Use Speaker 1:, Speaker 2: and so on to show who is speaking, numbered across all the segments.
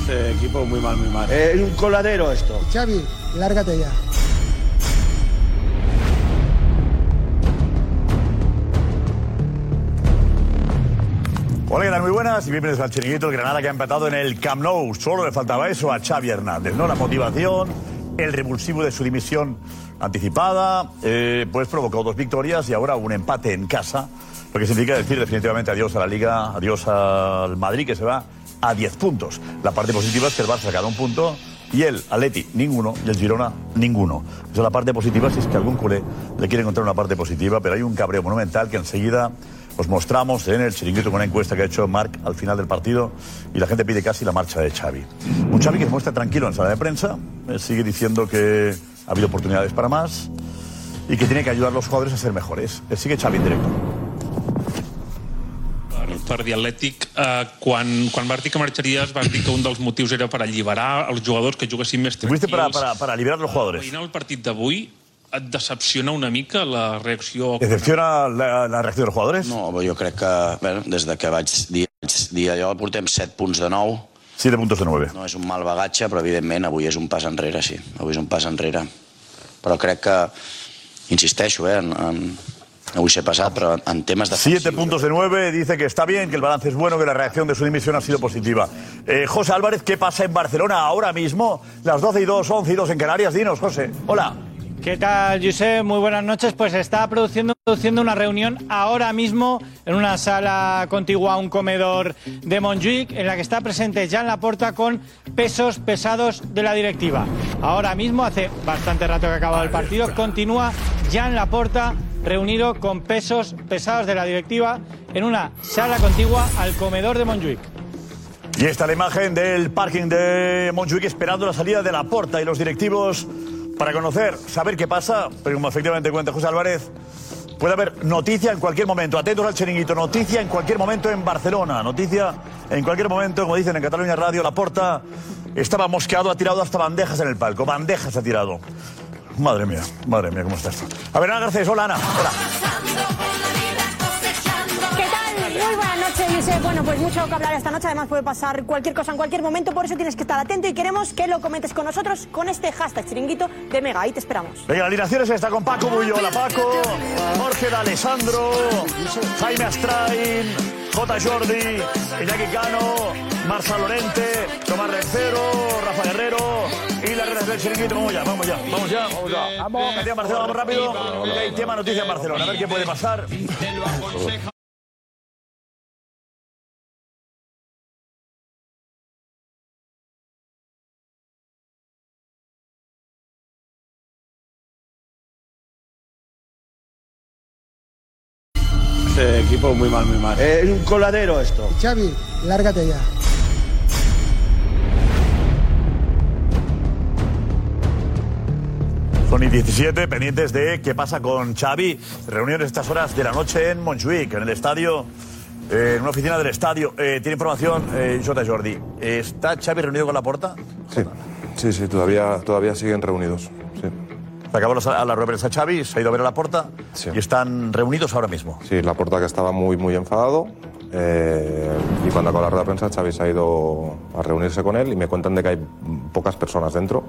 Speaker 1: Este equipo muy mal, muy mal.
Speaker 2: Eh, Es un coladero esto.
Speaker 3: Xavi, lárgate ya.
Speaker 4: Hola, ¿qué tal? Muy buenas y bienvenidos al Chiringuito. El Granada que ha empatado en el Camp Nou. Solo le faltaba eso a Xavi Hernández, ¿no? La motivación, el repulsivo de su dimisión anticipada, eh, pues provocó dos victorias y ahora un empate en casa, lo que significa decir definitivamente adiós a la Liga, adiós al Madrid, que se va a 10 puntos. La parte positiva es que el Barça ha sacado un punto y el Atleti ninguno y el Girona ninguno. Esa es la parte positiva si es que algún culé le quiere encontrar una parte positiva, pero hay un cabreo monumental que enseguida os mostramos en el chiringuito con una encuesta que ha hecho Marc al final del partido y la gente pide casi la marcha de Xavi. Un Xavi que se muestra tranquilo en sala de prensa, eh, sigue diciendo que ha habido oportunidades para más y que tiene que ayudar a los jugadores a ser mejores. Eh, Sigue Xavi en directo.
Speaker 5: per, per The Athletic, eh, quan, quan vas dir que marxaries, vas dir que un dels motius era per alliberar els jugadors que juguessin més
Speaker 4: Fuiste
Speaker 5: tranquils.
Speaker 4: para, para, para liberar a los jugadores.
Speaker 5: Veient el partit d'avui, et decepciona una mica la reacció...
Speaker 4: ¿Decepciona la, la reacción de los jugadores?
Speaker 1: No, però jo crec que, bueno, des de que vaig dir, vaig dir allò, portem 7 punts de 9.
Speaker 4: 7 puntos de 9.
Speaker 1: No és un mal bagatge, però evidentment avui és un pas enrere, sí. Avui és un pas enrere. Però crec que, insisteixo, eh, en, en, no vull ser passat, però en temes de...
Speaker 4: Siete puntos de nueve, dice que está bien, que el balance es bueno, que la reacción de su dimisión ha sido positiva. Eh, José Álvarez, ¿qué pasa en Barcelona ahora mismo? Las 12 y 2, 11 y 2 en Canarias, dinos, José. Hola.
Speaker 6: ¿Qué tal, José? Muy buenas noches. Pues está produciendo, produciendo una reunión ahora mismo en una sala contigua a un comedor de Montjuic, en la que está presente Jan Laporta con pesos pesados de la directiva. Ahora mismo, hace bastante rato que ha acabado el partido, continúa Jan Laporta reunido con pesos pesados de la directiva en una sala contigua al comedor de Montjuic.
Speaker 4: Y esta es la imagen del parking de Montjuic esperando la salida de la porta y los directivos para conocer, saber qué pasa, pero como efectivamente cuenta José Álvarez, puede haber noticia en cualquier momento. Atentos al chiringuito, noticia en cualquier momento en Barcelona, noticia en cualquier momento, como dicen en Cataluña Radio, la porta estaba mosqueado, ha tirado hasta bandejas en el palco, bandejas ha tirado. Madre mía, madre mía, ¿cómo está esto? A ver, Ana Garcés, hola Ana. Hola.
Speaker 7: ¿Qué tal? Muy buenas noches, Josep. Bueno, pues mucho que hablar esta noche. Además, puede pasar cualquier cosa en cualquier momento. Por eso tienes que estar atento y queremos que lo comentes con nosotros con este hashtag chiringuito de Mega. Ahí te esperamos.
Speaker 4: Venga, la alineación está con Paco Bullo, hola Paco, Jorge de Alessandro, Jaime Astrain, J. Jordi, Iñaki Cano, Marza Lorente, Tomás Recero, Rafa Guerrero y la red del chiringuito. Vamos ya, vamos ya, vamos ya, vamos ya. Vamos, que tiene Barcelona, vamos rápido. Que hay tema noticia en Barcelona, a ver qué puede pasar.
Speaker 1: Este equipo muy mal, muy mal.
Speaker 2: Es un coladero esto.
Speaker 3: Xavi, lárgate ya.
Speaker 4: Son y 17, pendientes de qué pasa con Xavi. Reuniones a estas horas de la noche en Montjuic, en el estadio, eh, en una oficina del estadio. Eh, tiene información eh, Jota Jordi. ¿Está Xavi reunido con la porta?
Speaker 8: Sí, sí, sí, todavía, todavía siguen reunidos. Sí.
Speaker 4: Se acabó la, la rueda de prensa Xavi, se ha ido a ver a la porta y están reunidos ahora mismo.
Speaker 8: Sí, la porta que estaba muy, muy enfadado. eh, y cuando acabó la rueda de prensa, Xavi se ha ido a reunirse con él y me cuentan de que hay mm, pocas personas dentro.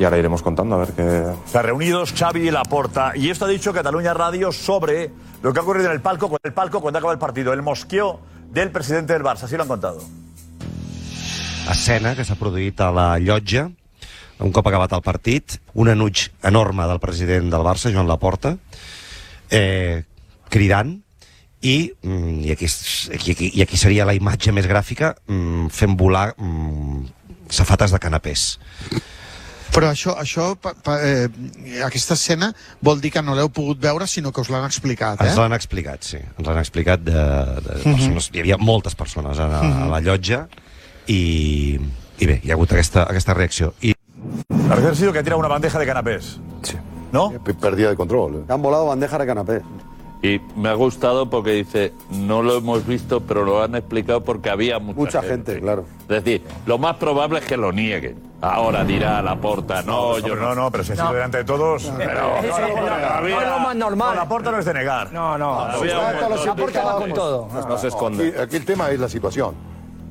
Speaker 8: Y ahora iremos contando a ver qué.
Speaker 4: Están reunidos Xavi y Laporta. Y esto ha dicho Cataluña Radio sobre lo que ha ocurrido en el palco, con el palco cuando acaba el partido. El mosqueo del presidente del Barça, así lo han contado.
Speaker 9: escena que s'ha produït a la llotja un cop acabat el partit, un enuig enorme del president del Barça, Joan Laporta, eh, cridant,
Speaker 10: i, mm, i, aquí, és- aquí, aquí, i aquí seria la imatge més gràfica mm, fent volar mm, safates de canapés.
Speaker 9: Però això, això pa, pa, eh, aquesta escena vol dir que no l'heu pogut veure, sinó que us l'han explicat, eh?
Speaker 10: Ens l'han explicat, sí. Ens l'han explicat de, de
Speaker 9: Mhm.
Speaker 10: persones... Hi havia moltes persones a, la- a
Speaker 9: Mhm.
Speaker 10: la llotja i, i bé, hi ha hagut aquesta, aquesta reacció. I
Speaker 4: La verdad ha sido que ha tirado una bandeja de canapés. ¿No?
Speaker 11: Pérdida de control. Han volado bandejas de canapé.
Speaker 8: Y me ha gustado porque dice, no lo hemos visto, pero lo han explicado porque había mucha,
Speaker 11: Mucha gente,
Speaker 8: claro. Es decir, lo más probable es que lo nieguen. Ahora dirá la porta, no, yo no.
Speaker 4: no, pero si ha sido delante de todos. Pero
Speaker 8: Eso es
Speaker 4: no es lo más normal. La puerta no es de negar. No, no.
Speaker 11: No, se esconde. Aquí, aquí el tema es la situación.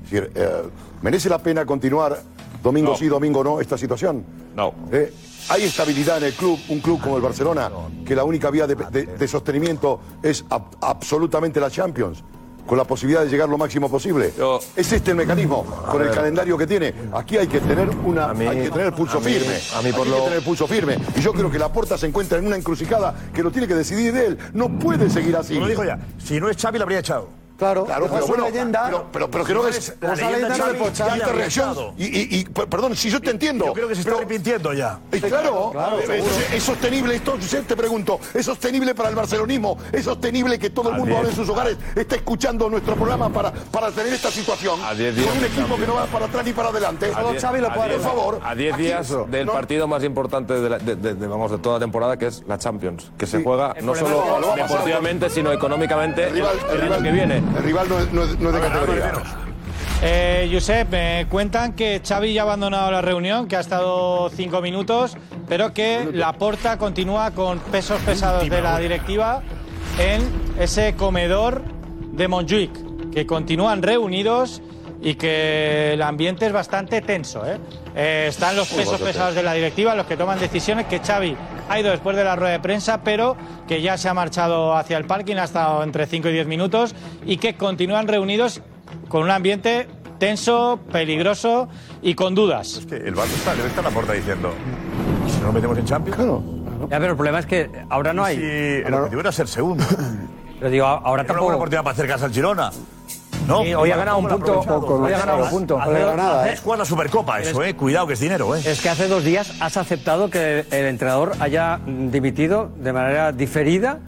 Speaker 11: Es decir, eh, ¿merece la pena continuar domingo
Speaker 8: No.
Speaker 11: sí, domingo no esta situación?
Speaker 8: No.
Speaker 11: Eh, ¿Hay estabilidad en el club, un club como el Barcelona, que la única vía de, de- de sostenimiento es ab- absolutamente la Champions? Con la posibilidad de llegar lo máximo posible.
Speaker 8: Yo-
Speaker 11: ¿Es este el mecanismo?
Speaker 4: Mm.
Speaker 11: Con el
Speaker 8: ver.
Speaker 11: calendario que tiene. Aquí hay que tener una. hay que tener el pulso
Speaker 8: a mí-
Speaker 11: firme.
Speaker 8: a mí por
Speaker 11: Aquí hay que
Speaker 8: lo-
Speaker 11: tener el pulso firme. Y yo creo que la puerta se encuentra en una encrucijada que lo tiene que decidir él. No puede seguir así.
Speaker 4: Lo dijo ya. Si no es Xavi, lo habría echado.
Speaker 11: Claro,
Speaker 4: Dejó
Speaker 11: pero
Speaker 4: su
Speaker 11: bueno,
Speaker 4: leyenda.
Speaker 11: pero, pero, pero que no
Speaker 4: Si no
Speaker 11: es
Speaker 4: es la Pues la leyenda leyenda Xavi, Xavi,
Speaker 11: ya
Speaker 4: ya
Speaker 11: hay
Speaker 4: le
Speaker 11: otra
Speaker 4: habría
Speaker 11: reacción.
Speaker 4: echado.
Speaker 11: Y, y- y, per- perdón, si yo te entiendo.
Speaker 4: Yo creo que se está arrepintiendo ya.
Speaker 11: Y claro,
Speaker 4: Claro,
Speaker 11: es,
Speaker 4: seguro.
Speaker 11: es sostenible esto, yo te pregunto, ¿es sostenible para el barcelonismo? ¿Es sostenible que todo el
Speaker 8: Así
Speaker 11: mundo ahora en
Speaker 8: es.
Speaker 11: sus hogares esté escuchando nuestro programa para, para tener esta situación?
Speaker 8: A diez días
Speaker 11: con un
Speaker 8: de
Speaker 11: equipo
Speaker 8: cambio.
Speaker 11: que no va para atrás ni para adelante.
Speaker 8: A diez- a
Speaker 11: por
Speaker 8: diez-
Speaker 11: favor.
Speaker 8: A 10
Speaker 11: aquí-
Speaker 8: días del
Speaker 11: no,
Speaker 8: partido más importante de, la- de- de- de- vamos, de toda la temporada, que es la Champions, que se juega
Speaker 11: El
Speaker 8: no
Speaker 11: problema
Speaker 8: solo
Speaker 11: es que- No, lo vamos a pasar.
Speaker 8: deportivamente, sino económicamente
Speaker 11: El rival, el
Speaker 8: el año
Speaker 11: rival-
Speaker 8: que viene.
Speaker 11: El rival no es, no es- no es de categoría.
Speaker 6: Eh, Josep, me cuentan que Xavi ya ha abandonado la reunión, que ha estado cinco minutos, pero que la porta continúa con pesos pesados de la directiva en ese comedor de Montjuic, que continúan reunidos y que el ambiente es bastante tenso. ¿eh? Eh, están los
Speaker 12: Uy,
Speaker 6: pesos
Speaker 12: bastante.
Speaker 6: pesados de la directiva, los que toman decisiones, que Xavi ha ido después de la rueda de prensa, pero que ya se ha marchado hacia el parking, ha estado entre 5 y 10 minutos, y que continúan reunidos con un ambiente tenso, peligroso y con dudas.
Speaker 4: El Barça está, debe estar a la puerta diciendo. ¿y Si no nos metemos en Champions. Claro.
Speaker 13: Ya, pero el problema es que ahora no
Speaker 4: ¿Y
Speaker 13: hay.
Speaker 4: Si el objetivo era ser segundo.
Speaker 13: Pero digo, ahora
Speaker 4: Era una
Speaker 13: tampoco-
Speaker 4: buena oportunidad para acercarse al Girona. No,
Speaker 13: Sí, hoy ha ganado un punto, hoy ha ganado un punto.
Speaker 4: Hace-
Speaker 13: Hoy ha ganado,
Speaker 4: hace-
Speaker 13: ¿eh?
Speaker 4: Es jugar la Supercopa, eso, eh. Cuidado, que es dinero, eh.
Speaker 13: Es que hace dos días has aceptado que el entrenador haya dimitido de manera diferida.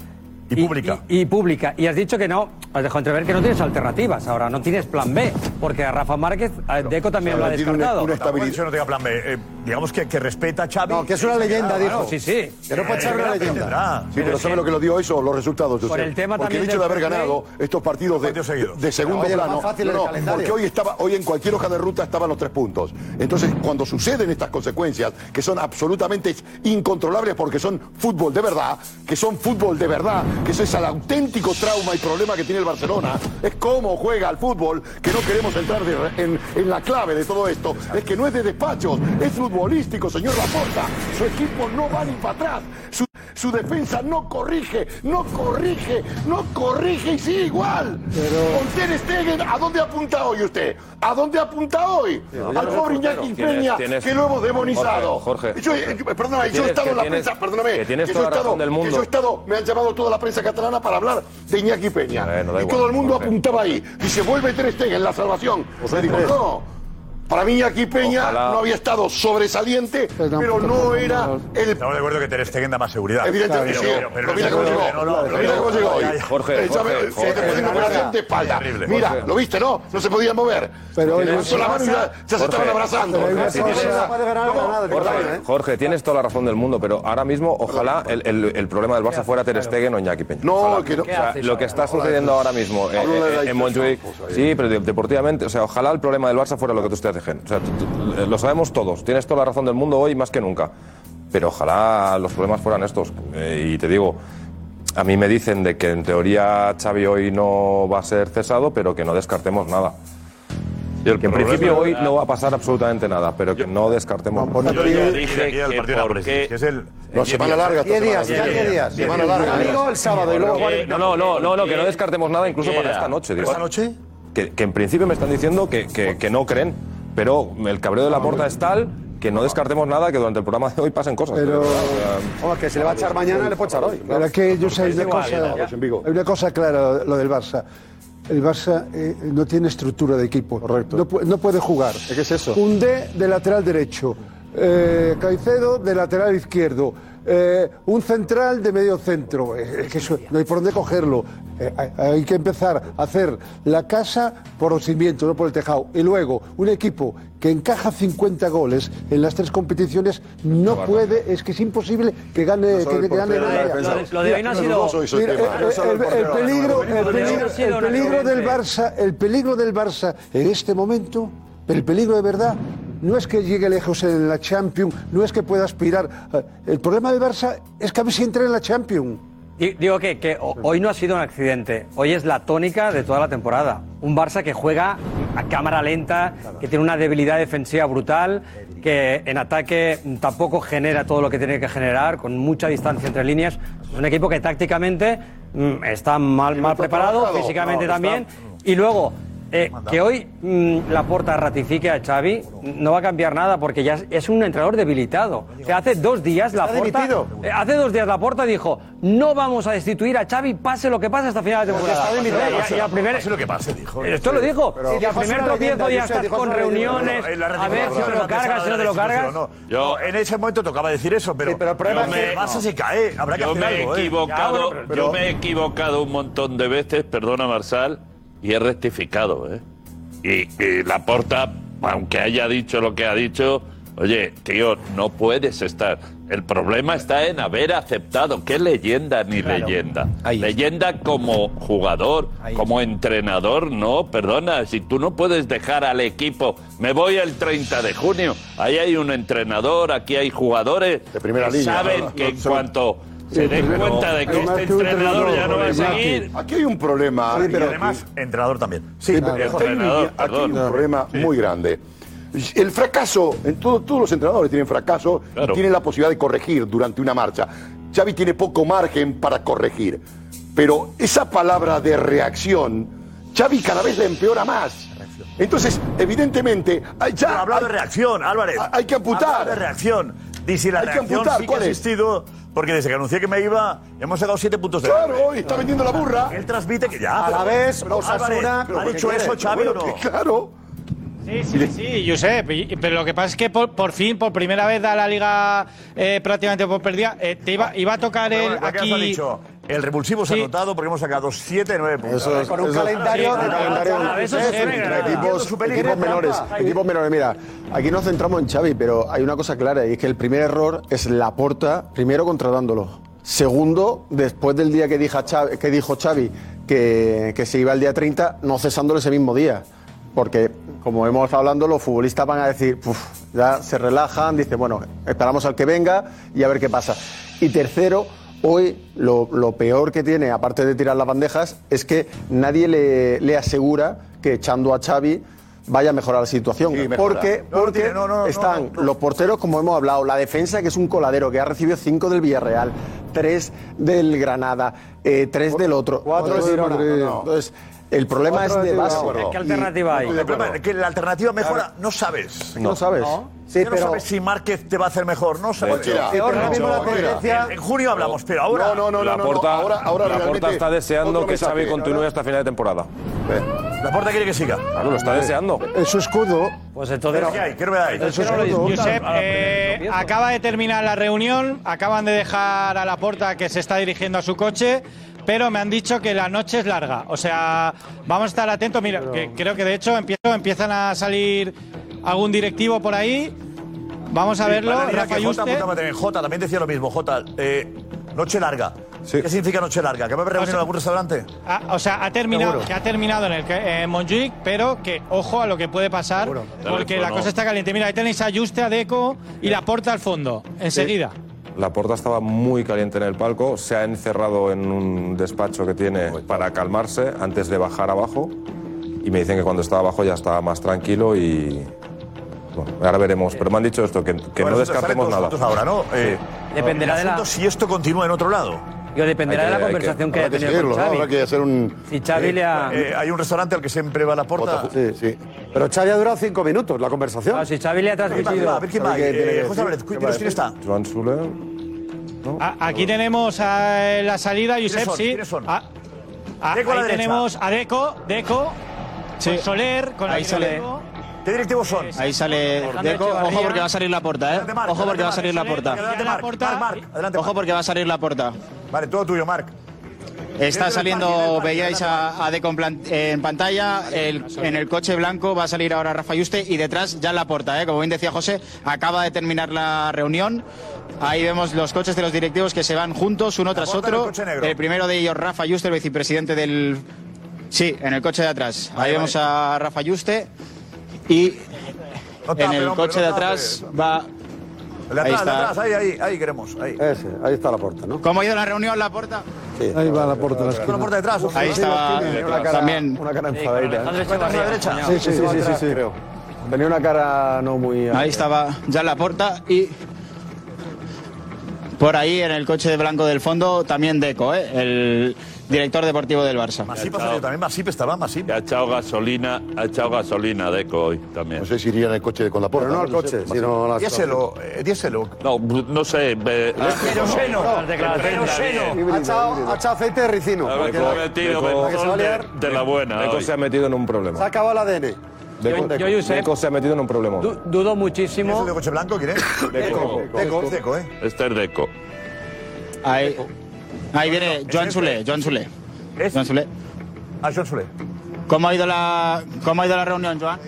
Speaker 13: Y, pública. Y, y pública. Y has dicho que no, has dejado entrever que no tienes alternativas ahora, no tienes plan B, porque a Rafa Márquez, a Deco también lo ha
Speaker 4: Tiene una-
Speaker 13: descartado.
Speaker 4: una estabilidad. Yo no tenga plan B. Eh, digamos que, que respeta a Xavi.
Speaker 13: No, que es una leyenda,
Speaker 4: Ah,
Speaker 13: dijo.
Speaker 4: bueno,
Speaker 13: Sí, sí.
Speaker 4: Que no puede ser una leyenda.
Speaker 11: Sí, pero ¿sabe lo que lo dio eso? Los resultados,
Speaker 4: Por
Speaker 11: Josep.
Speaker 4: el tema
Speaker 11: Porque el
Speaker 4: también
Speaker 11: hecho de
Speaker 4: del
Speaker 11: haber ganado estos partidos de, de- de segundo
Speaker 4: Oye, lo más
Speaker 11: plano.
Speaker 4: fácil
Speaker 11: No,
Speaker 4: del
Speaker 11: no,
Speaker 4: calendario.
Speaker 11: porque hoy estaba, hoy en cualquier hoja de ruta estaban los tres puntos. Entonces, cuando suceden estas consecuencias, que son absolutamente incontrolables porque son fútbol de verdad, que son fútbol de verdad, que ese es el auténtico trauma y problema que tiene el Barcelona, es cómo juega al fútbol, que no queremos entrar de re- en, en la clave de todo esto. Es que no es de despachos, es futbolístico, señor Laporta. Su equipo no va ni para atrás. Su, su defensa no corrige, no corrige, no corrige y sigue igual. Con Ter Stegen, ¿a dónde apunta hoy usted? ¿A dónde apunta hoy? Al pobre Iñaki
Speaker 8: Tienes-
Speaker 11: Peña,
Speaker 8: tienes-
Speaker 11: que lo hemos demonizado.
Speaker 8: Jorge, Jorge,
Speaker 11: yo, eh,
Speaker 8: Jorge.
Speaker 11: perdóname,
Speaker 8: Que
Speaker 11: yo he
Speaker 8: tienes-
Speaker 11: estado
Speaker 8: que
Speaker 11: en la
Speaker 8: tienes-
Speaker 11: prensa, perdóname.
Speaker 8: que tienes
Speaker 11: yo he
Speaker 8: toda la
Speaker 11: estado,
Speaker 8: razón del
Speaker 11: que yo
Speaker 8: mundo.
Speaker 11: he estado, me han llamado toda la prensa catalana para hablar de Iñaki Peña. y
Speaker 8: igual,
Speaker 11: todo el mundo
Speaker 8: Jorge.
Speaker 11: apuntaba ahí. Dice, vuelve Ter Stegen, la salvación. Le digo, no. Para mí Iñaki Peña
Speaker 4: Ojalá.
Speaker 11: no había estado sobresaliente, pero no era el
Speaker 4: Estamos de acuerdo que Ter Stegen da más seguridad.
Speaker 11: Evidentemente
Speaker 4: Pero-
Speaker 11: sí.
Speaker 4: pero- pero-
Speaker 11: Pero mira cómo llegó.
Speaker 4: no, no,
Speaker 11: Pero mira cómo llegó hoy.
Speaker 4: Ya, ya.
Speaker 11: Eh, sabe, Se te pusieron con la gente de espalda.
Speaker 4: Terrible.
Speaker 11: Mira,
Speaker 4: Jorge.
Speaker 11: lo viste, ¿no? No se podían mover.
Speaker 8: Pero hoy-
Speaker 11: Levantó la mano y ya, ya se
Speaker 8: Jorge.
Speaker 11: estaban abrazando.
Speaker 8: Pero hoy no se
Speaker 11: Tienes-
Speaker 8: va
Speaker 11: ¿Cómo?
Speaker 8: Jorge, Jorge, tienes toda la razón del mundo, pero ahora mismo ojalá el, el- el problema del Barça fuera Ter Stegen o Iñaki Peña.
Speaker 11: No,
Speaker 8: Ojalá.
Speaker 11: que no.
Speaker 8: O sea,
Speaker 11: ¿Qué haces
Speaker 8: lo que está sucediendo ahora mismo eh,
Speaker 11: Hablo de la
Speaker 8: eh, en Montjuic,
Speaker 11: intención, José.
Speaker 8: sí, pero de- deportivamente, o sea, ojalá el problema del Barça fuera lo que tú estás diciendo. O sea, tú- tú- eh, lo sabemos todos, tienes toda la razón del mundo hoy más que nunca, pero ojalá los problemas fueran estos. Eh, y te digo, a mí me dicen de que en teoría Xavi hoy no va a ser cesado, pero que no descartemos nada. Que en principio hoy no va a pasar absolutamente nada, pero que no descartemos.
Speaker 4: Yo ya dije que por qué- que es el-
Speaker 8: No,
Speaker 4: diez
Speaker 8: semana
Speaker 4: días.
Speaker 8: larga,
Speaker 4: Diez
Speaker 8: esta
Speaker 4: días,
Speaker 8: semana.
Speaker 4: ya diez días.
Speaker 8: Diez
Speaker 4: Semana
Speaker 8: días.
Speaker 4: larga.
Speaker 8: Amigo,
Speaker 4: el sábado y luego
Speaker 8: Porque- No, no, no, no, no, que no descartemos nada incluso para
Speaker 4: Queda.
Speaker 8: esta noche. digo.
Speaker 4: ¿Esta noche? Ah,
Speaker 8: Que, que en principio me están diciendo que, que- que no creen, pero el cabreo de la porta es tal que no descartemos nada, que durante el programa de hoy pasen cosas.
Speaker 12: Pero-
Speaker 8: o
Speaker 11: que se le va a echar mañana, le puede echar hoy.
Speaker 12: Pero aquí, Josep, hay
Speaker 8: Es
Speaker 12: una,
Speaker 8: igual,
Speaker 12: cosa,
Speaker 8: ya.
Speaker 12: hay una cosa clara, lo del Barça. El Barça eh, no tiene estructura de equipo. Correcto. No, pu- no puede jugar.
Speaker 11: ¿Qué es eso?
Speaker 12: Cundé de lateral derecho, eh, Caicedo de lateral izquierdo, eh, un central de medio centro. Eh, es que eso, no hay por dónde cogerlo. Eh, hay- hay que empezar a hacer la casa por los cimientos, no por el tejado. Y luego, un equipo que encaja 50 goles en las tres competiciones no puede, es que es imposible que gane.
Speaker 11: solo
Speaker 12: que-
Speaker 11: el
Speaker 12: que gane
Speaker 11: portero,
Speaker 12: la
Speaker 11: la
Speaker 12: Liga.
Speaker 11: defensa. Lo de hoy no ha sido- Dudoso hizo el
Speaker 12: Mira,
Speaker 4: eh,
Speaker 11: tema.
Speaker 12: el-
Speaker 11: No solo el
Speaker 12: el- el
Speaker 11: portero,
Speaker 12: peligro-
Speaker 11: Lo de hoy
Speaker 12: el
Speaker 11: no ha
Speaker 12: peligro-
Speaker 11: sido
Speaker 12: el peligro del Barça, el peligro del Barça en este momento, el peligro de verdad. No es que llegue lejos en la Champions, no es que pueda aspirar. eh, El problema del Barça es que a ver si entra en la Champions.
Speaker 13: Di- Digo que, que ho- hoy no ha sido un accidente, hoy es la tónica de toda la temporada. Un Barça que juega a cámara lenta, que tiene una debilidad defensiva brutal, que en ataque tampoco genera todo lo que tiene que generar, con mucha distancia entre líneas. Un equipo que tácticamente mm, está mal, mal preparado,
Speaker 14: trabajado.
Speaker 13: físicamente
Speaker 14: No, está-
Speaker 13: también. Y luego, eh, que hoy mm, Laporta ratifique a Xavi no va a cambiar nada porque ya es- es un entrenador debilitado. O sea, hace dos días
Speaker 14: Está
Speaker 13: Laporta,
Speaker 14: dimitido.
Speaker 13: eh, hace dos días Laporta dijo no vamos a destituir a Xavi pase lo que pase hasta final de temporada.
Speaker 4: Pase lo que
Speaker 13: Eh,
Speaker 4: pase,
Speaker 13: y- y al primer- Eh,
Speaker 4: pase lo que pase, dijo.
Speaker 13: Esto lo dijo.
Speaker 4: Pero-
Speaker 13: Y al primer tropiezo ya estás con reuniones.
Speaker 4: En la
Speaker 13: A ver si
Speaker 4: reunión,
Speaker 13: te
Speaker 4: no,
Speaker 13: lo cargas, si no te lo
Speaker 4: pensaba en la
Speaker 13: cargas.
Speaker 4: restitución, no. No, en ese momento tocaba decir eso, pero,
Speaker 15: pero el problema
Speaker 4: yo
Speaker 15: es que-
Speaker 4: el Barça se cae, habrá que
Speaker 15: yo
Speaker 4: hacer
Speaker 15: me
Speaker 4: algo,
Speaker 15: he
Speaker 4: ¿eh?
Speaker 15: equivocado,
Speaker 4: Ya, bueno,
Speaker 15: yo me he equivocado un montón de veces, perdona Marsal, y he rectificado, ¿eh? Y, y la porta, aunque haya dicho lo que ha dicho, oye, tío, no puedes estar. El problema está en haber aceptado. ¿Qué leyenda ni leyenda? Leyenda como jugador, como entrenador, no, perdona, si tú no puedes dejar al equipo, me voy el 30 de junio, ahí hay un entrenador, aquí hay jugadores
Speaker 11: primera
Speaker 15: que
Speaker 11: línea,
Speaker 15: saben
Speaker 11: ¿verdad?
Speaker 15: que
Speaker 11: No,
Speaker 15: en
Speaker 11: solo-
Speaker 15: cuanto se den cuenta de que este entrenador ya no va a seguir,
Speaker 11: Aquí hay un problema.
Speaker 4: Sí, pero además, entrenador también.
Speaker 11: Sí, pero
Speaker 4: Claro.
Speaker 11: aquí hay un-
Speaker 4: Entrenador,
Speaker 11: aquí hay un
Speaker 4: perdón.
Speaker 11: problema muy grande. El fracaso, en todo- todos los entrenadores tienen fracaso y tienen la posibilidad de corregir durante una marcha. Xavi tiene poco margen para corregir, pero esa palabra de reacción, Xavi cada vez la empeora más. Entonces, evidentemente, hay- ya...
Speaker 4: Pero hablado
Speaker 11: hay-
Speaker 4: de reacción, Álvarez.
Speaker 11: ha- Hay que
Speaker 4: Hablado
Speaker 11: apuntar.
Speaker 4: de reacción. Y si la
Speaker 11: Hay que
Speaker 4: reacción
Speaker 11: amputar,
Speaker 4: sí que
Speaker 11: ¿cuál
Speaker 4: ha
Speaker 11: es?
Speaker 4: existido, porque desde que anuncié que me iba, hemos sacado siete puntos de
Speaker 11: Claro, y
Speaker 4: hambre.
Speaker 11: está vendiendo la burra.
Speaker 4: Él transmite que ya.
Speaker 11: A la
Speaker 4: pero-
Speaker 11: vez,
Speaker 4: pero
Speaker 11: Osasuna,
Speaker 4: Álvarez,
Speaker 11: pero
Speaker 4: ¿Ha
Speaker 11: porque
Speaker 4: dicho
Speaker 11: quiere,
Speaker 4: eso Xavi
Speaker 11: pero
Speaker 4: o no?
Speaker 11: que- Claro.
Speaker 6: Sí, sí, sí, Josep. y- Pero lo que pasa es que por, por fin, por primera vez da la liga eh, prácticamente por perdida. Eh, te iba, iba a tocar
Speaker 4: Pero
Speaker 6: el
Speaker 4: bueno, ya que has
Speaker 6: aquí.
Speaker 4: dicho, el repulsivo se ha notado porque hemos sacado 7 9 puntos.
Speaker 16: Eso es- Con un eso es- calendario-
Speaker 4: Sí,
Speaker 16: el calendario-
Speaker 4: claro, eso
Speaker 16: es-
Speaker 4: sí,
Speaker 16: entre
Speaker 4: claro.
Speaker 16: equipos,
Speaker 4: Su peligro
Speaker 16: equipos
Speaker 4: es trampa.
Speaker 16: menores. Equipos menores, pues mira, aquí nos centramos en Xavi, pero hay una cosa clara y es que el primer error es la porta, primero contratándolo. Segundo, después del día que dijo Xavi que, dijo Xavi que, que se iba el día 30, no cesándolo ese mismo día. Porque, como hemos estado hablando, los futbolistas van a decir, "Puf", ya se relajan, dicen, bueno, esperamos al que venga y a ver qué pasa. Y tercero, Hoy lo, lo peor que tiene, aparte de tirar las bandejas, es que nadie le, le asegura que echando a Xavi vaya a mejorar la situación.
Speaker 11: mejora.
Speaker 16: porque
Speaker 11: No, no
Speaker 16: porque
Speaker 11: tiene, no, no, no,
Speaker 16: están los porteros, como hemos hablado, la defensa, que es un coladero, que ha recibido cinco del Villarreal, tres del Granada, eh, tres del otro.
Speaker 12: Cuatro
Speaker 16: Entonces,
Speaker 12: del Madrid.
Speaker 16: Entonces, el problema
Speaker 4: Cuatro
Speaker 16: es de
Speaker 4: del
Speaker 16: base.
Speaker 4: Bilbao.
Speaker 16: Y-
Speaker 4: El problema es que la alternativa mejora, no sabes.
Speaker 16: No sabes. Sí,
Speaker 4: Ya no
Speaker 16: pero-
Speaker 4: sabes si Márquez te va a hacer mejor, no sabes.
Speaker 16: Ocho. Sí, pero ahora
Speaker 4: Ocho.
Speaker 16: mismo la
Speaker 4: Ocho.
Speaker 16: tendencia-
Speaker 4: En en junio hablamos, pero ahora.
Speaker 8: la porta, la porta está deseando
Speaker 4: otro
Speaker 8: que
Speaker 4: mensaje. Eh,
Speaker 8: Xavi continúe hasta final de temporada.
Speaker 4: La porta quiere que siga. Eh,
Speaker 8: Claro, lo está deseando.
Speaker 12: Es su escudo.
Speaker 13: Pues
Speaker 4: Pero ¿qué hay? ¿Qué novedad hay?
Speaker 12: Eso es todo.
Speaker 6: Josep, eh, acaba de terminar la reunión, acaban de dejar a la puerta que se está dirigiendo a su coche, pero me han dicho que la noche es larga. O sea, vamos a estar atentos. Mira, que creo que de hecho empiezo, empiezan a salir algún directivo por ahí. Vamos a
Speaker 4: Sí,
Speaker 6: verlo.
Speaker 4: vale, mira
Speaker 6: Rafa
Speaker 4: que Jota
Speaker 6: Yuste.
Speaker 4: apuntaba también. Jota también decía lo mismo. Jota, eh, noche larga. ¿Qué significa noche larga? ¿Que va a haber reunión en algún restaurante?
Speaker 6: Ah, o sea, ha terminado,
Speaker 4: Seguro.
Speaker 6: que ha terminado en el que- eh, Montjuic, pero que ojo a lo que puede pasar, porque
Speaker 8: Claro,
Speaker 6: la
Speaker 8: no.
Speaker 6: cosa está caliente. Mira, ahí tenéis a Juste, a Deco y la porta al fondo, enseguida.
Speaker 8: La porta estaba muy caliente en el palco, se ha encerrado en un despacho que tiene para calmarse antes de bajar abajo. Y me dicen que cuando estaba abajo ya estaba más tranquilo y. Bueno, ahora veremos. Pero me han dicho esto, que, que
Speaker 4: Bueno,
Speaker 8: no
Speaker 4: eso te salen
Speaker 8: descartemos
Speaker 4: todos
Speaker 8: nada.
Speaker 4: juntos ahora, ¿no? Eh,
Speaker 8: Sí.
Speaker 13: Dependerá
Speaker 4: el
Speaker 13: de la-
Speaker 4: asunto es si esto continúa en otro lado.
Speaker 13: Yo dependerá de la conversación que, haya tenido con Xavi.
Speaker 4: hacer un...
Speaker 13: Si Xavi le ha-
Speaker 4: Eh, hay un restaurante al que siempre va a la puerta.
Speaker 11: Sí, sí.
Speaker 14: Pero Xavi ha durado cinco minutos la conversación. Ah,
Speaker 13: si Xavi le ha transmitido.
Speaker 4: A ver quién va.
Speaker 14: ¿Qué tiene que
Speaker 4: Eh, José
Speaker 14: decir?
Speaker 4: Álvarez,
Speaker 14: ¿Qué
Speaker 4: dinos quién está.
Speaker 17: Joan Soler.
Speaker 6: A- Ah, aquí tenemos eh, la salida,
Speaker 4: ¿Quiénes
Speaker 6: Josep,
Speaker 4: son?
Speaker 6: sí.
Speaker 4: ¿Quiénes son?
Speaker 6: A- a-
Speaker 4: Deco a la
Speaker 6: ahí
Speaker 4: derecha.
Speaker 6: tenemos a Deco, Deco,
Speaker 18: Sí.
Speaker 6: con Soler, con
Speaker 18: Ahí
Speaker 6: Aguirre
Speaker 18: sale.
Speaker 6: Deco.
Speaker 4: ¿Qué directivos son?
Speaker 18: Ahí sale
Speaker 6: Alejandro
Speaker 18: Deco. Ojo
Speaker 6: Echevarría.
Speaker 18: porque va a salir la puerta, ¿eh? Ojo porque va a salir la puerta. Ojo porque va a salir la puerta.
Speaker 4: Vale, todo tuyo, Marc.
Speaker 18: Está saliendo, veíais a, a Deco en, plan- eh, en pantalla, el- en el coche blanco va a salir ahora Rafa Yuste y detrás ya en la puerta, ¿eh? como bien decía José, acaba de terminar la reunión. Ahí vemos los coches de los directivos que se van juntos, uno tras
Speaker 4: Laporta en el
Speaker 18: otro.
Speaker 4: coche negro.
Speaker 18: El primero de ellos, Rafa Yuste, el vicepresidente del... Sí, en el coche de atrás. Ahí vemos a Rafa Yuste y en
Speaker 4: tape,
Speaker 18: el
Speaker 4: hombre,
Speaker 18: coche
Speaker 4: no
Speaker 18: de
Speaker 4: tape.
Speaker 18: atrás va...
Speaker 4: El de atrás, el
Speaker 18: ahí
Speaker 4: de
Speaker 18: está.
Speaker 4: atrás, ahí, ahí, ahí queremos. Ahí.
Speaker 14: Ese, ahí está la puerta, ¿no?
Speaker 18: ¿Cómo ha ido la reunión, la puerta?
Speaker 14: ahí va la puerta. La
Speaker 4: Con la puerta detrás. hombre.
Speaker 18: Ahí está
Speaker 14: una cara,
Speaker 18: también.
Speaker 14: Una cara enfadadita. ¿eh?
Speaker 4: Cuenta con la derecha.
Speaker 14: Sí, sí, sí, sí, sí, sí.
Speaker 18: creo.
Speaker 14: Tenía una cara no muy.
Speaker 18: Ahí estaba ya la puerta y por ahí en el coche de blanco del fondo también Deco, ¿eh? el director deportivo del Barça.
Speaker 4: Masip ha salido también, Masip estaba, Masip.
Speaker 15: Ha echado gasolina, ha echado gasolina Deco hoy también. No
Speaker 11: sé si iría en el coche con la puerta.
Speaker 15: Pero no al coche, sino a las-
Speaker 4: Diéselo, eh, diéselo.
Speaker 15: No, no sé. eh,
Speaker 13: Ah,
Speaker 4: Queroseno.
Speaker 14: Ha echado ha echado aceite de ricino.
Speaker 15: A ver,
Speaker 14: Porque
Speaker 15: como
Speaker 14: la-
Speaker 15: metido,
Speaker 14: porque la que se va a
Speaker 15: de,
Speaker 14: liar-
Speaker 15: de la buena.
Speaker 17: Deco
Speaker 15: hoy.
Speaker 17: se ha metido en un
Speaker 14: Se ha
Speaker 17: problema.
Speaker 14: acabado el ADN.
Speaker 17: Deco,
Speaker 14: Yo- yo,
Speaker 17: Deco-
Speaker 14: Josep.
Speaker 17: Deco se ha metido en un problema.
Speaker 13: Du- dudo muchísimo.
Speaker 4: ¿Es el de coche blanco? ¿Quién es?
Speaker 15: Deco.
Speaker 4: Deco, Deco, ¿eh?
Speaker 15: Este es Deco.
Speaker 18: Ahí, ahí viene Joan Sule,
Speaker 4: este.
Speaker 18: Joan Sule. Joan Sule.
Speaker 4: Ah, Joan Sule.
Speaker 18: ¿Cómo ha ido la, cómo ha ido la reunión, Joan?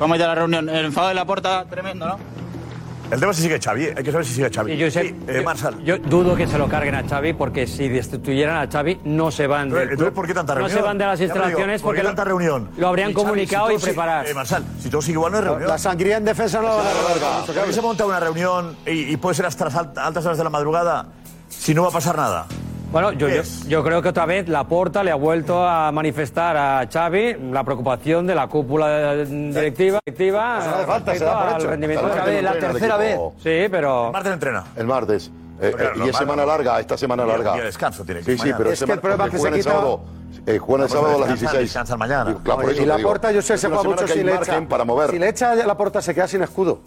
Speaker 18: ¿Cómo ha ido la reunión? El enfado de la puerta, tremendo, ¿no?
Speaker 4: El tema es si sigue Xavi, hay que saber si sigue Xavi.
Speaker 13: Y Josep,
Speaker 4: Sí, eh, Marsal.
Speaker 13: Yo dudo que se lo carguen a Xavi porque si destituyeran a Xavi no se van del
Speaker 4: Entonces,
Speaker 13: club.
Speaker 4: ¿por qué tanta reunión?
Speaker 13: No se van de las
Speaker 4: Ya me digo,
Speaker 13: instalaciones
Speaker 4: ¿por qué
Speaker 13: porque
Speaker 4: tanta reunión?
Speaker 13: lo habrían
Speaker 4: Y Xavi,
Speaker 13: comunicado
Speaker 4: si
Speaker 13: y
Speaker 4: todo sigue-
Speaker 13: preparar.
Speaker 4: Eh, Marsal, si todo sigue igual no hay reunión.
Speaker 14: La sangría en defensa no la van a
Speaker 4: ¿Por qué se monta una reunión y, y puede ser hasta las alt- altas horas de la madrugada si no va a pasar nada?
Speaker 13: Bueno, yo,
Speaker 4: ¿Qué
Speaker 13: yo,
Speaker 4: es?
Speaker 13: yo creo que otra vez Laporta le ha vuelto a manifestar a Xavi la preocupación de la cúpula eh, directiva, directiva
Speaker 14: no hace falta, se
Speaker 13: respecto
Speaker 14: da por
Speaker 13: al
Speaker 14: hecho.
Speaker 13: rendimiento de
Speaker 11: Claro,
Speaker 13: Xavi.
Speaker 11: que no
Speaker 13: La
Speaker 11: entrena el
Speaker 13: tercera vez.
Speaker 11: equipo.
Speaker 13: Sí, pero...
Speaker 4: Martes entrena.
Speaker 11: El martes. Eh,
Speaker 4: Claro,
Speaker 11: eh, y
Speaker 4: normal,
Speaker 11: es semana
Speaker 4: no.
Speaker 11: larga, esta semana
Speaker 4: Día-
Speaker 11: larga.
Speaker 4: día de descanso tiene que
Speaker 11: Sí,
Speaker 4: ser
Speaker 11: sí,
Speaker 4: mañana.
Speaker 11: pero
Speaker 4: Es que
Speaker 11: semana-
Speaker 4: el problema
Speaker 11: porque
Speaker 4: es que se
Speaker 11: juegan el
Speaker 4: quita-
Speaker 11: sábado, eh, juegan el
Speaker 4: Vamos a
Speaker 11: sábado a las
Speaker 4: descansar,
Speaker 11: 16.
Speaker 4: descansan mañana.
Speaker 11: Digo, claro, por eso
Speaker 14: y
Speaker 11: te
Speaker 14: la
Speaker 11: digo.
Speaker 14: porta, yo sé,
Speaker 11: Es
Speaker 14: se
Speaker 11: una
Speaker 14: juega
Speaker 11: semana
Speaker 14: mucho
Speaker 11: que
Speaker 14: si
Speaker 11: hay
Speaker 14: le
Speaker 11: margen
Speaker 14: echa.
Speaker 11: para mover.
Speaker 14: Si le echa la porta, se queda sin escudo.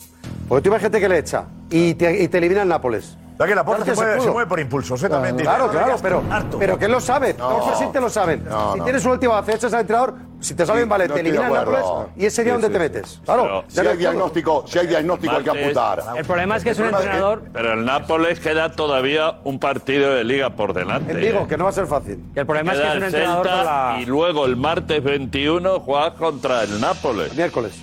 Speaker 14: Porque tú imagínate que le echa y te, y te elimina el Nápoles.
Speaker 4: Ya que la puerta
Speaker 14: Torces
Speaker 4: se mueve,
Speaker 14: escudo.
Speaker 4: se mueve por impulso, ¿eh? También dice,
Speaker 14: Ah, Claro,
Speaker 4: no,
Speaker 14: claro,
Speaker 4: ya
Speaker 14: pero,
Speaker 4: estoy harto.
Speaker 14: pero que él lo sabe.
Speaker 4: No.
Speaker 14: Torces sí Eh, te lo saben.
Speaker 4: No,
Speaker 14: si
Speaker 4: no.
Speaker 14: tienes una última acecha al entrenador, si te saben,
Speaker 11: Sí,
Speaker 14: vale,
Speaker 11: no
Speaker 14: te
Speaker 11: estoy de
Speaker 14: elimina el Nápoles
Speaker 11: acuerdo.
Speaker 14: y es ese día
Speaker 11: Sí,
Speaker 14: donde
Speaker 11: sí,
Speaker 14: te
Speaker 11: sí.
Speaker 14: metes. Claro,
Speaker 11: Pero
Speaker 14: ya
Speaker 11: si
Speaker 14: no
Speaker 11: hay diagnóstico, si hay diagnóstico hay que
Speaker 15: Martes.
Speaker 11: apuntar.
Speaker 13: El problema es que es un entrenador...
Speaker 15: Pero el Nápoles queda todavía un partido de liga por delante.
Speaker 14: Te
Speaker 15: ¿eh?
Speaker 14: digo que no va a ser fácil.
Speaker 13: El problema es que
Speaker 15: Queda
Speaker 13: es un
Speaker 15: el
Speaker 13: entrenador
Speaker 15: Celta
Speaker 13: con la...
Speaker 15: y luego el martes 21 juegas contra el Nápoles. Miércoles.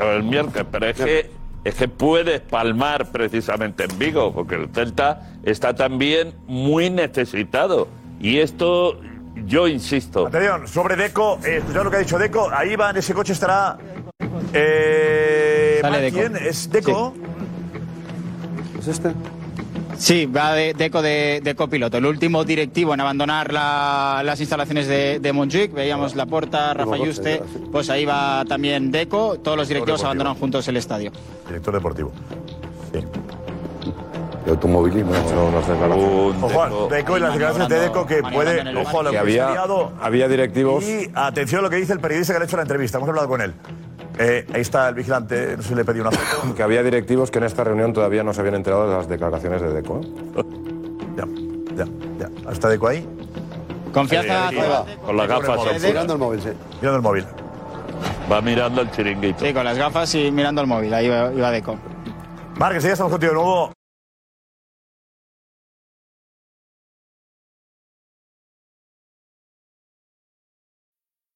Speaker 15: el miércoles, pero es que, es que puedes palmar precisamente en Vigo, porque el Celta está también muy necesitado. Y esto, yo insisto.
Speaker 4: Atención, sobre Deco, eh, escuchad lo que ha dicho Deco, ahí va, en ese coche estará... Eh,
Speaker 18: Sale
Speaker 4: ¿va
Speaker 18: Deco.
Speaker 4: ¿Quién? ¿Es Deco?
Speaker 14: ¿Es este?
Speaker 18: Sí, va de, de, co- de, de copiloto. El último directivo en abandonar la- las instalaciones de, de Montjuic. Veíamos Laporta, Rafa
Speaker 4: Como doce,
Speaker 18: Yuste.
Speaker 4: ya, sí.
Speaker 18: Pues ahí va también Deco. Todos los directivos
Speaker 4: Deportivo.
Speaker 18: abandonan juntos el estadio.
Speaker 4: Director deportivo.
Speaker 11: De automovilismo.
Speaker 4: Ojo, Deco y las declaraciones de Deco que puede... Ojo, a lo
Speaker 17: que
Speaker 4: que se ha
Speaker 17: había,
Speaker 4: liado.
Speaker 17: había directivos.
Speaker 4: Y atención a lo que dice el periodista que le ha hecho la entrevista, hemos hablado con él. Eh, ahí está el vigilante, no sé si le pedí una foto.
Speaker 17: Que había directivos que en esta reunión todavía no se habían enterado de las declaraciones de Deco.
Speaker 4: Ya, ya, ya. ¿Hasta Deco ahí?
Speaker 18: Confianza.
Speaker 15: Ahí, ahí va. Con las gafas.
Speaker 18: Mirando
Speaker 15: el
Speaker 14: móvil, sí.
Speaker 4: Mirando el móvil.
Speaker 15: Va mirando el chiringuito.
Speaker 18: Sí, con las gafas y mirando el móvil. Ahí va, iba Deco.
Speaker 4: Márquez, ya estamos contigo de nuevo.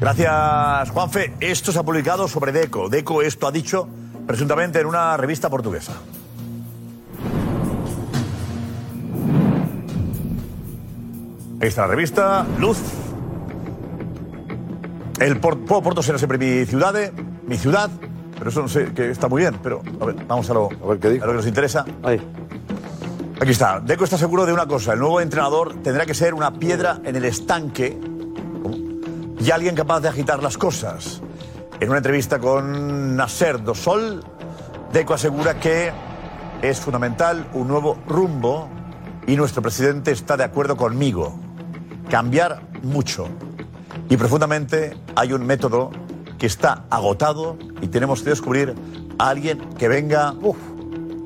Speaker 4: Gracias, Juanfe. Esto se ha publicado sobre Deco. Deco esto ha dicho presuntamente en una revista portuguesa. Aquí Está la revista Luz. El por, puedo Porto será siempre mi ciudad, eh, mi ciudad, pero eso no sé, que está muy bien, pero a ver, vamos a lo, a ver, ¿qué a lo que nos interesa. Aquí está. Deco está seguro de una cosa, el nuevo entrenador tendrá que ser una piedra en el estanque y alguien capaz de agitar las cosas. En una entrevista con Nasser Dosol, Deco asegura que es fundamental un nuevo rumbo y nuestro presidente está de acuerdo conmigo. Cambiar mucho y profundamente hay un método que está agotado y tenemos que descubrir a alguien que venga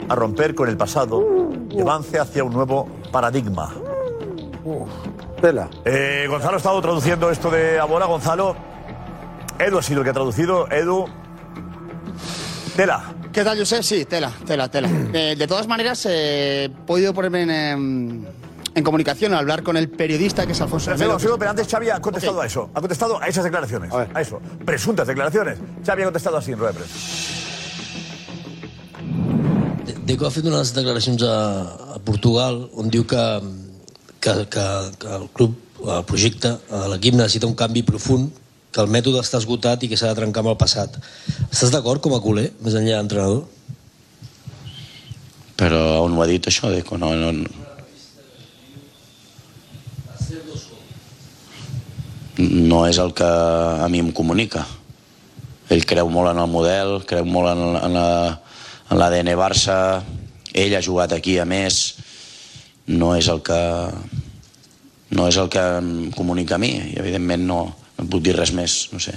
Speaker 4: a romper con el pasado y avance hacia un nuevo paradigma. Eh, Gonzalo ha estado traduciendo esto de Abora. Gonzalo, Edu ha sido el que ha traducido. Edu, tela.
Speaker 19: ¿Qué tal, Josep? Sí, tela, tela, tela. Eh, de todas maneras, eh, he podido ponerme en, em, en comunicación, a hablar con el periodista que es Alfonso
Speaker 4: Pero,
Speaker 19: Romero.
Speaker 4: Alfredo, pero antes Xavi ha contestado a eso. Ha contestado a esas declaraciones. A, eso. Presuntas declaraciones. Xavi ha contestado así en rueda de prensa.
Speaker 20: Deco ha fet unes declaracions a, a Portugal on diu que, que, que, que el club, el projecte, eh, l'equip necessita un canvi profund, que el mètode està esgotat i que s'ha de trencar amb el passat. Estàs d'acord com a culer, més enllà d'entrenador?
Speaker 1: Però on ho ha dit això, Deco? No, no, no és el que a mi em comunica. Ell creu molt en el model, creu molt en, en la- en l'ADN Barça, ell ha jugat aquí a més, no és el que no és el que em comunica a mi i evidentment no, no puc dir res més, no sé.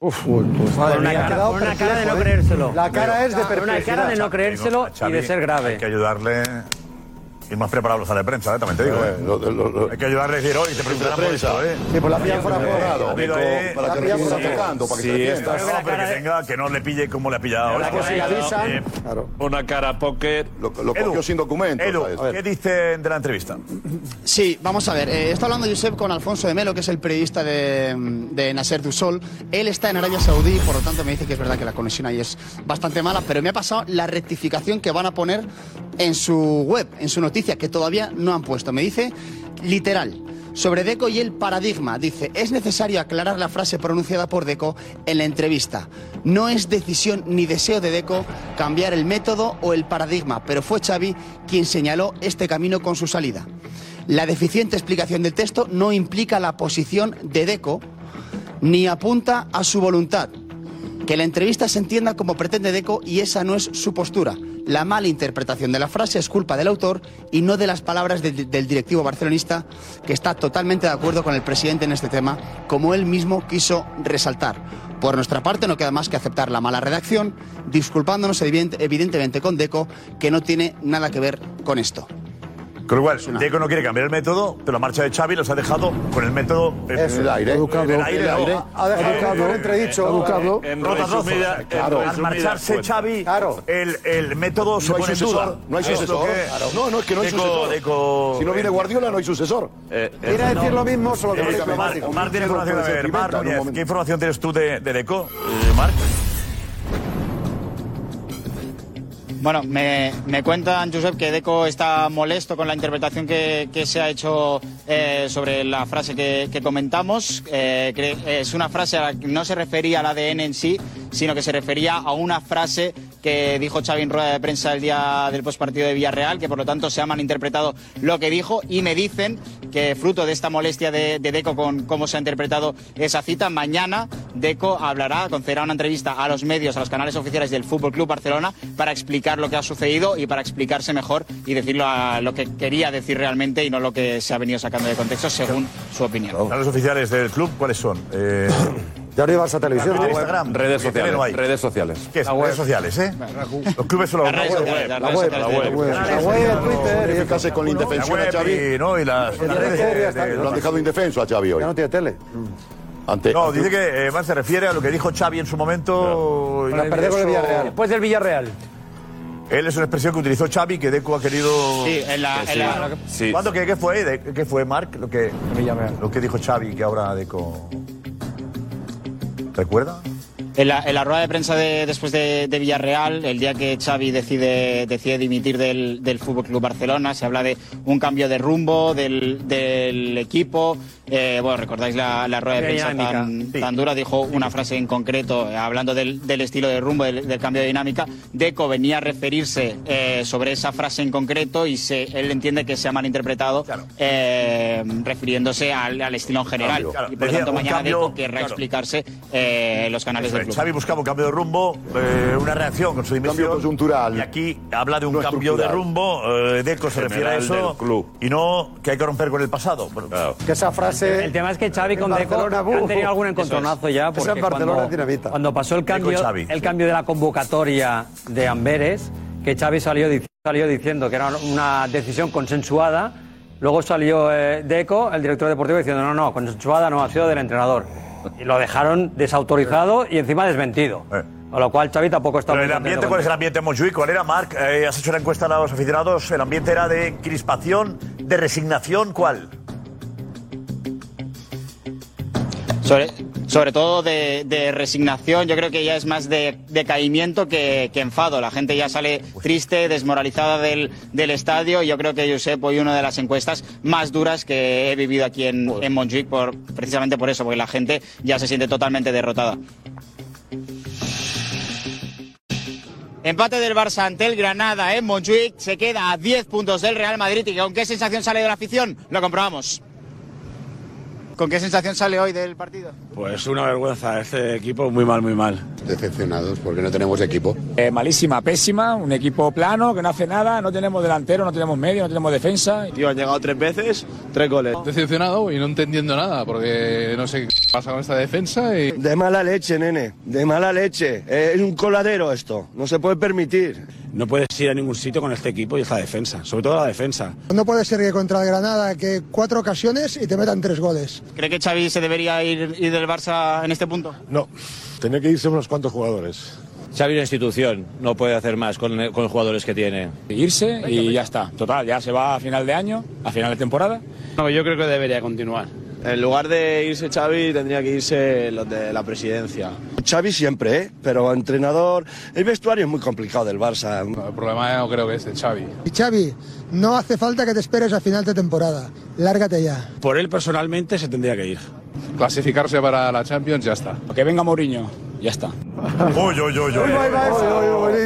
Speaker 21: Uf, pues madre
Speaker 13: una
Speaker 21: mía.
Speaker 13: cara-
Speaker 21: Quedado
Speaker 13: con una cara de
Speaker 21: perplejo,
Speaker 13: no
Speaker 21: ¿eh?
Speaker 13: creérselo.
Speaker 21: La cara
Speaker 13: Pero-
Speaker 21: es de
Speaker 13: Con una cara de
Speaker 21: perplejidad.
Speaker 13: no
Speaker 21: Xavi,
Speaker 13: creérselo
Speaker 4: Xavi,
Speaker 13: y de ser grave.
Speaker 4: Hay que ayudarle. Y más preparado los de prensa, ¿eh? también te digo. ¿eh? hay que ayudarle a decir, hoy te preguntarán por esto, ¿eh?
Speaker 11: Sí, pues la pillan por
Speaker 4: Ha
Speaker 11: abogado.
Speaker 4: habido, eh,
Speaker 11: Para que
Speaker 4: sí,
Speaker 11: la pillan por
Speaker 4: sí,
Speaker 11: atacando, para que
Speaker 4: sí,
Speaker 11: se
Speaker 4: está-
Speaker 11: defienda.
Speaker 4: no, pero que tenga, que no le pille como le ha pillado. ahora.
Speaker 11: cosa
Speaker 4: Eh,
Speaker 11: que avisan.
Speaker 4: eh,
Speaker 22: Una cara póker.
Speaker 11: Lo, lo
Speaker 4: Edu,
Speaker 11: cogió sin documentos.
Speaker 4: Edu,
Speaker 11: ¿sabes?
Speaker 4: ¿qué diste de la entrevista?
Speaker 19: Sí, vamos a ver. eh, está hablando Josep con Alfonso de Melo, que es el periodista de, mm, de Nasser Dussol. Él está en Arabia Saudí, por lo tanto me dice que es verdad que la conexión ahí es bastante mala, pero me ha pasado la rectificación que van a poner en su web, en su noticia, que todavía no han puesto. Me dice, literal. Sobre Deco y el paradigma, dice, es necesario aclarar la frase pronunciada por Deco en la entrevista. No es decisión ni deseo de Deco cambiar el método o el paradigma, pero fue Xavi quien señaló este camino con su salida. La deficiente explicación del texto no implica la posición de Deco ni apunta a su voluntad. Que la entrevista se entienda como pretende Deco y esa no es su postura. La mala interpretación de la frase es culpa del autor y no de las palabras del- del directivo barcelonista, que está totalmente de acuerdo con el presidente en este tema, como él mismo quiso resaltar. Por nuestra parte no queda más que aceptar la mala redacción, disculpándonos evident- evidentemente con Deco, que no tiene nada que ver con esto.
Speaker 4: Con lo cual, Deco no quiere cambiar el método, pero la marcha de Xavi los ha dejado con el método eh,
Speaker 11: Eso, el aire.
Speaker 4: en el aire,
Speaker 11: El
Speaker 4: ¿no?
Speaker 11: aire.
Speaker 4: Ha dejado
Speaker 11: Educado,
Speaker 4: eh,
Speaker 11: entredicho. Educado.
Speaker 4: En rotas
Speaker 11: resumida-
Speaker 4: rotas.
Speaker 11: en Claro.
Speaker 4: Al
Speaker 11: resumida
Speaker 4: marcharse
Speaker 11: cuenta.
Speaker 4: Xavi, el, el método se
Speaker 11: No hay
Speaker 4: pone en
Speaker 11: sucesor.
Speaker 4: duda.
Speaker 11: No hay
Speaker 4: Es lo
Speaker 11: sucesor.
Speaker 4: que-
Speaker 11: Claro. No, no, es que no hay
Speaker 4: Deco-
Speaker 11: sucesor.
Speaker 4: Deco- eh,
Speaker 11: Si no viene Guardiola, no hay sucesor.
Speaker 4: Quiere
Speaker 11: decir lo mismo,
Speaker 4: solo
Speaker 11: que
Speaker 4: Eh, Mar, Mar tiene información de ver. Mar Núñez, ¿qué información tienes tú de, de Deco, eh, Marc?
Speaker 19: Bueno, me, me cuentan, Josep, que Deco está molesto con la interpretación que, que se ha hecho eh, sobre la frase que, que comentamos. Eh, cre- es una frase a la que no se refería al ADN en sí, sino que se refería a una frase que dijo Xavi en rueda de prensa el día del postpartido de Villarreal, que por lo tanto se ha malinterpretado lo que dijo. Y me dicen que fruto de esta molestia de, de Deco con cómo se ha interpretado esa cita, mañana Deco hablará, concederá una entrevista a los medios, a los canales oficiales del Fútbol Club Barcelona para explicar lo que ha sucedido y para explicarse mejor y decir lo, a- lo que quería decir realmente y no lo que se ha venido sacando de contexto según su opinión.
Speaker 4: Canales oficiales del club, ¿cuáles son? Eh,
Speaker 21: Jordi Barça Televisión.
Speaker 4: Twitter, Instagram,
Speaker 18: redes
Speaker 4: Twitter
Speaker 18: sociales.
Speaker 4: no hay.
Speaker 18: Redes sociales.
Speaker 4: ¿Qué es? Redes sociales, ¿eh? Los clubes son los
Speaker 11: La web, la web, la web. La web, Twitter. Eficaces con la indefensión a Xavi.
Speaker 4: Y, ¿no? y las, las redes de- de-
Speaker 11: Lo han dejado indefenso a Xavi hoy.
Speaker 21: Ya no tiene tele.
Speaker 11: Ante,
Speaker 4: No, dice que eh, más se refiere a lo que dijo Xavi en su momento. y
Speaker 21: Para perder con el
Speaker 4: eso-
Speaker 21: Villarreal. Después
Speaker 13: del Villarreal.
Speaker 4: Él es una expresión que utilizó Xavi que Deco ha querido.
Speaker 19: Sí, en la-
Speaker 4: Que
Speaker 19: en la- Sí.
Speaker 4: ¿Cuándo qué, qué fue? de- ¿Qué fue, Marc? Lo que, lo que dijo Xavi que ahora Deco. ¿Recuerda?
Speaker 18: En la, en la rueda de prensa de- después de, de Villarreal, el día que Xavi decide, decide dimitir del, del Fútbol Club Barcelona, se habla de un cambio de rumbo del, del equipo. Eh, bueno, recordáis la, la rueda de
Speaker 13: Cambio de
Speaker 18: prensa tan,
Speaker 13: dinámica, sí.
Speaker 18: tan dura, dijo una frase en concreto, eh, hablando del, del estilo de rumbo, del, del cambio de dinámica. Deco venía a referirse eh, sobre esa frase en concreto y se, él entiende que se ha malinterpretado, eh, refiriéndose al, al estilo en general.
Speaker 4: Cambio. Claro,
Speaker 18: y por lo
Speaker 4: decía,
Speaker 18: tanto,
Speaker 4: un
Speaker 18: mañana
Speaker 4: cambio,
Speaker 18: Deco querrá
Speaker 4: claro.
Speaker 18: explicarse eh, en los canales
Speaker 4: Eso
Speaker 18: del
Speaker 4: es,
Speaker 18: club.
Speaker 4: Xavi buscaba un cambio de rumbo, eh, una reacción con su dimisión.
Speaker 11: Cambio coyuntural.
Speaker 4: Y aquí habla de un
Speaker 11: No
Speaker 4: cambio de
Speaker 11: estructural.
Speaker 4: rumbo, eh, Deco se refiere a
Speaker 15: General
Speaker 4: eso.
Speaker 15: del club.
Speaker 4: Y no que hay que romper con el pasado. Bueno,
Speaker 14: Que esa
Speaker 13: El, el tema es que Xavi
Speaker 4: En
Speaker 13: con Deco
Speaker 4: Barcelona,
Speaker 13: han
Speaker 4: buh.
Speaker 13: tenido algún
Speaker 4: Eso es.
Speaker 13: encontronazo ya.
Speaker 4: Esa
Speaker 13: Porque
Speaker 4: en Barcelona
Speaker 13: cuando,
Speaker 4: dinamita.
Speaker 13: cuando pasó el
Speaker 4: Deco y
Speaker 13: cambio,
Speaker 4: Xavi,
Speaker 13: el cambio de la convocatoria de Amberes, que Xavi salió, dic- salió diciendo que era una decisión consensuada, luego salió eh, Deco, el director deportivo, diciendo no, no, consensuada no ha sido del entrenador. Y lo dejaron desautorizado y encima desmentido. Con lo cual Xavi tampoco está
Speaker 4: Eh. Pero
Speaker 13: muy
Speaker 4: el
Speaker 13: contento
Speaker 4: ambiente,
Speaker 13: con
Speaker 4: ¿cuál es el
Speaker 13: eso.
Speaker 4: ambiente en Montjuïc? ¿Cuál era, Marc? Eh, has hecho una encuesta a los aficionados. ¿El ambiente era de crispación, de resignación? ¿Cuál?
Speaker 18: Sobre, sobre todo de, de resignación, yo creo que ya es más de decaimiento que, que enfado. La gente ya sale triste, desmoralizada del, del estadio. Yo creo que Josep hoy una de las encuestas más duras que he vivido aquí en, en Montjuic, por, precisamente por eso, porque la gente ya se siente totalmente derrotada. Empate del Barça ante el Granada en Montjuic. Se queda a 10 puntos del Real Madrid y con qué sensación sale de la afición, lo comprobamos. ¿Con qué sensación sale hoy del partido?
Speaker 23: Pues una vergüenza, este equipo muy mal, muy mal.
Speaker 21: Decepcionados porque no tenemos equipo.
Speaker 23: Eh, malísima, pésima, un equipo plano que no hace nada, no tenemos delantero, no tenemos medio, no tenemos defensa.
Speaker 24: Tío, han llegado tres veces, tres goles. Decepcionado y no entendiendo nada, porque no sé qué pasa con esta defensa. Y...
Speaker 2: De mala leche, nene. De mala leche. Eh, Es un coladero esto. No se puede permitir.
Speaker 23: No puedes ir a ningún sitio con este equipo y esta defensa, sobre todo la defensa.
Speaker 25: No puede ser que contra el Granada que cuatro ocasiones y te metan tres goles.
Speaker 18: ¿Cree que Xavi se debería ir, ir del Barça en este punto?
Speaker 26: No, tenía que irse unos cuantos jugadores.
Speaker 27: Xavi es una institución, no puede hacer más con, con los jugadores que tiene. pues.
Speaker 23: Irse y ya está. Total, ya se va a final de año, a final de temporada.
Speaker 24: No, yo creo que debería continuar. En lugar de irse Xavi, tendría que irse los de la presidencia.
Speaker 2: Xavi siempre, ¿eh? Pero entrenador... El vestuario es muy complicado del Barça.
Speaker 24: El problema no creo que es de Xavi.
Speaker 25: Y Xavi, no hace falta que te esperes a final de temporada. Lárgate ya.
Speaker 23: Por él personalmente se tendría que ir.
Speaker 24: Clasificarse para la Champions ya está.
Speaker 23: Que venga Mourinho, ya está.
Speaker 4: Uy, uy, uy, uy.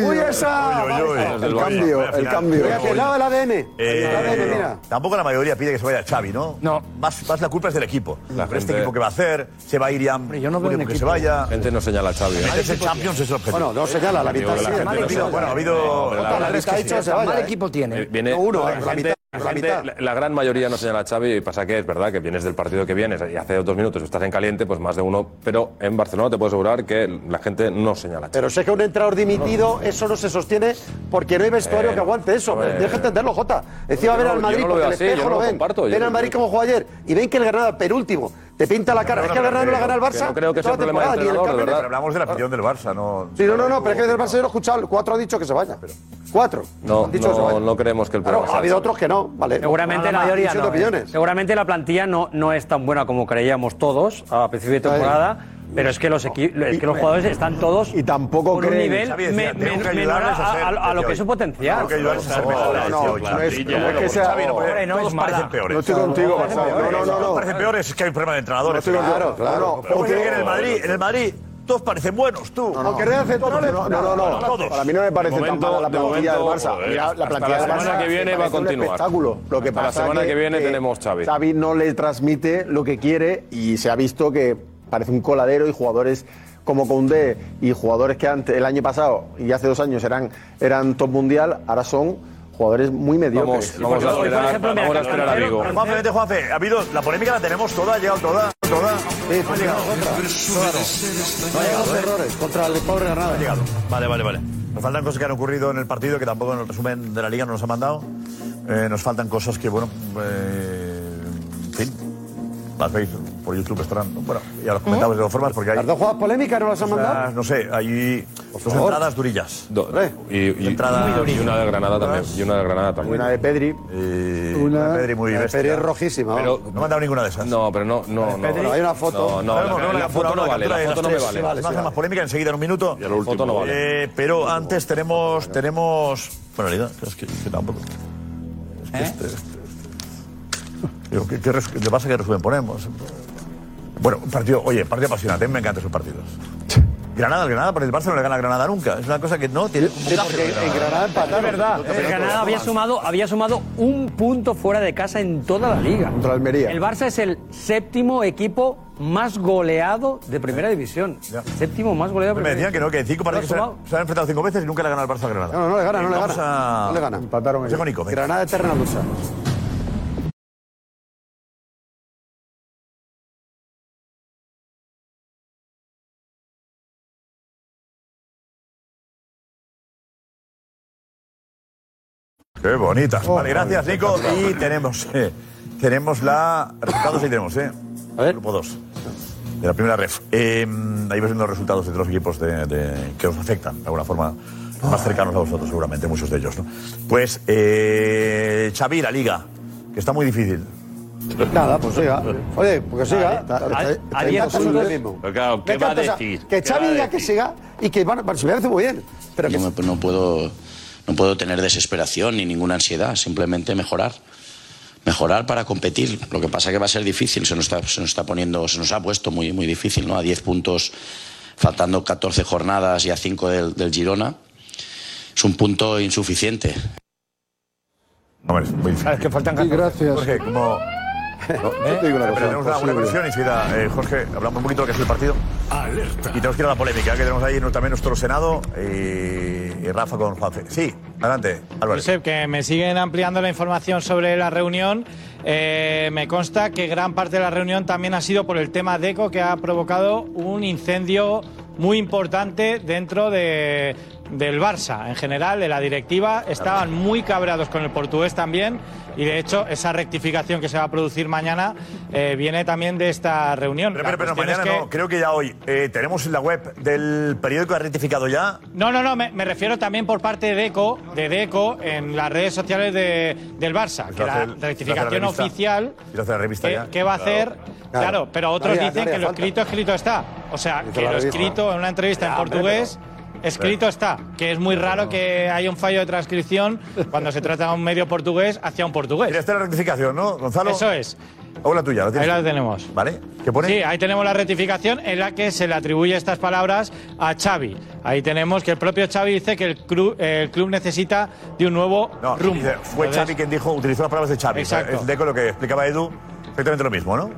Speaker 14: Uy, esa.
Speaker 4: Uy, uy, uy.
Speaker 14: El cambio, el cambio. Mira, que lava el ADN.
Speaker 4: Eh,
Speaker 14: ADN, mira.
Speaker 4: Tampoco la mayoría pide que se vaya Xavi, ¿no? No. Más, más la culpa es del equipo. Pero este
Speaker 8: gente-
Speaker 4: equipo que va a hacer, se va a ir ya. Yo no
Speaker 8: un
Speaker 4: que
Speaker 8: equipo.
Speaker 4: se vaya.
Speaker 8: gente no señala a Xavi. ¿eh?
Speaker 4: Meterse en Champions es el objetivo.
Speaker 8: Bueno, no señala, la mitad
Speaker 4: Digo,
Speaker 8: sí,
Speaker 4: gente
Speaker 8: la mitad
Speaker 4: no
Speaker 8: sí.
Speaker 4: señala. Bueno, ha habido.
Speaker 8: Pero la mitad
Speaker 4: ha habido
Speaker 8: ha dicho
Speaker 4: que
Speaker 8: que
Speaker 4: sí.
Speaker 8: se vaya, ¿eh?
Speaker 4: Eh,
Speaker 8: Eh, viene- la,
Speaker 4: la
Speaker 8: gente- la gente- la- la gran mayoría no señala a Xavi y pasa que es verdad que vienes del partido que vienes y hace dos minutos estás en caliente, pues más de uno. Pero en Barcelona te puedo asegurar que la gente no señala a Xavi.
Speaker 14: Pero sé que un entrenador dimitido, eso no se sostiene porque no hay vestuario
Speaker 8: Eh,
Speaker 14: que aguante eso.
Speaker 8: eh.
Speaker 14: Deja entenderlo, Jota. Encima
Speaker 8: Yo
Speaker 14: ven
Speaker 8: no-
Speaker 14: al
Speaker 8: yo
Speaker 14: Madrid
Speaker 8: no lo
Speaker 14: porque
Speaker 8: veo
Speaker 14: el
Speaker 8: así, yo
Speaker 14: espejo
Speaker 8: no
Speaker 14: lo
Speaker 8: lo
Speaker 14: ven.
Speaker 8: comparto,
Speaker 14: Ven
Speaker 8: yo-
Speaker 14: al Madrid como jugó ayer y ven que el Granada penúltimo. Te pinta la cara. Es que el Granada no la gana el Barça.
Speaker 8: creo que
Speaker 14: toda
Speaker 8: sea un problema del
Speaker 14: la temporada, ni el
Speaker 8: entrenador, de
Speaker 14: Carmen.
Speaker 8: verdad.
Speaker 4: Pero hablamos de la afición del Barça, ¿no?
Speaker 14: Sí, no, no, no, pero es que del Barça yo lo he escuchado. Cuatro ha dicho que se vaya. Cuatro.
Speaker 8: No,
Speaker 14: Han dicho que se vaya.
Speaker 8: no, no creemos que el
Speaker 14: Claro,
Speaker 8: problema
Speaker 14: ha
Speaker 8: sea
Speaker 14: habido
Speaker 8: Xavi.
Speaker 14: otros que no, ¿vale?
Speaker 13: Seguramente
Speaker 14: Ah,
Speaker 13: la mayoría
Speaker 14: 18
Speaker 13: no, ¿eh?
Speaker 14: millones.
Speaker 13: Seguramente la plantilla no, no es tan buena como creíamos todos a principio de temporada, pero es que los equi- es que los jugadores están todos y
Speaker 14: tampoco
Speaker 13: con un
Speaker 14: creen.
Speaker 13: nivel
Speaker 14: Xavi decía,
Speaker 13: me-
Speaker 14: "Tengo
Speaker 13: men- menor
Speaker 14: que
Speaker 13: a,
Speaker 14: ayudarles a ser
Speaker 13: a- a lo que
Speaker 14: mejores".
Speaker 13: es su potencial.
Speaker 14: Tengo que ayudarles a ser mejores, No, tío, no, la no es- plantilla. no es que sea-
Speaker 4: Xavi no puede-
Speaker 14: Hombre, no,
Speaker 4: no
Speaker 14: es
Speaker 4: es parecen
Speaker 14: mala.
Speaker 4: peores.
Speaker 14: No estoy contigo,
Speaker 4: parecen
Speaker 14: Gonzalo. No,
Speaker 4: peores.
Speaker 14: no, no, no.
Speaker 4: Parecen peores, es que hay un problema de entrenadores.
Speaker 14: No estoy contigo. Claro, claro.
Speaker 4: Pero que en el
Speaker 14: Contigo.
Speaker 4: Madrid, en el Madrid, todos parecen buenos, tú.
Speaker 14: Aunque Real Centrales-
Speaker 4: Todos,
Speaker 14: no, no, no.
Speaker 4: Todos.
Speaker 14: Para mí no me parece
Speaker 8: De
Speaker 14: tan
Speaker 8: momento-
Speaker 14: mala la
Speaker 8: de
Speaker 14: plantilla del
Speaker 8: momento,
Speaker 14: Barça.
Speaker 8: joder,
Speaker 14: Mira, la
Speaker 8: hasta
Speaker 14: plantilla
Speaker 8: la
Speaker 14: del
Speaker 8: semana
Speaker 14: Barça
Speaker 8: que viene
Speaker 14: me
Speaker 8: va a
Speaker 14: parece un
Speaker 8: continuar.
Speaker 14: espectáculo. Lo que
Speaker 8: Hasta la
Speaker 14: pasa
Speaker 8: semana que viene
Speaker 14: eh,
Speaker 8: tenemos Xavi.
Speaker 14: Xavi no le transmite lo que quiere y se ha visto que parece un coladero y jugadores como Koundé y jugadores que antes, el año pasado y hace dos años eran, eran top mundial, ahora son jugadores muy mediocres.
Speaker 8: vamos a Por esperar, ejemplo, mira, vamos a esperar a Vigo.
Speaker 4: Juanfe, vete, Juanfe. Ha habido, la polémica la tenemos toda, ha llegado toda, toda. No ha llegado. Toda no. No ha llegado, ¿eh?
Speaker 14: errores contra el pobre Granada.
Speaker 4: Ha llegado. Vale, vale, vale. Nos faltan cosas que han ocurrido en el partido que tampoco en el resumen de la liga nos ha mandado. Eh, nos faltan cosas que, bueno, eh, en fin, las veis por YouTube estarán. Bueno, ya las comentamos de todas formas porque hay.
Speaker 14: ¿Las dos jugadas polémicas no las han
Speaker 4: cosas,
Speaker 14: mandado?
Speaker 4: No sé, hay Dos entradas durillas.
Speaker 8: Y, y-
Speaker 4: Entrada-
Speaker 8: y una de Granada también. Y una de Granada también.
Speaker 4: Una
Speaker 8: de
Speaker 14: Pedri.
Speaker 4: Eh, Una de Pedri muy
Speaker 8: la de
Speaker 4: bestia.
Speaker 8: Pedri es
Speaker 4: rojísima. Pero no me han dado ninguna de esas.
Speaker 8: No, pero no, no, no.
Speaker 4: Pedri.
Speaker 8: no. No, no, la, la foto no vale. La foto no me vale.
Speaker 4: La imagen más polémica enseguida en un minuto.
Speaker 8: lo último. Foto no vale.
Speaker 4: Eh, pero antes tenemos, tenemos... Bueno, Lida, es que, que tampoco... Es que este, este- Digo, ¿qué, qué, res- qué pasa que resumen ponemos? Bueno, un partido, oye, partido apasionante, a mí me encantan esos partidos. Granada, Granada, porque el Barça no le gana a Granada nunca. Es una cosa que no tiene. Sí, porque en Granada
Speaker 14: empataron.
Speaker 13: verdad. El Granada había sumado, había sumado un punto fuera de casa en toda la liga.
Speaker 14: Contra Almería.
Speaker 13: El Barça es el séptimo equipo más goleado de primera división. Séptimo más goleado de
Speaker 4: Me
Speaker 13: primera
Speaker 4: decían que no, que cinco partidos que se,
Speaker 13: Lo ha
Speaker 4: han- se han enfrentado cinco veces y nunca le ha ganado el Barça a Granada.
Speaker 14: No, no le gana, no le
Speaker 4: Vamos
Speaker 14: gana.
Speaker 4: a-
Speaker 14: No le gana. Empataron
Speaker 4: Consejo Nico, venga.
Speaker 14: Granada eterna lucha.
Speaker 4: Qué bonita.
Speaker 14: Oh,
Speaker 4: vale, gracias,
Speaker 14: madre,
Speaker 4: Nico.
Speaker 14: espectacular.
Speaker 4: Y tenemos, eh, tenemos la. Resultados ahí tenemos, ¿eh? A ver. Grupo 2. De la primera ref. Eh, ahí vais viendo los resultados de los equipos de, de- que os afectan, de alguna forma, más cercanos a vosotros, seguramente, muchos de ellos, ¿no? Pues, eh, Xavi, la liga, que está muy difícil.
Speaker 14: Nada, pues siga. Oye, porque siga. Está- está imposible.
Speaker 15: Pero claro, ¿qué
Speaker 14: Me
Speaker 15: va a
Speaker 14: encanta, o sea,
Speaker 15: decir?
Speaker 14: Que
Speaker 15: ¿Qué va
Speaker 14: Xavi
Speaker 15: a
Speaker 14: diga que siga y que van, se me parece muy bien. Pero que
Speaker 1: Yo me- no puedo, no puedo tener desesperación ni ninguna ansiedad, simplemente mejorar. Mejorar para competir. Lo que pasa que va a ser difícil, se nos está, se nos está poniendo, se nos ha puesto muy, muy difícil, ¿no? A 10 puntos, faltando 14 jornadas y a 5 del, del Girona. Es un punto insuficiente.
Speaker 4: Hombre, muy difícil.
Speaker 12: que faltan gracias.
Speaker 4: Jorge, como.
Speaker 12: yo Eh, te digo
Speaker 4: ¿Eh?
Speaker 12: una cosa,
Speaker 4: Pero tenemos una, una
Speaker 12: imposible.
Speaker 4: conexión enseguida. Eh, Jorge, hablamos un poquito de lo que es el partido. Y tenemos que ir a la polémica, que tenemos ahí también nuestro Senado y, y Rafa con Juanfe. Sí, adelante, Álvarez.
Speaker 6: Josep, que me siguen ampliando la información sobre la reunión. Eh, me consta que gran parte de la reunión también ha sido por el tema DECO, que ha provocado un incendio muy importante dentro de- del Barça. En general, de la directiva, estaban muy cabreados con el portugués también. Y de hecho, esa rectificación que se va a producir mañana eh, viene también de esta reunión.
Speaker 4: Pero,
Speaker 6: La
Speaker 4: pero, pero
Speaker 6: cuestión es
Speaker 4: mañana
Speaker 6: que-
Speaker 4: no, creo Pues que ya hoy. Eh, tenemos en la web del periódico, ha rectificado ya.
Speaker 6: No, no, no, me, me refiero también por parte de Deco, de Deco en las redes sociales de- del Barça, que
Speaker 4: lo hace
Speaker 6: la
Speaker 4: el- lo hace la
Speaker 6: rectificación
Speaker 4: revista.
Speaker 6: oficial
Speaker 4: Y lo hace la revista
Speaker 6: que,
Speaker 4: ya.
Speaker 6: que va a
Speaker 4: Claro.
Speaker 6: hacer, claro, pero otros
Speaker 4: Haría-
Speaker 6: dicen
Speaker 4: haría
Speaker 6: que lo
Speaker 4: falta.
Speaker 6: escrito, escrito está. O sea,
Speaker 4: Hizo
Speaker 6: que
Speaker 4: la
Speaker 6: lo
Speaker 4: revista.
Speaker 6: escrito en una entrevista en portugués, escrito está. Que es muy raro que haya un fallo de transcripción cuando se trata de un medio portugués hacia un portugués.
Speaker 4: Mira, esta es la rectificación, ¿no, Gonzalo?
Speaker 6: Eso es.
Speaker 4: O la tuya, la tienes
Speaker 6: Ahí la
Speaker 4: tú.
Speaker 6: tenemos.
Speaker 4: ¿Vale? ¿Qué pone?
Speaker 6: Sí, ahí tenemos la rectificación en la que se le atribuye estas palabras a Xavi. Ahí tenemos que el propio Xavi dice que el, cru- el club necesita de un nuevo
Speaker 4: No,
Speaker 6: rumbo.
Speaker 4: dice, fue
Speaker 6: Entonces,
Speaker 4: Xavi quien dijo, utilizó las palabras de Xavi.
Speaker 6: Exacto.
Speaker 4: Es Deco lo que explicaba Edu, exactamente lo mismo, ¿no?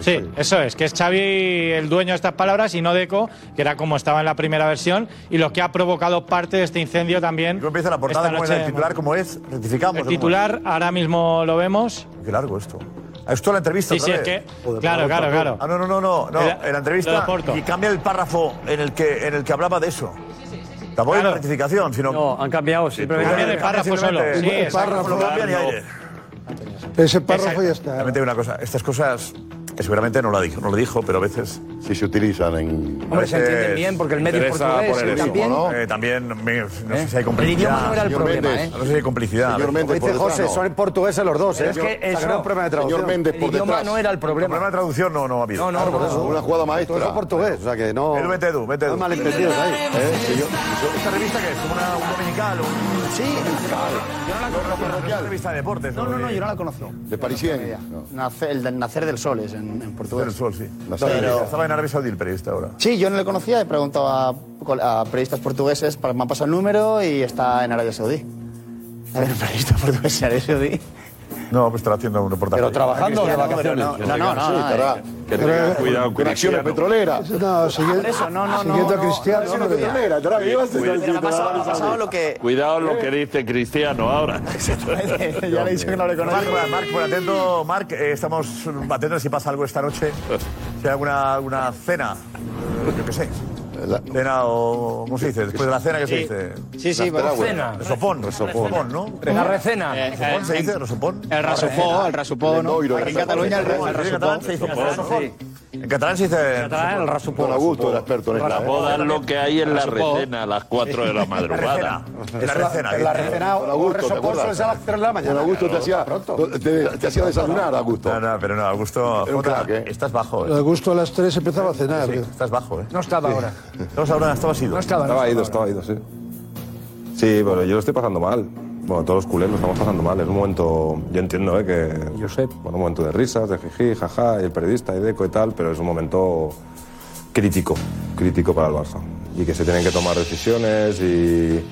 Speaker 6: Sí, eso es, que es Xavi el dueño de estas palabras y no Deco, que era como estaba en la primera versión y lo que ha provocado parte de este incendio también. ¿Cómo empieza la
Speaker 4: portada? ¿Cómo es el titular? ¿Cómo es? ¿Rectificamos?
Speaker 6: El titular, ahora mismo lo vemos.
Speaker 4: Qué largo esto. Esto la entrevista.
Speaker 6: Sí, sí,
Speaker 4: otra
Speaker 6: es
Speaker 4: vez.
Speaker 6: que- claro, claro, claro.
Speaker 4: Ah, no, no, no, no, no.
Speaker 6: El-
Speaker 4: en la
Speaker 6: lo
Speaker 4: entrevista.
Speaker 6: de Porto.
Speaker 4: Y cambia el párrafo en el que, en el que hablaba de eso. Tampoco es una rectificación, sino. No,
Speaker 13: han cambiado, sí.
Speaker 4: pero
Speaker 6: Cambian el párrafo solo. Sí,
Speaker 4: el párrafo lo
Speaker 6: exacto.
Speaker 4: cambian y aire.
Speaker 12: Ese párrafo ya está.
Speaker 4: Realmente una cosa, estas cosas que seguramente no lo dijo, no lo dijo, pero a veces
Speaker 21: Si se utilizan en...
Speaker 4: Hombre,
Speaker 13: se entienden bien, porque el medio portugués, también-
Speaker 4: Eh, también me- no sé si hay
Speaker 13: El idioma
Speaker 4: complicidad.
Speaker 13: no era el
Speaker 4: Señor
Speaker 13: problema, ¿eh?
Speaker 4: Méndez, No sé si hay complicidad.
Speaker 21: Señor
Speaker 4: Pero-
Speaker 21: Méndez,
Speaker 4: Como dice José, son-
Speaker 14: portugueses los dos,
Speaker 4: ¿eh?
Speaker 14: Es que
Speaker 4: O sea,
Speaker 14: eso,
Speaker 4: gran problema de traducción.
Speaker 14: Señor Méndez,
Speaker 4: El
Speaker 14: por
Speaker 4: idioma
Speaker 14: detrás.
Speaker 4: no era el problema. El problema de traducción no, no ha habido.
Speaker 14: No, no, por eso.
Speaker 21: Una jugada maestra.
Speaker 14: Todo eso portugués, o sea que no...
Speaker 4: Edu, Eh, vete, Edu, vete, Edu.
Speaker 14: No hay malentendidos ahí. ¿eh? Que yo-
Speaker 4: ¿Esta revista que es? ¿Como una, un dominical? Un... Sí, Una revista de deportes.
Speaker 19: No, no, no, yo no la conozco.
Speaker 4: De Parisien.
Speaker 19: Nace- el del nacer del sol es en, en portugués.
Speaker 4: Del sol, sí.
Speaker 19: Nacer del Sol.
Speaker 4: Estaba en Arabia Saudí el periodista ahora.
Speaker 19: Sí, yo no le conocía, he preguntado a, a periodistas portugueses, para- me han pasado el número y está en Arabia Saudí. A ver, un periodista portugués en Arabia Saudí.
Speaker 4: No, pues estará haciendo un reportaje. Ah, Pero
Speaker 19: trabajando o de vacaciones? No, no, no,
Speaker 11: Sí,
Speaker 19: no,
Speaker 11: estará.
Speaker 19: eh.
Speaker 4: Que tenga cuidado con
Speaker 11: Con acciones
Speaker 4: Cristiano.
Speaker 11: petroleras.
Speaker 12: No, siguiendo,
Speaker 19: Eso, no, no, no,
Speaker 12: siguiendo a
Speaker 19: no,
Speaker 12: Cristiano.
Speaker 19: no,
Speaker 12: no,
Speaker 19: eso no
Speaker 12: no,
Speaker 19: te
Speaker 12: no.
Speaker 15: este
Speaker 19: Pero ha pasado, este ha pasado lo que...
Speaker 15: Cuidado
Speaker 4: Eh.
Speaker 15: lo que dice Cristiano ahora.
Speaker 19: Ya le he dicho que no le conozco.
Speaker 4: Marc, Marc, por atento, Marc, eh, estamos atentos si pasa algo esta noche. Si hay alguna, alguna cena, eh, yo qué sé. Cena o. ¿Cómo se dice? Después de la cena, ¿qué se
Speaker 19: Sí.
Speaker 4: dice?
Speaker 19: Sí, sí,
Speaker 4: La
Speaker 19: bueno.
Speaker 4: cena. Resopón, resopón, ¿no?
Speaker 19: La recena.
Speaker 4: ¿Resopón se dice? ¿Resopón?
Speaker 19: El rasopó, el rasopó, ¿no? Aquí en Cataluña el
Speaker 4: rasopó.
Speaker 19: rasopó.
Speaker 4: se dice rasopón. En catalán se dice.
Speaker 13: catalán, el rasupó.
Speaker 4: Don Augusto, el experto en ¿eh?
Speaker 15: La boda es lo que hay en la recena a las 4 de la madrugada.
Speaker 4: En la recena.
Speaker 11: En la recena,
Speaker 4: Don
Speaker 11: Augusto, ¿te acuerdas? Don Augusto te hacía, te, te hacía desayunar, Augusto.
Speaker 4: No, no, pero no, Augusto. Jota,
Speaker 8: ¿eh?
Speaker 4: Estás bajo. eh.
Speaker 12: A gusto a las 3 empezaba a cenar.
Speaker 4: Estás bajo, ¿eh?
Speaker 12: No estaba ahora.
Speaker 4: No ahora, estabas ido. No
Speaker 8: Estaba ido, estaba ido, sí. Sí, bueno, yo lo estoy pasando mal. Bueno, todos los culés lo estamos pasando mal. Es un momento, yo entiendo, ¿eh? Que, Bueno, un momento de risas, de jiji, jaja, y el periodista, y Deco y tal, pero es un momento crítico, crítico para el Barça. Y que se tienen que tomar decisiones y...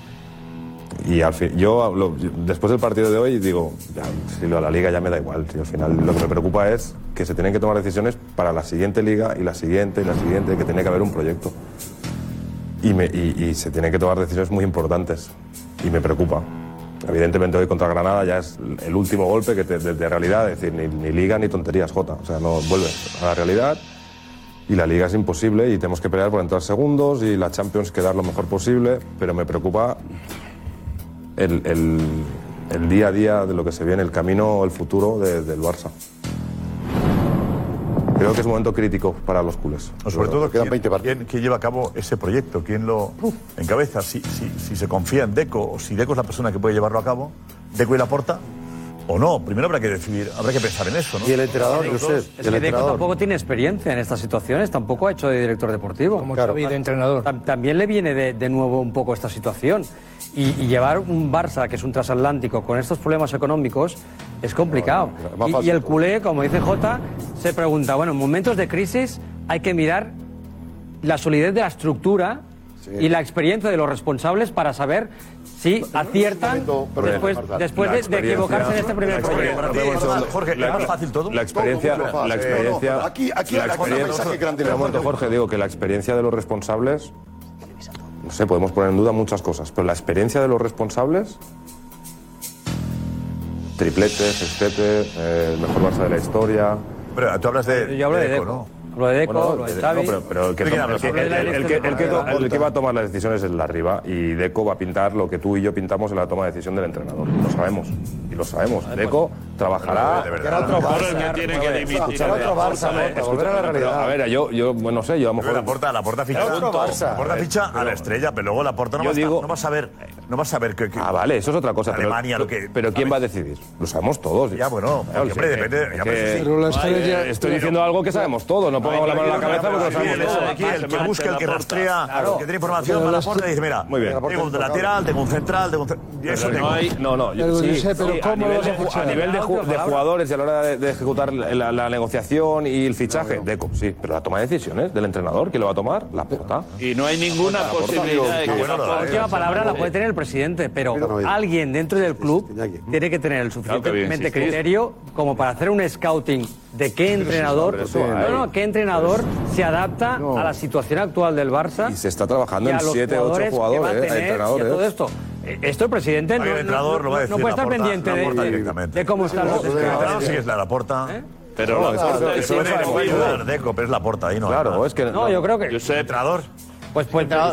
Speaker 8: Y al fin, yo, lo- yo- después del partido de hoy digo, ya, si lo de la liga ya me da igual. Si al final lo que me preocupa es que se tienen que tomar decisiones para la siguiente liga y la siguiente y la siguiente, que tenía que haber un proyecto. Y, me- y- y se tienen que tomar decisiones muy importantes. Y me preocupa. Evidentemente hoy contra Granada ya es el último golpe que te- de, de realidad, es decir, ni, ni liga ni tonterías, Jota. O sea, no vuelve a la realidad y la liga es imposible y tenemos que pelear por entrar segundos y la Champions quedar lo mejor posible, pero me preocupa el, el- el día a día de lo que se viene, el camino, el futuro de- del Barça. Creo que es un momento crítico para los culés.
Speaker 4: Sobre todo, ¿quién, quién- quién lleva a cabo ese proyecto? ¿Quién lo encabeza? Si, si- si se confía en Deco o si Deco es la persona que puede llevarlo a cabo, ¿Deco y la porta? ¿O no? Primero habrá que decidir, habrá que pensar en eso, ¿no? Los dos.
Speaker 13: Es que Deco tampoco tiene experiencia en estas situaciones, tampoco ha hecho de director deportivo. Como
Speaker 7: Xavi de
Speaker 13: entrenador. También le viene de, de nuevo un poco esta situación. Y, y llevar un Barça, que es un transatlántico, con estos problemas económicos, es complicado.
Speaker 11: más
Speaker 13: Y- y,
Speaker 11: fácil.
Speaker 13: el culé, como dice Jota, se pregunta, bueno, en momentos de crisis hay que mirar la solidez de la estructura y la experiencia de los responsables para saber si aciertan
Speaker 8: Pero
Speaker 13: después,
Speaker 8: Marta,
Speaker 13: después
Speaker 8: la
Speaker 13: de- de,
Speaker 8: experiencia-
Speaker 13: equivocarse en este
Speaker 8: la
Speaker 13: primer
Speaker 8: experiencia-
Speaker 13: proyecto.
Speaker 8: Perdón, un segundo.
Speaker 4: Jorge,
Speaker 8: La-
Speaker 4: ¿es más fácil todo?
Speaker 8: La experiencia,
Speaker 4: Todo muy
Speaker 8: la
Speaker 4: fácil.
Speaker 8: experiencia,
Speaker 4: No, no, aquí- aquí
Speaker 8: la
Speaker 4: la cosa
Speaker 8: experiencia,
Speaker 4: mensaje grande,
Speaker 8: Pero
Speaker 4: la
Speaker 8: un momento, Jorge, digo que la experiencia de los responsables, no sé, podemos poner en duda muchas cosas, pero la experiencia de los responsables, triplete, sextete, eh, el mejor Barça de la historia.
Speaker 4: Pero tú hablas de,
Speaker 13: Yo hablo de Deco. Hablo de Deco,
Speaker 8: Bueno,
Speaker 13: hablo de
Speaker 8: no,
Speaker 13: Xavi.
Speaker 8: pero, pero el que
Speaker 13: ¿De quién
Speaker 8: toma-
Speaker 13: hablas?
Speaker 8: el que- el- el- el que- el que to- el que va a tomar las decisiones es el de arriba y Deco va a pintar lo que tú y yo pintamos en la toma de decisión del entrenador. Lo sabemos. Y lo sabemos. Deco trabajará.
Speaker 4: de verdad. Era otro Barça, Ahora el que tiene que dimitir.
Speaker 8: Escúchame,
Speaker 4: Era otro Barça,
Speaker 8: escúchame,
Speaker 4: Jota,
Speaker 8: escúchame,
Speaker 4: volver a la
Speaker 8: pero,
Speaker 4: realidad.
Speaker 8: A ver, yo, yo bueno, no sé, yo a lo mejor.
Speaker 4: la porta, la porta ficha.
Speaker 8: Era otro
Speaker 4: Punto.
Speaker 8: Barça.
Speaker 4: La porta ficha a la estrella, pero luego la porta no,
Speaker 8: Yo
Speaker 4: va, a estar-
Speaker 8: digo-
Speaker 4: no vas a ver. No vas a ver que, que-
Speaker 8: Ah, vale, eso es otra cosa. pero-
Speaker 4: Alemania, lo que-
Speaker 8: Pero ¿quién va a decidir? Lo sabemos todos.
Speaker 4: Ya,
Speaker 8: Claro,
Speaker 4: bueno, porque, hombre,
Speaker 8: sí, eh, es
Speaker 4: depende- ya,
Speaker 8: que-
Speaker 4: pero sí.
Speaker 8: Pero la
Speaker 4: Vale,
Speaker 8: estrella-
Speaker 4: eh,
Speaker 8: estoy diciendo algo que sabemos todos. No pongamos la mano en la cabeza porque lo sabemos
Speaker 4: el,
Speaker 8: todos.
Speaker 4: aquí, el que busca, el que rastrea, el que tiene información, va a la porta y dice, mira,
Speaker 8: Muy bien.
Speaker 4: tengo un lateral, tengo un central, tengo un... ce- y Eso
Speaker 8: Pero
Speaker 4: tengo.
Speaker 8: no hay, no, no. yo-
Speaker 4: Pero,
Speaker 8: sí,
Speaker 4: Josep, pero
Speaker 8: sí, a
Speaker 4: ¿cómo
Speaker 8: nivel,
Speaker 4: vas a Ah,
Speaker 8: de, ju-
Speaker 4: fichar?
Speaker 8: a nivel de, ju- de jugadores y a la hora de, de ejecutar la, la- la negociación y el fichaje, Deco, sí, pero la toma de decisiones del entrenador, ¿quién lo va a tomar? La porta.
Speaker 15: Y no hay ninguna posibilidad de que la
Speaker 8: eh,
Speaker 13: La última palabra la puede tener el presidente, pero alguien dentro del club tiene que tener el suficientemente
Speaker 15: insistir.
Speaker 13: criterio como para hacer un scouting de qué entrenador,
Speaker 4: Pues
Speaker 8: sí, hombre, eso
Speaker 13: no, no,
Speaker 8: hay.
Speaker 13: qué entrenador se adapta a la situación actual del Barça
Speaker 8: Y se está
Speaker 13: y
Speaker 8: trabajando en
Speaker 13: a los
Speaker 8: 7, 8
Speaker 13: jugadores que va a
Speaker 8: jugadores, eh,
Speaker 13: tener y a
Speaker 8: entrenadores.
Speaker 13: todo esto. Eh, Esto el presidente no,
Speaker 4: El entrenador
Speaker 13: no-
Speaker 4: lo va a
Speaker 13: no
Speaker 4: decir
Speaker 13: puede
Speaker 4: la
Speaker 13: estar
Speaker 4: porta,
Speaker 13: pendiente
Speaker 4: la porta
Speaker 13: de,
Speaker 4: directamente.
Speaker 13: de cómo están los
Speaker 4: El entrenador
Speaker 13: scouts.
Speaker 4: sí que es la, la porta.
Speaker 15: Pero
Speaker 4: ¿Eh? No,
Speaker 15: la porta
Speaker 4: eso-
Speaker 15: es
Speaker 4: eso
Speaker 15: un
Speaker 4: viene-
Speaker 15: juego.
Speaker 4: puede ayudar Deco, pero es la porta ahí, ¿no? Claro,
Speaker 8: es que...
Speaker 13: No, yo creo que...
Speaker 4: entrenador.
Speaker 13: Pues, pues la,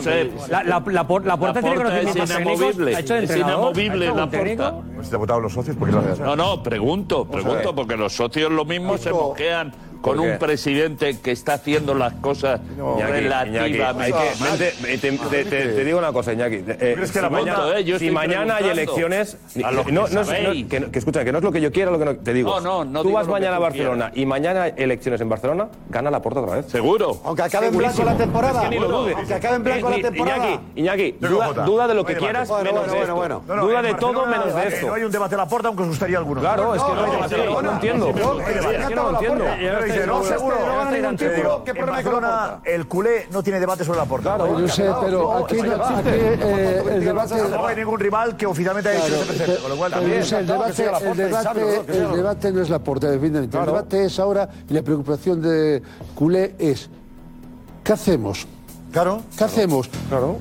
Speaker 13: la, la, por- la puerta tiene conocimientos técnicos, ha hecho de
Speaker 15: Es
Speaker 13: entrenador, ha
Speaker 15: inamovible
Speaker 13: hecho
Speaker 15: la
Speaker 13: un técnico.
Speaker 15: porta.
Speaker 4: Pues te ha votado los socios, porque lo
Speaker 15: No, no, pregunto, pregunto, porque los socios lo mismo se mosquean con
Speaker 8: ¿Por qué?
Speaker 15: un presidente que está haciendo las cosas
Speaker 8: Iñaki,
Speaker 15: relativamente.
Speaker 8: Iñaki, hay que- mente- te, te- te- te digo una cosa, Iñaki. eh,
Speaker 15: ¿Crees que
Speaker 8: si
Speaker 15: la
Speaker 8: mañana,
Speaker 15: voto, eh? Yo
Speaker 8: si
Speaker 15: estoy
Speaker 8: mañana hay
Speaker 15: preguntando.
Speaker 8: elecciones.
Speaker 15: A los que
Speaker 8: no, no es-
Speaker 15: sabéis.
Speaker 8: no- que, no- que escucha, que no es lo que yo quiera, lo que no- te digo.
Speaker 15: No, no, no
Speaker 8: tú
Speaker 15: digo
Speaker 8: vas
Speaker 15: lo que
Speaker 8: mañana a
Speaker 15: tú
Speaker 8: Barcelona y mañana hay elecciones en Barcelona, gana la puerta otra vez.
Speaker 15: Seguro.
Speaker 8: Aunque
Speaker 7: acabe en blanco la temporada.
Speaker 8: Es que ni lo
Speaker 7: Bueno,
Speaker 8: dudes.
Speaker 7: aunque acabe en blanco la
Speaker 8: Ni-
Speaker 7: temporada.
Speaker 8: Iñaki, Iñaki,
Speaker 4: Yo
Speaker 8: duda,
Speaker 4: creo que vota.
Speaker 8: duda de lo que
Speaker 4: No hay
Speaker 8: quieras,
Speaker 4: debate.
Speaker 8: menos
Speaker 4: Bueno,
Speaker 8: de
Speaker 4: bueno,
Speaker 8: esto.
Speaker 4: bueno. No, no,
Speaker 8: Duda
Speaker 4: en
Speaker 8: de todo
Speaker 4: Barcelona,
Speaker 8: menos de
Speaker 4: eh,
Speaker 8: esto.
Speaker 4: No hay un debate a la puerta, aunque os gustaría alguno.
Speaker 8: Claro, es que no hay debate, no entiendo.
Speaker 4: Es que no lo entiendo. Pero dice, no, seguro. Te digo, en Barcelona, el culé no tiene debate sobre la porta.
Speaker 12: Claro, yo sé, pero aquí no- aquí, eh, el debate-
Speaker 4: No hay ningún rival que oficialmente haya dicho
Speaker 12: Claro,
Speaker 4: este presente. Con lo cual
Speaker 12: pero
Speaker 4: también.
Speaker 12: Josep, el debate, el debate- el debate no es la puerta, definitivamente. El debate es ahora, y la preocupación de Culé es, ¿qué hacemos?
Speaker 4: Claro.
Speaker 12: ¿Qué hacemos? Claro.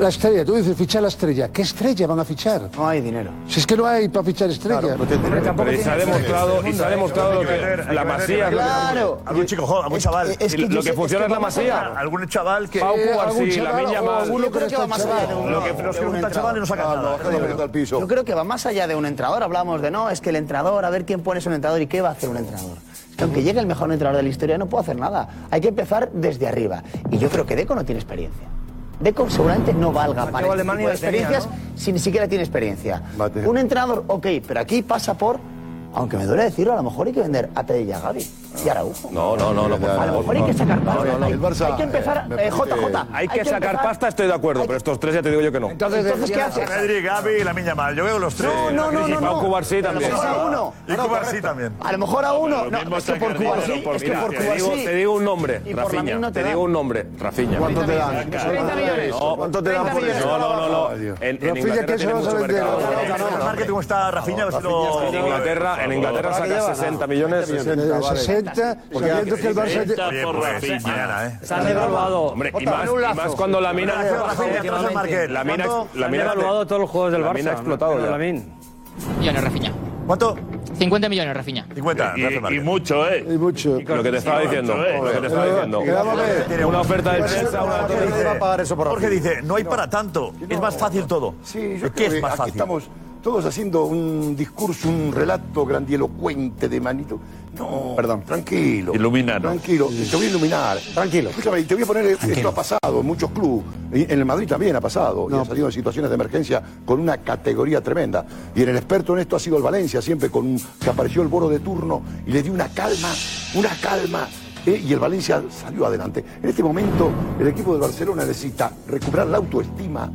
Speaker 12: La estrella, tú dices fichar la estrella. ¿Qué estrella van a fichar? No hay dinero. Si es que no hay para fichar estrella.
Speaker 8: Pero y se ha demostrado, y se ha demostrado lo que la masía.
Speaker 4: Claro. Algún chico, jo- algún chaval.
Speaker 8: es que yo sé- es que vamos a-
Speaker 4: Algún chaval que.
Speaker 8: Pau Cubarsí, Lamine Yamal.
Speaker 4: Yo creo que va más allá de
Speaker 8: un-
Speaker 4: Lo que nos pregunta el chaval y no saca nada.
Speaker 19: Yo creo que va más allá de un entrenador. Hablamos de no, es que el entrenador, a ver quién pones un entrenador y qué va a hacer un entrenador. Aunque llegue el mejor entrenador de la historia, no puedo hacer nada. Hay que empezar desde arriba. Y yo creo que Deco no tiene experiencia. Deco seguramente no valga para este tipo
Speaker 7: Alemania
Speaker 19: de
Speaker 7: la tenía,
Speaker 19: experiencias si ni siquiera tiene experiencia. Un entrenador, ok, pero aquí pasa por, aunque me duele decirlo, a lo mejor hay que vender a Teddy y a Gavi y a Araujo.
Speaker 8: No, no, no, no, por
Speaker 19: A lo
Speaker 8: favor.
Speaker 19: mejor hay que sacar pasta.
Speaker 8: No, no, no.
Speaker 19: Hay- hay que empezar, eh, JJ.
Speaker 8: Hay que sacar
Speaker 19: empezar-
Speaker 8: pasta, estoy de acuerdo, pero estos tres ya te digo yo que no.
Speaker 19: Entonces, ¿qué haces?
Speaker 4: Pedri, Gaby y la Miña Mal. Yo veo los tres.
Speaker 19: No, no, no, no.
Speaker 8: Pau
Speaker 19: no.
Speaker 8: Cubarsí
Speaker 19: Pero
Speaker 8: también.
Speaker 19: A lo mejor a uno.
Speaker 4: Y Cubarsí también.
Speaker 19: A lo mejor a uno.
Speaker 8: Lo
Speaker 19: No,
Speaker 8: mismo
Speaker 19: es que
Speaker 8: está
Speaker 19: por
Speaker 8: Cardiff,
Speaker 19: Cubarsí,
Speaker 8: pero por-
Speaker 19: es que
Speaker 8: mira,
Speaker 19: por
Speaker 8: te digo-
Speaker 19: Cubarsí.
Speaker 8: Te digo un nombre,
Speaker 19: Y por la
Speaker 8: Rafiña.
Speaker 19: misma te
Speaker 8: Te
Speaker 19: dan.
Speaker 8: digo un nombre, Rafiña.
Speaker 19: ¿Cuánto te dan?
Speaker 8: No,
Speaker 19: 30 millones. ¿Cuánto te dan por eso?
Speaker 8: No, no, no, no. En- En
Speaker 4: Rafinha,
Speaker 8: Inglaterra
Speaker 4: ¿quién se
Speaker 8: tiene
Speaker 4: lo vas a
Speaker 8: mucho
Speaker 4: vender?
Speaker 8: mercado.
Speaker 4: Ahora, ahora, ahora, Marketing, ¿cómo está Rafinha? A ver si lo-
Speaker 8: En Inglaterra, en Inglaterra saca 60 millones.
Speaker 12: 60, 60 sabiendo que el Barça...
Speaker 4: Bien,
Speaker 8: pues,
Speaker 4: por Rafinha, ¿eh?
Speaker 13: Se han devaluado.
Speaker 8: Hombre, y más, y más cuando la mina. La mina, la mina.
Speaker 13: evaluado todos los juegos del
Speaker 8: la
Speaker 13: Barça.
Speaker 8: mina ha explotado
Speaker 13: menos
Speaker 8: ya.
Speaker 13: la min.
Speaker 15: Millones, Rafiña.
Speaker 4: ¿Cuánto?
Speaker 15: 50 millones, Rafiña.
Speaker 4: 50,
Speaker 15: y, y mucho, ¿eh?
Speaker 12: Y mucho.
Speaker 8: Lo que te estaba diciendo. Lo que te estaba diciendo. Una oferta de prensa, una
Speaker 4: Jorge dice, no hay para tanto, es más fácil todo.
Speaker 11: Sí, yo
Speaker 4: ¿Qué
Speaker 11: creo
Speaker 4: es
Speaker 11: que
Speaker 4: más
Speaker 11: aquí
Speaker 4: fácil?
Speaker 11: estamos todos haciendo un discurso, un relato grandielocuente de manito. No, perdón, tranquilo.
Speaker 15: Ilumínanos.
Speaker 11: Tranquilo, te voy a iluminar. Tranquilo. Escúchame, y te voy a poner, esto ha pasado en muchos clubes, y en el Madrid también ha pasado, y ha salido en situaciones de emergencia con una categoría tremenda. Y en el experto en esto ha sido el Valencia, siempre con un- que apareció el boro de turno y le dio una calma, una calma. eh, y el Valencia salió adelante. En este momento, el equipo de Barcelona necesita recuperar la autoestima,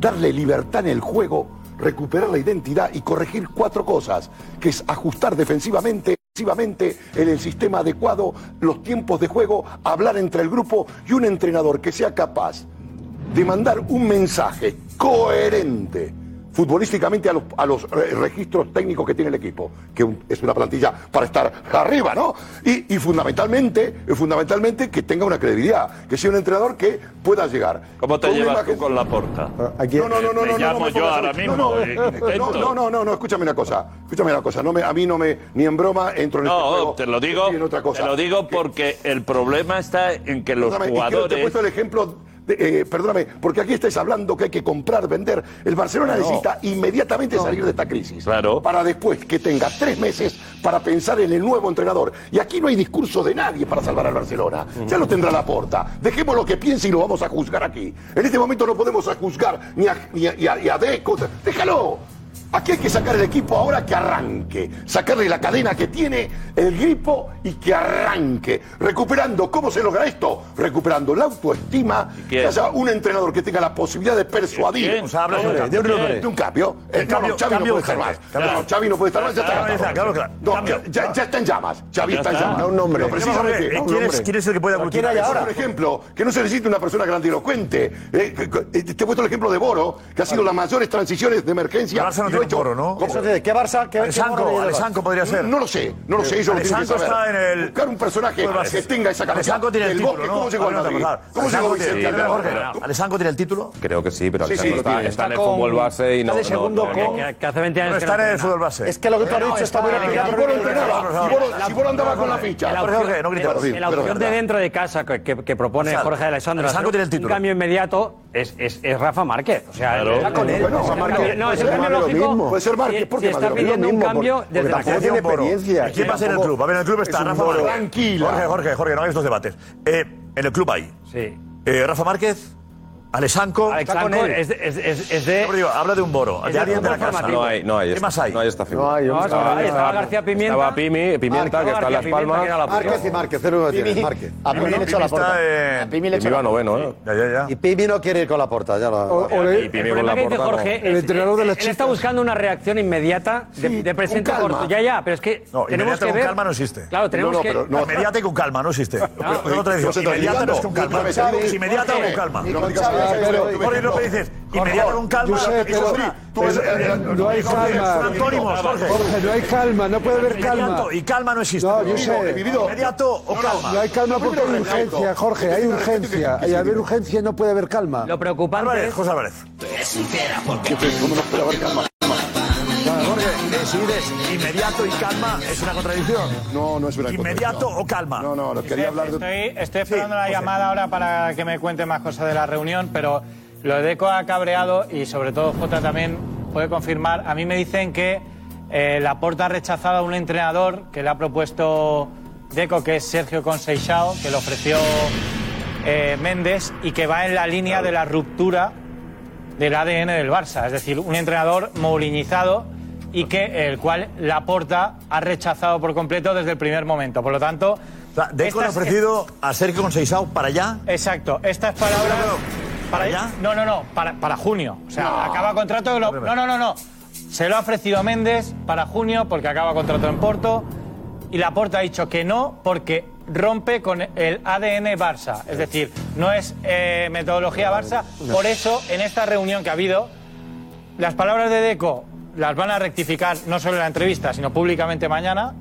Speaker 11: darle libertad en el juego, recuperar la identidad y corregir cuatro cosas, que es ajustar defensivamente, defensivamente, en el sistema adecuado, los tiempos de juego, hablar entre el grupo y un entrenador que sea capaz de mandar un mensaje coherente futbolísticamente a los, a los re- registros técnicos que tiene el equipo, que un- es una plantilla para estar arriba, ¿no? Y, y fundamentalmente, fundamentalmente que tenga una credibilidad, que sea un entrenador que pueda llegar.
Speaker 15: ¿Cómo te
Speaker 11: Con una
Speaker 15: llevas
Speaker 11: imagen-
Speaker 15: tú con la porta?
Speaker 11: no, no, no, no,
Speaker 15: Me
Speaker 11: no,
Speaker 15: llamo
Speaker 11: no me
Speaker 15: yo
Speaker 11: pongas-
Speaker 15: ahora
Speaker 11: no,
Speaker 15: mismo.
Speaker 11: No,
Speaker 15: eh,
Speaker 11: no,
Speaker 15: intento.
Speaker 11: no, no, no, no, escúchame una cosa. Escúchame una cosa. No me, a mí no me, ni en broma entro en este
Speaker 15: No,
Speaker 11: juego.
Speaker 15: te lo digo,
Speaker 11: en otra cosa.
Speaker 15: te lo digo porque el problema está en que los
Speaker 11: este Perdóname, y creo que te he
Speaker 15: jugadores
Speaker 11: puesto el ejemplo. de- eh, perdóname, porque aquí estáis hablando que hay que comprar, vender. El Barcelona
Speaker 15: No.
Speaker 11: necesita inmediatamente salir de esta crisis.
Speaker 15: Claro.
Speaker 11: Para después que tenga tres meses para pensar en el nuevo entrenador. Y aquí no hay discurso de nadie para salvar al Barcelona. Ya lo tendrá la porta. Dejemos lo que piense y lo vamos a juzgar aquí. En este momento no podemos a juzgar ni a, ni a- ni a- ni a Deco. Déjalo. Aquí hay que sacar el equipo ahora que arranque, sacarle la cadena que tiene el gripo y que arranque, recuperando, ¿cómo se logra esto? Recuperando la autoestima,
Speaker 15: quién?
Speaker 11: que haya un entrenador que tenga la posibilidad de persuadir
Speaker 4: quién? O sea, habla de un
Speaker 11: Hombre,
Speaker 4: cambio.
Speaker 11: un-
Speaker 4: ¿Quién?
Speaker 11: de un cambio. Eh, no,
Speaker 4: El
Speaker 11: no,
Speaker 4: cambio-
Speaker 11: Xavi
Speaker 4: cambio
Speaker 11: no puede estar
Speaker 4: urgente.
Speaker 11: más.
Speaker 4: Claro.
Speaker 11: No, no, Xavi no puede estar más, ya
Speaker 4: Claro,
Speaker 11: está.
Speaker 4: ya está, claro, claro.
Speaker 11: No,
Speaker 4: Cambio.
Speaker 11: ya, ya está en llamas, Xavi
Speaker 4: Ya
Speaker 11: está en
Speaker 4: está.
Speaker 11: llamas.
Speaker 4: Da un nombre.
Speaker 11: Pero precisamente,
Speaker 4: ¿Quién
Speaker 11: da un
Speaker 4: es-
Speaker 11: nombre.
Speaker 4: quién es el que puede
Speaker 11: Pero ¿quién
Speaker 4: aglutinar
Speaker 11: hay
Speaker 4: eso?
Speaker 11: ahora? Por ejemplo, que no se necesita una persona grandilocuente. Eh, que- que- eh, te he puesto el ejemplo de Boro, que ha sido las mayores transiciones de emergencia.
Speaker 4: El Barça no
Speaker 11: Y lo ha hecho-
Speaker 4: tiene Boro, ¿no?
Speaker 11: ¿Cómo?
Speaker 4: Eso es decir, ¿qué Barça- qué- qué Alessandro, Boro le lleva? Alessandro podría ser.
Speaker 11: No, no lo sé, no lo sé. Ellos lo tienen que
Speaker 4: Alessandro
Speaker 11: saber.
Speaker 4: está en el-
Speaker 11: Buscar un personaje
Speaker 4: Pues,
Speaker 11: que tenga esa capacidad.
Speaker 4: Alessandro tiene el
Speaker 11: del
Speaker 4: título,
Speaker 11: Bosque,
Speaker 4: ¿no?
Speaker 11: ¿Cómo llegó al
Speaker 4: Ahora no te
Speaker 11: Madrid?
Speaker 4: acordás.
Speaker 11: ¿Cómo llegó
Speaker 4: Alessandro tiene-
Speaker 11: Vicente?
Speaker 4: tiene-
Speaker 11: Jorge?
Speaker 4: Jorge, ¿no? Alessandro tiene el título.
Speaker 8: Creo que sí, pero
Speaker 4: Sí, sí,
Speaker 8: Alexandre
Speaker 4: lo
Speaker 8: está,
Speaker 4: tiene.
Speaker 8: está en el
Speaker 4: Está con-
Speaker 8: fútbol base y
Speaker 4: está
Speaker 8: no.
Speaker 4: de
Speaker 8: no-
Speaker 4: segundo
Speaker 8: no-
Speaker 4: con-
Speaker 8: que-
Speaker 13: Que hace 20
Speaker 4: Pero
Speaker 13: años que no
Speaker 4: está en el
Speaker 13: entrena.
Speaker 4: fútbol base.
Speaker 13: Es que lo que tú has
Speaker 4: No,
Speaker 13: dicho está muy
Speaker 4: en el
Speaker 13: bien.
Speaker 4: equipo
Speaker 13: Boro
Speaker 4: de
Speaker 13: entrenaba,
Speaker 4: Alessandro.
Speaker 11: y Boro- y Boro andaba con la ficha.
Speaker 13: La
Speaker 4: Jorge,
Speaker 13: opción,
Speaker 4: Jorge, no grites.
Speaker 13: la- la
Speaker 4: Pero-
Speaker 13: opción de dentro de casa que, que- que propone
Speaker 4: Alessandro.
Speaker 13: Jorge Alessandro
Speaker 4: Alessandro tiene el
Speaker 13: un
Speaker 4: título.
Speaker 13: cambio inmediato es, es- es Rafa Márquez. O sea,
Speaker 15: Claro.
Speaker 13: el-
Speaker 15: Está con
Speaker 13: el-
Speaker 15: él,
Speaker 13: el-
Speaker 15: ¿no?
Speaker 13: el-
Speaker 15: Rafa
Speaker 13: el-
Speaker 15: Márquez.
Speaker 13: No, es el
Speaker 11: Puede ser
Speaker 13: cambio
Speaker 11: Márquez lo
Speaker 13: lógico.
Speaker 11: mismo. Puede ser Márquez,
Speaker 13: Si-
Speaker 11: ¿por qué
Speaker 13: si está
Speaker 11: Márquez?
Speaker 13: pidiendo
Speaker 11: Lo
Speaker 13: un
Speaker 11: mismo,
Speaker 13: cambio
Speaker 11: porque
Speaker 13: desde la
Speaker 11: tampoco
Speaker 13: casa.
Speaker 11: tiene
Speaker 4: Boro.
Speaker 11: experiencia.
Speaker 4: ¿Quién va a ser el
Speaker 11: Tampoco-
Speaker 4: club? A ver, en el club
Speaker 11: es
Speaker 4: está
Speaker 11: un
Speaker 4: Rafa
Speaker 11: Boro.
Speaker 4: Márquez.
Speaker 11: Tranquila.
Speaker 4: Jorge, Jorge, Jorge, no hagáis los debates. Eh, en el club hay
Speaker 13: Sí.
Speaker 4: eh, Rafa Márquez, Alessanco.
Speaker 13: Alexandro es, de- es- es- es de.
Speaker 4: No, pero digo, habla de un boro,
Speaker 13: es
Speaker 4: de alguien de la
Speaker 13: fútbol
Speaker 4: casa.
Speaker 13: formativo.
Speaker 8: No hay, no hay.
Speaker 4: ¿Qué
Speaker 8: esta-
Speaker 4: más hay?
Speaker 8: No hay esta figura.
Speaker 14: No hay,
Speaker 13: No, estaba,
Speaker 8: Estaba-
Speaker 13: estaba García Pimienta.
Speaker 8: Estaba Pimi, Pimienta, que está en Las
Speaker 13: García Pimienta,
Speaker 8: Palmas.
Speaker 13: que era la
Speaker 14: Márquez y Márquez, 0 tiene. Márquez.
Speaker 19: A Pimi le echó la
Speaker 4: Está,
Speaker 19: puerta.
Speaker 4: eh,
Speaker 19: A Pimi le
Speaker 8: Pimi
Speaker 19: echó la
Speaker 8: va noveno, ¿eh?
Speaker 4: ya, ya, ya.
Speaker 7: Y Pibi no quiere ir con la porta, ya lo.
Speaker 12: O- o le-
Speaker 8: Y
Speaker 13: El
Speaker 8: Pimi con
Speaker 13: problema
Speaker 8: la
Speaker 13: que dice
Speaker 8: porta.
Speaker 13: Jorge
Speaker 12: El
Speaker 13: es-
Speaker 12: entrenador de las
Speaker 13: él está
Speaker 12: chicas.
Speaker 13: buscando una reacción inmediata de,
Speaker 11: Sí,
Speaker 13: de presente
Speaker 11: con calma.
Speaker 13: corto. Ya, ya, pero es que
Speaker 4: No,
Speaker 13: tenemos
Speaker 4: inmediato
Speaker 13: que
Speaker 4: con
Speaker 13: ver.
Speaker 4: calma no existe.
Speaker 13: Claro, tenemos
Speaker 11: No, no,
Speaker 13: que.
Speaker 11: pero no.
Speaker 4: Inmediata y con calma, no existe. No, otra
Speaker 11: no
Speaker 4: vez,
Speaker 11: se está
Speaker 4: inmediata no es
Speaker 11: ligando.
Speaker 4: con calma.
Speaker 11: Ni con Xavi,
Speaker 4: Es Inmediata o con
Speaker 11: ni-
Speaker 4: calma.
Speaker 11: ni con Xavi, pero-
Speaker 4: Jorge López dices, inmediata con calma.
Speaker 12: Josep,
Speaker 4: eso
Speaker 12: pero-
Speaker 4: sí, tú
Speaker 12: pero-
Speaker 4: eres-
Speaker 12: eh, no hay
Speaker 4: Jorge,
Speaker 12: calma.
Speaker 4: son antónimos, Jorge.
Speaker 12: Jorge, no hay calma, no puede haber calma.
Speaker 4: Inmediato y calma no existe.
Speaker 12: No, yo sé.
Speaker 4: Inmediato o calma.
Speaker 12: No hay calma porque hay
Speaker 11: Primero relato.
Speaker 12: urgencia, Jorge, hay
Speaker 11: Primero relato
Speaker 12: urgencia.
Speaker 11: que- que
Speaker 12: Y
Speaker 11: se
Speaker 12: al haber
Speaker 11: diga.
Speaker 12: urgencia no puede haber calma.
Speaker 13: Lo preocupante
Speaker 4: Álvarez,
Speaker 13: es.
Speaker 4: José Álvarez.
Speaker 11: ¿Cómo no puede haber calma?
Speaker 4: Jorge, decides inmediato y calma es una contradicción.
Speaker 11: No, no es una
Speaker 4: Inmediato o calma.
Speaker 11: No, no, no, Pues quería hablar de...
Speaker 6: Estoy, estoy esperando la llamada ahora para que me cuente más cosas de la reunión, pero lo de Deco ha cabreado y sobre todo Jota también puede confirmar. A mí me dicen que eh, Laporta ha rechazado a un entrenador que le ha propuesto Deco, que es Sergio Conceição, que le ofreció eh, Méndez y que va en la línea de la ruptura del ADN del Barça, es decir, un entrenador mourinizado y que el cual Laporta ha rechazado por completo desde el primer momento. Por lo tanto,
Speaker 4: Deco le ha
Speaker 6: estas-
Speaker 4: ofrecido a Sergio Conceizao para allá.
Speaker 6: Exacto, estas palabras. ¿Para, allá? No, no, no, para, para junio. O sea,
Speaker 4: No.
Speaker 6: acaba contrato. lo- no, no, no, no. Se lo ha ofrecido Méndez para junio porque acaba contrato en Porto. Y Laporta ha dicho que no porque rompe con el ADN Barça. Es decir, no es eh, metodología Barça. Por eso, en esta reunión que ha habido, las palabras de Deco las van a rectificar no solo en la entrevista, sino públicamente mañana.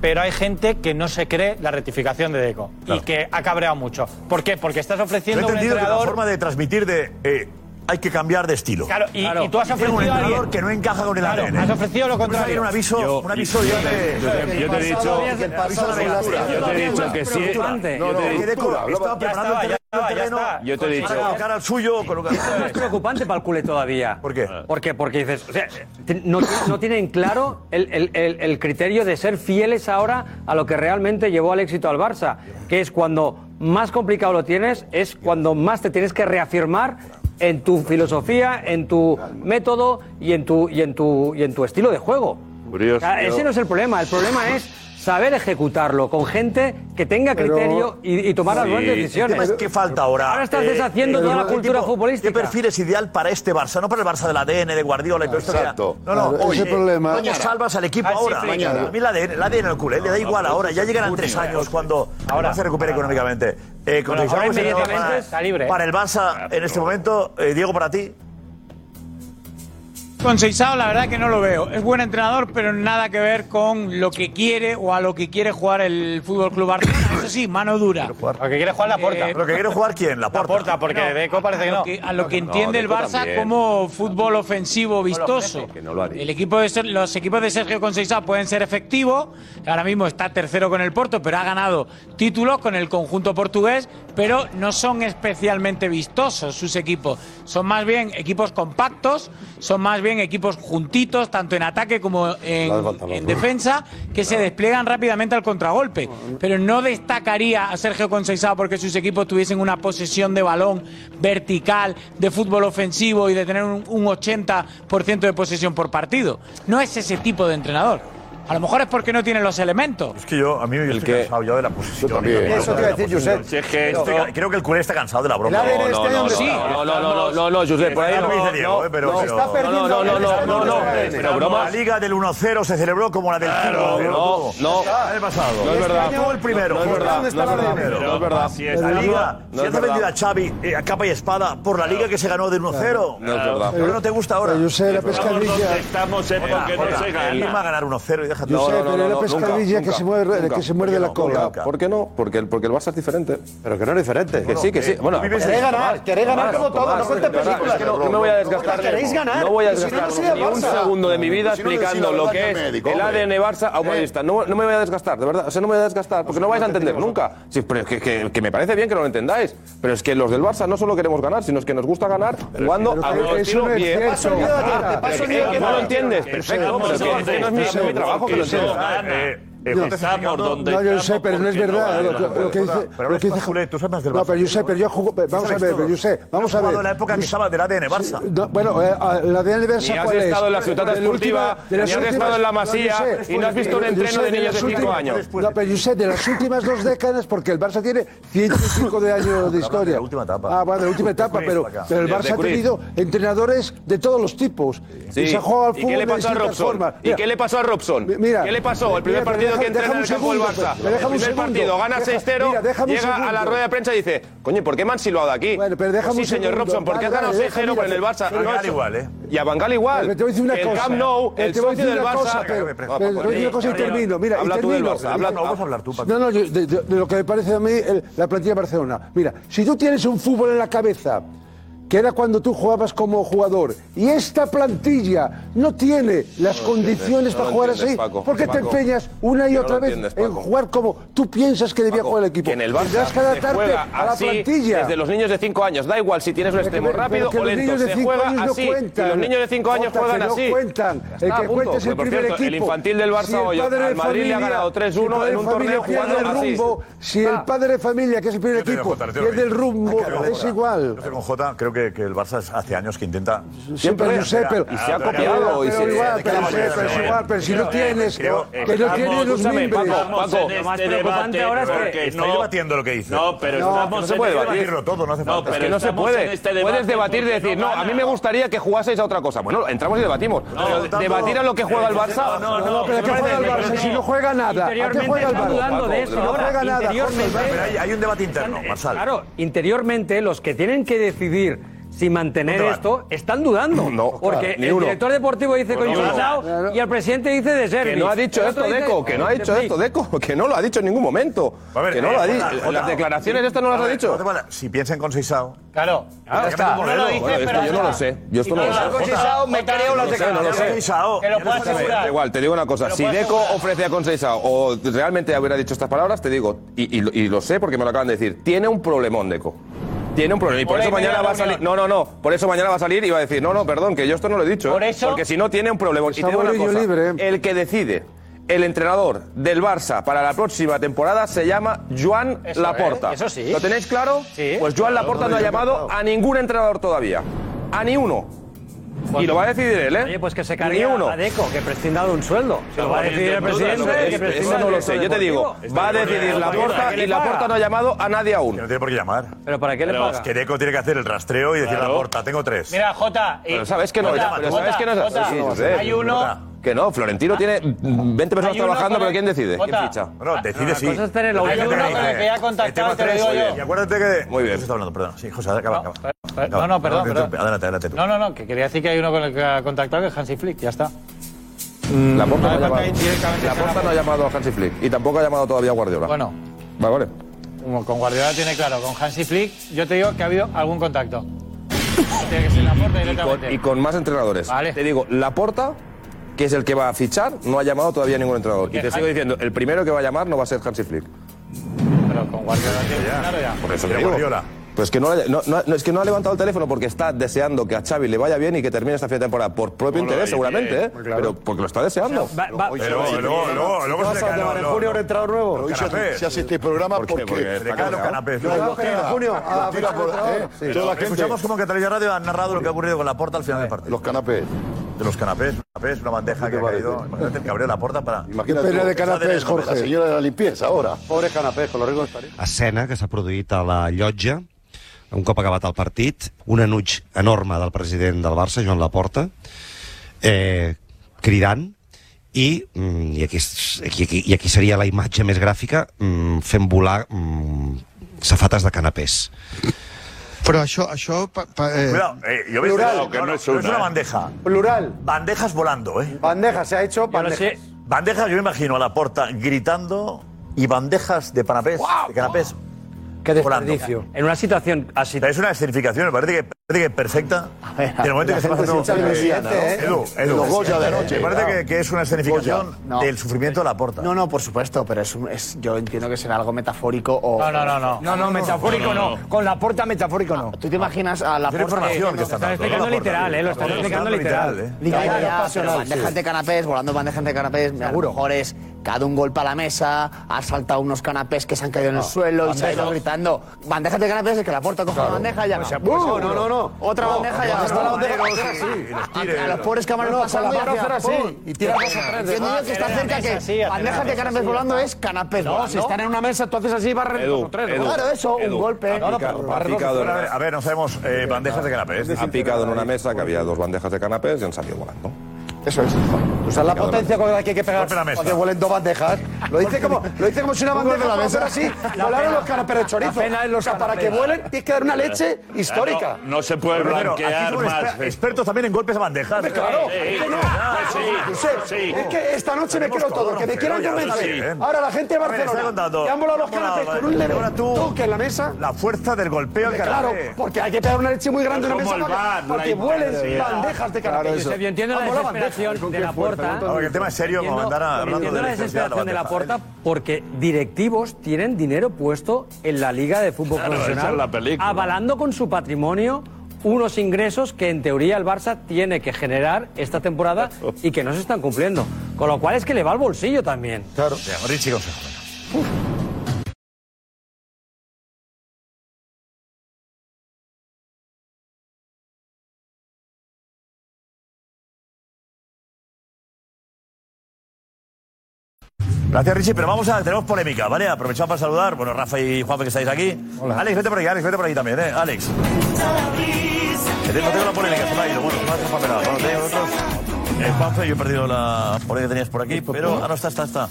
Speaker 6: Pero hay gente que no se cree la rectificación de Deco y que ha cabreado mucho. ¿Por qué? Porque estás
Speaker 4: Yo he
Speaker 6: ofreciendo un
Speaker 4: entendido que la
Speaker 6: entrenador.
Speaker 4: forma de transmitir de eh, hay que cambiar de estilo.
Speaker 6: Claro, y, y tú has
Speaker 4: Tiene
Speaker 6: ofrecido
Speaker 4: un
Speaker 6: a
Speaker 4: entrenador
Speaker 6: alguien
Speaker 4: que no encaja con el
Speaker 6: Claro,
Speaker 4: ADN.
Speaker 6: Has ofrecido lo
Speaker 4: Pues
Speaker 6: contrario.
Speaker 4: hay un aviso, un aviso
Speaker 27: yo
Speaker 4: ya
Speaker 27: te- yo te-
Speaker 4: de.
Speaker 27: yo te he dicho- Aviso de ruptura. Yo te he dicho que sí. No, no, ruptura.
Speaker 4: Estaba preparando el terreno, el terreno.
Speaker 13: Yo te he dicho.
Speaker 4: Para colocar al suyo, colocar-
Speaker 13: Esto es más preocupante para el culé todavía. ¿Por
Speaker 4: qué?
Speaker 13: Porque, porque dices, o sea, ti- no, ti- no tienen claro el, el- el- el criterio de ser fieles ahora a lo que realmente llevó al éxito al Barça, que es cuando más complicado lo tienes, es cuando más te tienes que reafirmar en tu filosofía, en tu método y en tu, y en tu, y en tu estilo de juego.
Speaker 15: Curioso,
Speaker 13: O sea, ese
Speaker 15: yo-
Speaker 13: no es el problema, el problema es saber ejecutarlo con gente que tenga
Speaker 4: Pero-
Speaker 13: criterio y, y tomar las
Speaker 4: Sí.
Speaker 13: buenas
Speaker 4: El
Speaker 13: decisiones.
Speaker 4: tema es que falta ahora.
Speaker 13: Ahora estás
Speaker 4: Eh,
Speaker 13: deshaciendo
Speaker 4: eh,
Speaker 13: toda la
Speaker 4: ¿qué
Speaker 13: cultura
Speaker 4: tipo-
Speaker 13: futbolística.
Speaker 4: ¿Qué perfil es ideal para este Barça? No para el Barça del ADN, de Guardiola y todo esto. que era-
Speaker 11: Exacto.
Speaker 4: No, no,
Speaker 11: Claro,
Speaker 4: hoy,
Speaker 11: ese
Speaker 4: eh,
Speaker 11: problema-
Speaker 4: ¿Cómo
Speaker 11: Mañana.
Speaker 4: salvas al equipo
Speaker 11: Así
Speaker 4: ahora?
Speaker 11: explica.
Speaker 4: A mí el ADN, el ADN el culo, eh, le da igual ahora. Ya llegarán tres años cuando el Barça se recupere económicamente. Eh, con
Speaker 6: Bueno,
Speaker 4: Isaac,
Speaker 6: ahora
Speaker 4: pues,
Speaker 6: inmediatamente
Speaker 4: para-
Speaker 6: está
Speaker 13: ¿eh?
Speaker 6: libre.
Speaker 4: Para el Barça, en este momento, eh, Diego, para ti.
Speaker 17: Conceizao, la verdad que no lo veo. Es buen entrenador, pero nada que ver con lo que quiere o a lo que quiere jugar el Fútbol Club Barcelona. Eso sí, mano dura.
Speaker 6: Lo que quiere jugar Laporta.
Speaker 17: Eh,
Speaker 4: ¿Lo que quiere jugar quién? La Porta.
Speaker 6: porque Deco parece que
Speaker 17: a lo
Speaker 6: no.
Speaker 17: que- a lo que
Speaker 6: No,
Speaker 17: entiende el
Speaker 6: Deco
Speaker 17: Barça
Speaker 6: también.
Speaker 17: como fútbol ofensivo vistoso.
Speaker 27: Que no lo haría.
Speaker 17: El equipo de Ser- los equipos de Sergio Conceição pueden ser efectivos. Ahora mismo está tercero con el Porto, pero ha ganado títulos con el conjunto portugués, pero no son especialmente vistosos sus equipos. Son más bien equipos compactos, son más bien equipos juntitos, tanto en ataque como en, en defensa, que se despliegan rápidamente al contragolpe. Pero no destacaría a Sergio Conceição porque sus equipos tuviesen una posesión de balón vertical, de fútbol ofensivo y de tener un, un 80% de posesión por partido. No es ese tipo de entrenador. A lo mejor es porque no tiene los elementos.
Speaker 4: Es que yo, a mí yo estoy cansado ya de la posición.
Speaker 17: también.
Speaker 4: Yo
Speaker 17: Eso te iba a decir,
Speaker 4: Estoy-
Speaker 17: Josep. Si es que
Speaker 4: Estoy-
Speaker 17: esto-
Speaker 4: Creo que el culé está cansado de la broma.
Speaker 17: El ADN
Speaker 4: No, no,
Speaker 17: está
Speaker 4: no,
Speaker 17: donde sí.
Speaker 4: no,
Speaker 8: No, no, no, no, no, Josep, por ahí
Speaker 4: Está
Speaker 8: no.
Speaker 4: lo que dice Diego,
Speaker 8: no,
Speaker 4: eh, pero-
Speaker 8: no,
Speaker 4: pero-
Speaker 8: está perdiendo,
Speaker 4: No, no, no,
Speaker 8: está
Speaker 4: no, no,
Speaker 8: perdiendo.
Speaker 4: no,
Speaker 8: Pero
Speaker 4: no,
Speaker 8: bromas.
Speaker 4: La liga del 1-0 se celebró como la del 5.
Speaker 8: no, no.
Speaker 4: El pasado.
Speaker 8: No es verdad.
Speaker 4: Fue el primero.
Speaker 8: No es verdad,
Speaker 4: ¿Dónde
Speaker 8: no es
Speaker 4: estaba el
Speaker 8: verdad,
Speaker 4: primero?
Speaker 8: no es verdad.
Speaker 4: Así es.
Speaker 8: No
Speaker 4: La
Speaker 8: es
Speaker 4: liga,
Speaker 8: verdad, no es
Speaker 4: si has vendido a
Speaker 8: verdad.
Speaker 4: Xavi eh, a capa y espada por la liga que se ganó del 1-0.
Speaker 8: No es verdad.
Speaker 4: Pero no te gusta ahora.
Speaker 12: Pero, Josep, la
Speaker 4: Estamos
Speaker 12: pescadilla-
Speaker 4: donde Estamos eh, porque no se gana. Alguien va a ganar 1-0 y déjate.
Speaker 12: Yo sé, pero era pescadilla que se muerde- que se muerde la cola.
Speaker 8: ¿Por qué no? Porque el, porque el Barça es diferente. Pero que no es diferente. Que sí, que sí.
Speaker 7: eh,
Speaker 8: Bueno, pues,
Speaker 7: tú vives Queréis en- ganar, queréis ganar como todos, no cuenten
Speaker 8: Tomás,
Speaker 7: películas.
Speaker 8: es que no, no me voy a desgastar.
Speaker 7: Queréis ganar,
Speaker 8: No voy a
Speaker 7: y si no, no
Speaker 8: desgastar
Speaker 7: soy del
Speaker 8: ni un
Speaker 7: Barça.
Speaker 8: segundo de mi vida
Speaker 7: Si no, no soy
Speaker 8: explicando
Speaker 7: del
Speaker 8: lo
Speaker 7: Barça,
Speaker 8: que
Speaker 7: yo
Speaker 8: es
Speaker 7: me dedico,
Speaker 8: el
Speaker 7: hombre.
Speaker 8: ADN Barça a un periodista. No, no me voy a desgastar, de verdad. O sea, no me voy a desgastar porque no vais a entender nunca. Sí, pero es que, que- que me parece bien que no lo entendáis. Pero es que los del Barça no solo queremos ganar, sino es que nos gusta ganar jugando a
Speaker 12: Pero
Speaker 8: un
Speaker 12: que
Speaker 8: estilo
Speaker 12: eso no es
Speaker 8: bien.
Speaker 12: cierto. Paso miedo a ti,
Speaker 8: Ah,
Speaker 12: te paso
Speaker 8: pero que-
Speaker 12: miedo a ti.
Speaker 8: No lo entiendes.
Speaker 12: Que
Speaker 8: Perfecto.
Speaker 12: somos
Speaker 8: Pero es que- es
Speaker 12: este
Speaker 8: que no es mi- no es mi trabajo que lo entiendas.
Speaker 12: No, no, yo sé, pero no es verdad.
Speaker 4: no
Speaker 12: lo, lo- lo que dice,
Speaker 4: Pero
Speaker 12: lo
Speaker 4: ahora
Speaker 12: que
Speaker 4: estás
Speaker 12: dice-
Speaker 4: culé, tú sabes más del
Speaker 12: No,
Speaker 4: Barça.
Speaker 12: pero yo sé, pero yo jugo- Vamos a
Speaker 4: sabes
Speaker 12: ver,
Speaker 4: todo.
Speaker 12: pero yo sé, vamos
Speaker 4: Has
Speaker 12: a ver.
Speaker 4: jugado en la época que estaba del ADN Barça.
Speaker 12: No, bueno, eh, a- la de
Speaker 8: Ni
Speaker 12: Barça
Speaker 8: has
Speaker 12: cuál es.
Speaker 8: estado en la ciudad
Speaker 12: Del último-
Speaker 8: deportiva,
Speaker 12: de las
Speaker 8: ni has
Speaker 12: últimas-
Speaker 8: estado en la
Speaker 12: no, yo
Speaker 8: Masía,
Speaker 12: sé,
Speaker 8: y no has visto un
Speaker 12: yo
Speaker 8: entreno
Speaker 12: sé,
Speaker 8: de niños
Speaker 12: las
Speaker 8: de cinco
Speaker 12: últimas-
Speaker 8: años.
Speaker 12: No, pero yo sé, de las últimas dos décadas, porque el Barça tiene ciento y pico de años de historia. La última etapa. Ah, bueno, la última etapa,
Speaker 8: Cruyff
Speaker 12: pero,
Speaker 8: para acá.
Speaker 12: pero el
Speaker 8: Desde
Speaker 12: Barça ha
Speaker 8: Cruyff.
Speaker 12: tenido entrenadores de todos los tipos.
Speaker 8: Sí.
Speaker 12: Y se ha jugado al
Speaker 8: ¿Y
Speaker 12: fútbol
Speaker 8: qué le
Speaker 12: de
Speaker 8: pasó a
Speaker 12: distintas
Speaker 8: Robson?
Speaker 12: formas.
Speaker 8: ¿Y
Speaker 12: Mira,
Speaker 8: qué le pasó a Robson?
Speaker 12: Mi- mira,
Speaker 8: ¿Qué le pasó? El primer
Speaker 12: mira, pero
Speaker 8: partido
Speaker 12: deja-
Speaker 8: que entra en
Speaker 12: déjame
Speaker 8: el
Speaker 12: un
Speaker 8: campo del
Speaker 12: segundo,
Speaker 8: Barça.
Speaker 12: pero déjame
Speaker 8: el
Speaker 12: un
Speaker 8: primer
Speaker 12: segundo.
Speaker 8: partido gana
Speaker 12: Deja-
Speaker 8: 6-0,
Speaker 12: mira, déjame un
Speaker 8: llega a la
Speaker 12: segundo.
Speaker 8: rueda de prensa y dice, coño, ¿por qué me han silbado aquí?
Speaker 12: Bueno, pero déjame
Speaker 8: Pues
Speaker 12: un
Speaker 8: sí, señor
Speaker 12: segundo.
Speaker 8: Robson, porque has
Speaker 12: Vale,
Speaker 8: ganado
Speaker 12: vale,
Speaker 8: 6-0 con
Speaker 12: déjame-
Speaker 8: el Barça.
Speaker 12: pero
Speaker 8: No,
Speaker 12: Van Gaal
Speaker 8: eso.
Speaker 12: igual, ¿eh?
Speaker 8: Y a Bangal igual.
Speaker 12: Pero te voy a decir una
Speaker 8: el
Speaker 12: cosa.
Speaker 8: Camp Nou,
Speaker 12: Pero
Speaker 8: el
Speaker 12: te voy a
Speaker 8: socio
Speaker 12: decir
Speaker 8: del
Speaker 12: una
Speaker 8: Barça...
Speaker 12: cosa, pero-
Speaker 8: Ah,
Speaker 12: pero te voy a decir una cosa y
Speaker 8: Paco,
Speaker 12: termino. Mira, y
Speaker 8: Habla tú del
Speaker 12: termino.
Speaker 8: Barça. Habla,
Speaker 12: No, vamos a
Speaker 8: hablar tú,
Speaker 12: No, no, yo- de, de- de lo que me parece a mí el- la plantilla de Barcelona. Mira, si tú tienes un fútbol en la cabeza que era cuando tú jugabas como jugador. Y esta plantilla no tiene las
Speaker 8: No lo
Speaker 12: condiciones
Speaker 8: entiendes,
Speaker 12: para
Speaker 8: no lo
Speaker 12: jugar
Speaker 8: entiendes,
Speaker 12: así.
Speaker 8: Paco,
Speaker 12: porque te
Speaker 8: Paco.
Speaker 12: empeñas una y
Speaker 8: Que no
Speaker 12: otra
Speaker 8: lo
Speaker 12: vez
Speaker 8: entiendes,
Speaker 12: en
Speaker 8: Paco.
Speaker 12: jugar como tú piensas que debía jugar el equipo.
Speaker 8: Que en el Barça
Speaker 12: Tendrás que
Speaker 8: se
Speaker 12: adaptarte
Speaker 8: juega
Speaker 12: a la
Speaker 8: así
Speaker 12: plantilla.
Speaker 8: desde los niños de 5 años. Da igual si tienes un
Speaker 12: Pero que-
Speaker 8: extremo
Speaker 12: pero
Speaker 8: rápido
Speaker 12: que
Speaker 8: o
Speaker 12: los
Speaker 8: lento.
Speaker 12: niños de
Speaker 8: Se
Speaker 12: cinco
Speaker 8: juega
Speaker 12: años no
Speaker 8: así.
Speaker 12: cuentan.
Speaker 8: Y los niños de 5 años
Speaker 12: Jota,
Speaker 8: juegan
Speaker 12: que no
Speaker 8: así.
Speaker 12: cuentan.
Speaker 8: Ya
Speaker 12: El
Speaker 8: está,
Speaker 12: que
Speaker 8: punto.
Speaker 12: cuenta es el
Speaker 8: Que, por
Speaker 12: primer
Speaker 8: cierto, El
Speaker 12: equipo.
Speaker 8: infantil del Barça
Speaker 12: Si el
Speaker 8: hoy
Speaker 12: padre de
Speaker 8: al Madrid le
Speaker 12: familia-
Speaker 8: ha ganado
Speaker 12: si el
Speaker 8: 3-1
Speaker 12: padre
Speaker 8: en
Speaker 12: de
Speaker 8: un
Speaker 12: familia
Speaker 8: torneo
Speaker 12: pierde
Speaker 8: jugando
Speaker 12: el
Speaker 8: así.
Speaker 12: rumbo, Si el padre de familia, que es el primer
Speaker 4: Yo te
Speaker 12: equipo,
Speaker 4: digo, Jota, yo te lo
Speaker 12: pierde el
Speaker 4: digo.
Speaker 12: rumbo,
Speaker 4: Yo te digo,
Speaker 12: es
Speaker 4: Jota.
Speaker 12: igual.
Speaker 4: Yo estoy con Jota, creo que, que el Barça es- hace años que intenta.
Speaker 12: Siempre
Speaker 4: lo
Speaker 12: Josep, pero-
Speaker 4: Y
Speaker 12: Ah,
Speaker 4: se ha
Speaker 12: pero
Speaker 4: copiado. y
Speaker 12: igual, pero
Speaker 4: se-
Speaker 12: igual,
Speaker 4: se-
Speaker 12: pero
Speaker 4: se-
Speaker 12: Josep, pero
Speaker 4: se-
Speaker 12: igual, pero si no
Speaker 4: creo-
Speaker 12: tienes-
Speaker 4: creo-
Speaker 12: que no tienes los
Speaker 15: escúchame,
Speaker 12: mimbres.
Speaker 15: Paco,
Speaker 12: Estamos
Speaker 15: Paco,
Speaker 12: en
Speaker 15: lo
Speaker 12: este
Speaker 15: más
Speaker 12: debate
Speaker 15: preocupante ahora es
Speaker 4: porque
Speaker 15: que
Speaker 4: estáis debatiendo lo que dice.
Speaker 15: No, pero
Speaker 4: No,
Speaker 15: estamos-
Speaker 4: que no
Speaker 8: se puede
Speaker 4: tiene que
Speaker 8: debatir.
Speaker 4: debatirlo todo, no hace falta.
Speaker 8: es que no se
Speaker 15: estamos en
Speaker 8: puede.
Speaker 15: este debate
Speaker 8: Puedes debatir y
Speaker 15: porque
Speaker 8: decir,
Speaker 15: no
Speaker 8: no, a mí me gustaría que jugaseis a otra cosa. Bueno, entramos y debatimos. Pero
Speaker 15: tanto-
Speaker 8: debatir a lo que juega el Barça.
Speaker 15: No, no, no,
Speaker 12: pero ¿a qué juega el Barça si no juega nada? ¿A qué juega el
Speaker 13: están dudando de
Speaker 12: Barça?
Speaker 13: eso
Speaker 12: Si no
Speaker 13: ahora,
Speaker 12: juega nada,
Speaker 13: interiormente. eh,
Speaker 12: Jorge, el Barça-
Speaker 4: Hay un debate interno, Marsal.
Speaker 13: Claro, interiormente los que tienen que decidir si mantener esto están dudando.
Speaker 8: No,
Speaker 13: porque
Speaker 8: claro, ni
Speaker 13: el
Speaker 8: uno.
Speaker 13: director deportivo dice
Speaker 8: Pues
Speaker 13: con
Speaker 8: ni uno.
Speaker 13: y el presidente dice de Servi.
Speaker 8: Que no ha dicho
Speaker 13: El
Speaker 8: esto
Speaker 13: otro dice-
Speaker 8: Deco, que no ha dicho esto Deco, que no lo ha dicho en ningún momento.
Speaker 4: A ver,
Speaker 8: que no
Speaker 4: eh,
Speaker 8: lo ha dicho.
Speaker 4: Jota, Jota,
Speaker 8: Las declaraciones
Speaker 4: sí,
Speaker 8: estas no las
Speaker 4: a
Speaker 8: ha
Speaker 4: ver,
Speaker 8: dicho.
Speaker 4: no te vale. Si piensa en Conceisao.
Speaker 8: Claro,
Speaker 4: Ya Ah, está. No lo dice,
Speaker 8: Bueno, esto
Speaker 4: pero
Speaker 8: yo
Speaker 4: ya
Speaker 8: no lo
Speaker 4: está.
Speaker 8: sé. Yo esto
Speaker 4: Y
Speaker 8: no lo
Speaker 4: con
Speaker 8: sé.
Speaker 4: algo Conceizao me
Speaker 8: Jota,
Speaker 4: creo las
Speaker 8: no lo sé, no lo sé.
Speaker 4: declaraciones. Que lo puedas
Speaker 8: Da
Speaker 4: asegurar.
Speaker 8: igual, te digo una cosa. Si Deco ofrece a Conceição o realmente hubiera dicho estas palabras, te digo, y, y lo- y lo sé porque me lo acaban de decir, tiene un problemón Deco. Tiene un problema. Y por
Speaker 10: Hora y
Speaker 8: eso
Speaker 10: media
Speaker 8: mañana
Speaker 10: de
Speaker 8: va a salir. No, no, no. Por eso mañana va a salir y va a decir, no, no, perdón, que yo esto no lo he dicho.
Speaker 10: Por
Speaker 8: ¿eh?
Speaker 10: eso-
Speaker 8: Porque si no, tiene un problema. Y te digo una
Speaker 12: Saborillo
Speaker 8: cosa.
Speaker 12: libre, ¿eh?
Speaker 8: El que decide. El entrenador del Barça para la próxima temporada se llama Joan
Speaker 10: Eso,
Speaker 8: Laporta.
Speaker 10: ¿eh? Eso sí.
Speaker 8: ¿Lo tenéis claro? Pues Joan Laporta no ha llamado a ningún entrenador todavía. A ni uno. Y lo va a decidir él, ¿eh?
Speaker 13: Oye, pues que se
Speaker 8: Ni
Speaker 13: cargue
Speaker 8: uno.
Speaker 13: a Deco, que prescinda de un sueldo. Se lo va a
Speaker 8: Eso-
Speaker 13: decidir el
Speaker 8: eso-
Speaker 13: presidente, que
Speaker 8: eso
Speaker 13: prescinda
Speaker 8: no
Speaker 13: del
Speaker 8: lo sé. Yo te
Speaker 13: director
Speaker 8: digo,
Speaker 13: deportivo.
Speaker 8: va a decidir la porta y la porta no ha llamado a nadie aún.
Speaker 4: No tiene por qué llamar.
Speaker 13: ¿Pero para qué le
Speaker 4: Pero
Speaker 13: paga?
Speaker 4: Que Deco tiene que hacer el rastreo y decir
Speaker 8: Claro.
Speaker 4: la porta, tengo tres.
Speaker 6: Mira, Jota. eh,
Speaker 8: Pero sabes que no,
Speaker 6: Jota,
Speaker 8: pero sabes
Speaker 6: Jota,
Speaker 8: que no es así,
Speaker 6: Jota,
Speaker 8: no sé.
Speaker 6: Hay uno. Ah.
Speaker 8: Que no, Florentino tiene mm, 20 personas
Speaker 6: Hay uno
Speaker 8: trabajando,
Speaker 6: con
Speaker 8: pero
Speaker 6: el-
Speaker 8: ¿quién decide? ¿Quién
Speaker 6: Jota. Ah,
Speaker 8: ficha?
Speaker 4: No, decide sí.
Speaker 6: Hay uno con el que ya ha contactado, te lo digo yo.
Speaker 4: Y acuérdate que. Muy bien. Está hablando, perdón. Sí, José, acaba, acaba.
Speaker 6: No, no, perdón,
Speaker 4: que te-
Speaker 6: perdón.
Speaker 4: Adelante, adelante tú.
Speaker 6: No, no, no, que quería decir que hay uno con el que ha contactado que es Hansi Flick, ya está.
Speaker 8: Mm, La porta no ha
Speaker 6: No,
Speaker 8: llamado.
Speaker 6: porque directamente
Speaker 8: La
Speaker 6: se la
Speaker 8: porta no ha llamado a Hansi Flick y tampoco ha llamado todavía a Guardiola.
Speaker 6: Bueno.
Speaker 8: Vale, vale.
Speaker 6: Como Con Guardiola tiene claro, con Hansi Flick yo te digo que ha habido algún contacto. Tiene que ser la puerta directamente.
Speaker 8: Y con más entrenadores. Te digo, la porta que es el que va a fichar, no ha llamado todavía a ningún entrenador. Y te sigo diciendo, el primero que va a llamar no va a ser Hansi Flick.
Speaker 6: Pero con Guardiola tiene claro ya.
Speaker 8: Por eso
Speaker 4: Pero
Speaker 8: te digo.
Speaker 4: Guardiola.
Speaker 8: Pues que no, le- no- no- no, es que no ha levantado el teléfono porque está deseando que a Xavi le vaya bien y que termine esta fin de temporada por propio
Speaker 4: Bueno,
Speaker 8: interés,
Speaker 4: oye,
Speaker 8: seguramente,
Speaker 4: bien,
Speaker 8: ¿eh? Pero porque lo está deseando.
Speaker 4: Pero luego, luego, luego se le cae lo- lo-
Speaker 8: Junio entrenador nuevo?
Speaker 11: Pero hoy se,
Speaker 4: Canapés.
Speaker 11: se hace este programa
Speaker 8: ¿Por qué?
Speaker 11: porque...
Speaker 8: Porque
Speaker 11: porque
Speaker 8: está colgado.
Speaker 11: Claro, claro.
Speaker 4: Ah,
Speaker 11: Lo tira por- ¿eh?
Speaker 4: Pero
Speaker 11: Toda la gente-
Speaker 4: Escuchamos cómo en Cataluña Radio han narrado lo que ha ocurrido con la porta al final del partido. Los
Speaker 11: canapés.
Speaker 4: De los canapés, canapés, una bandeja que ha caído. Imagínate el cabreo de la puerta para.
Speaker 11: Imagina't tu- La senyora de la limpieza, ara. Pobres canapés, con los ricos estaré.
Speaker 9: escena que s'ha produït a la llotja un cop acabat el partit, un enuig enorme del president del Barça, Joan Laporta, eh, cridant, i, mm, i, aquí, és- aquí, aquí, i aquí seria la imatge més gràfica, mm, fent volar mm, safates de canapés.
Speaker 16: Però això... això pa, pa, eh...
Speaker 4: Cuidado, eh, yo veis
Speaker 16: Plural.
Speaker 4: que no, no, es una,
Speaker 16: ¿eh?
Speaker 4: bandeja.
Speaker 16: Plural.
Speaker 4: Bandejas volando, ¿eh?
Speaker 16: Bandeja, se ha hecho
Speaker 4: bandejas.
Speaker 16: bandejas.
Speaker 4: Bandejas, yo me imagino a la porta gritando y bandejas de panapés, de canapés. Qué
Speaker 13: desperdicio. En una situación así.
Speaker 4: Es una escenificación, me parece que, parece que perfecta. En el momento
Speaker 16: la
Speaker 4: que se va
Speaker 16: gente
Speaker 4: haciendo-
Speaker 16: se echa el
Speaker 4: Edu,
Speaker 16: presidente, ¿eh?
Speaker 4: Edu, Edu,
Speaker 16: Los Goya de
Speaker 4: me
Speaker 16: noche.
Speaker 4: parece
Speaker 16: Claro.
Speaker 4: que, que es una escenificación del sufrimiento de la porta.
Speaker 19: No, no, por supuesto, pero es, un- es- yo entiendo que será algo metafórico o.
Speaker 16: No, no, no, no. No, no, metafórico no.
Speaker 19: Con la puerta metafórico no. Ah, ¿Tú te imaginas a la
Speaker 4: Tiene
Speaker 19: puerta?
Speaker 4: información que está
Speaker 19: ¿eh? Lo están
Speaker 4: dando, ¿no? La puerta. Lo están dando
Speaker 19: Ya, ya,
Speaker 4: literal,
Speaker 19: ya,
Speaker 4: ¿eh?
Speaker 19: pero bandejas de canapés, volando bandejas de canapés, a lo mejor es cada un golpe a la mesa, ha saltado unos canapés que se han caído en el suelo y se ha ido
Speaker 16: bandejas.
Speaker 19: gritando. Bandejas de canapés es que la puerta coge una bandeja y ya.
Speaker 16: Pues, pues,
Speaker 19: ¡Bum!
Speaker 16: no, no, no.
Speaker 19: Otra
Speaker 16: No,
Speaker 19: bandeja ya.
Speaker 16: está la bandeja,
Speaker 19: Bandejas,
Speaker 16: sí,
Speaker 19: así.
Speaker 16: y los
Speaker 19: A-
Speaker 16: tira,
Speaker 19: A los
Speaker 16: y-
Speaker 19: pobres
Speaker 16: No,
Speaker 19: camareros
Speaker 16: no, con
Speaker 19: pasando
Speaker 16: la mano hacer así, y tira dos o tres de
Speaker 19: Entiendo
Speaker 16: más.
Speaker 19: yo que está
Speaker 16: Hacer
Speaker 19: cerca
Speaker 16: así,
Speaker 19: que
Speaker 16: hacer
Speaker 19: bandejas de
Speaker 16: así,
Speaker 19: canapés
Speaker 16: así.
Speaker 19: volando es canapés
Speaker 16: No,
Speaker 19: volando.
Speaker 16: si están en una mesa, tú haces así y barres
Speaker 8: Edu,
Speaker 16: dos o tres.
Speaker 8: Edu,
Speaker 16: ¿no?
Speaker 19: Claro, eso, un
Speaker 8: Edu,
Speaker 19: golpe.
Speaker 8: ha
Speaker 19: No, no,
Speaker 8: picado,
Speaker 19: pero-
Speaker 8: ha picado en
Speaker 4: A ver,
Speaker 8: una-
Speaker 4: a ver, no sabemos eh, bandejas de canapés.
Speaker 8: Ha picado en una mesa que había dos bandejas de canapés y han salido volando.
Speaker 19: Eso es. Usar la potencia con la que hay que pegar.
Speaker 4: Golpe la mesa.
Speaker 19: Cuando vuelen dos bandejas. Lo dice como, lo dice como si una
Speaker 4: Un golpe
Speaker 19: bandeja
Speaker 4: a la
Speaker 19: fuera
Speaker 4: mesa.
Speaker 19: así.
Speaker 4: La
Speaker 19: Volaron
Speaker 4: pena.
Speaker 19: los caraperos chorizos.
Speaker 4: La pena es los
Speaker 19: o sea, para que
Speaker 4: canapés.
Speaker 19: vuelen tienes que dar una leche
Speaker 4: Eh,
Speaker 19: histórica.
Speaker 4: No, no se puede
Speaker 19: Pero, pero,
Speaker 4: blanquear
Speaker 19: aquí somos
Speaker 4: más.
Speaker 19: exper-
Speaker 4: Expertos también en golpes a bandejas.
Speaker 19: Hombre, claro.
Speaker 4: Sí,
Speaker 19: Es que no.
Speaker 4: sí,
Speaker 19: Josep,
Speaker 4: sí.
Speaker 19: Es que esta noche me
Speaker 4: Tenemos
Speaker 19: quiero todo.
Speaker 4: todo,
Speaker 19: Que me
Speaker 4: no,
Speaker 19: quieran
Speaker 4: pero ya lo sé,
Speaker 19: convencer.
Speaker 4: ¿eh?
Speaker 19: Ahora la gente de
Speaker 4: A ver, está
Speaker 19: Barcelona.
Speaker 4: contando.
Speaker 19: Que han volado los
Speaker 4: ¿Cómo la-
Speaker 19: canapés con un
Speaker 4: la-
Speaker 19: leve
Speaker 4: ahora tú-
Speaker 19: toque en la mesa.
Speaker 4: La fuerza del golpeo al
Speaker 19: Hombre, Claro,
Speaker 4: canapé.
Speaker 19: porque hay que pegar una leche muy grande en una
Speaker 4: Como
Speaker 19: mesa
Speaker 4: el
Speaker 19: para
Speaker 4: bar,
Speaker 19: que,
Speaker 4: la
Speaker 19: para que vuelen
Speaker 4: intensidad.
Speaker 19: bandejas de
Speaker 4: Claro,
Speaker 19: canapés.
Speaker 4: eso.
Speaker 13: Yo entiendo la
Speaker 19: Han volado
Speaker 13: desesperación
Speaker 19: bandejas.
Speaker 13: de la puerta.
Speaker 4: Ahora que el tema es serio, vamos a andar hablando
Speaker 13: entiendo
Speaker 4: de
Speaker 13: la
Speaker 4: la intensidad de la
Speaker 13: desesperación de la
Speaker 4: bandeja.
Speaker 13: puerta porque directivos tienen dinero puesto en la Liga de Fútbol
Speaker 15: Claro,
Speaker 13: Profesional,
Speaker 15: esa es la película.
Speaker 13: avalando con su patrimonio unos ingresos que en teoría el Barça tiene que generar esta temporada y que no se están cumpliendo. Con lo cual es que le va al bolsillo también.
Speaker 4: Claro. Richie Consejo. Gracias, Richie, pero vamos a. Tenemos polémica, ¿vale? Aprovechamos para saludar. Bueno, Rafa y Juanfe que estáis aquí. Alex, vete por aquí, Alex, vete por aquí también, ¿eh? Alex. Que tengo, tengo la polémica, se me ha ido. Bueno, no hace falta nada. Bueno, tengo otros. Eh, Juanfe, yo he perdido la polémica que tenías por aquí, pero. Ah, no, está, está, está.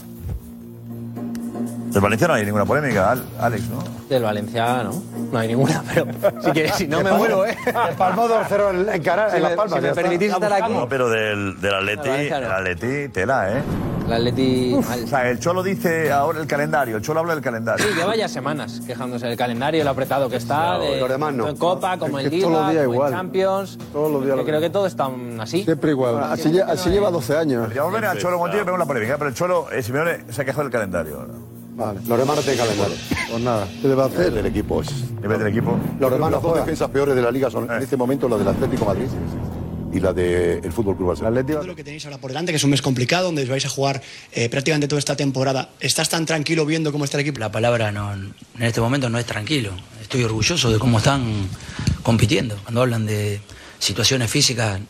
Speaker 4: Del Valencia no hay ninguna polémica, Al- Alex, ¿no?
Speaker 10: Del Valencia no, no hay ninguna, pero si quieres, si no me vuelvo, ¿eh?
Speaker 19: El palmo 2-0 en, en, Cara-
Speaker 10: Si
Speaker 19: en
Speaker 10: me-
Speaker 19: Las Palmas.
Speaker 10: si me
Speaker 19: ya está.
Speaker 10: permitís estar aquí.
Speaker 4: No, pero del, del Atleti,
Speaker 10: Del Valencia no.
Speaker 4: el Atleti, tela, ¿eh?
Speaker 10: El Atleti
Speaker 4: O sea, el Cholo dice ahora el calendario, el Cholo habla del calendario.
Speaker 10: Sí, lleva ya semanas quejándose del calendario, lo apretado que está,
Speaker 4: No,
Speaker 10: de,
Speaker 4: los demás no.
Speaker 10: en Copa, como
Speaker 4: Es
Speaker 10: en
Speaker 4: que todos los
Speaker 10: Liga,
Speaker 4: días
Speaker 10: como
Speaker 4: igual.
Speaker 10: en Champions. Yo creo que todo está así.
Speaker 14: Siempre igual.
Speaker 4: ah,
Speaker 14: Así, lle- así lleva 12 años.
Speaker 4: Ya volveré al Cholo Montillo y vemos la polémica, pero el Cholo, eh, Simeone, se ha quejado del calendario. ¿no?
Speaker 14: Vale. Los demás no tienen calendario. Pues nada. ¿Qué le va a hacer?
Speaker 11: Pues, del equipo. Es...
Speaker 4: del equipo.
Speaker 11: Los demás las dos defensas peores de la liga
Speaker 13: Eh.
Speaker 11: son en este momento la del Atlético Madrid y la del Fútbol Club Barcelona.
Speaker 28: que tenéis ahora por delante, que es un mes complicado, donde vais a jugar eh, prácticamente toda esta temporada. ¿Estás tan tranquilo viendo cómo está el equipo?
Speaker 29: La palabra no, en este momento no es tranquilo. Estoy orgulloso de cómo están compitiendo. Cuando hablan de situaciones físicas,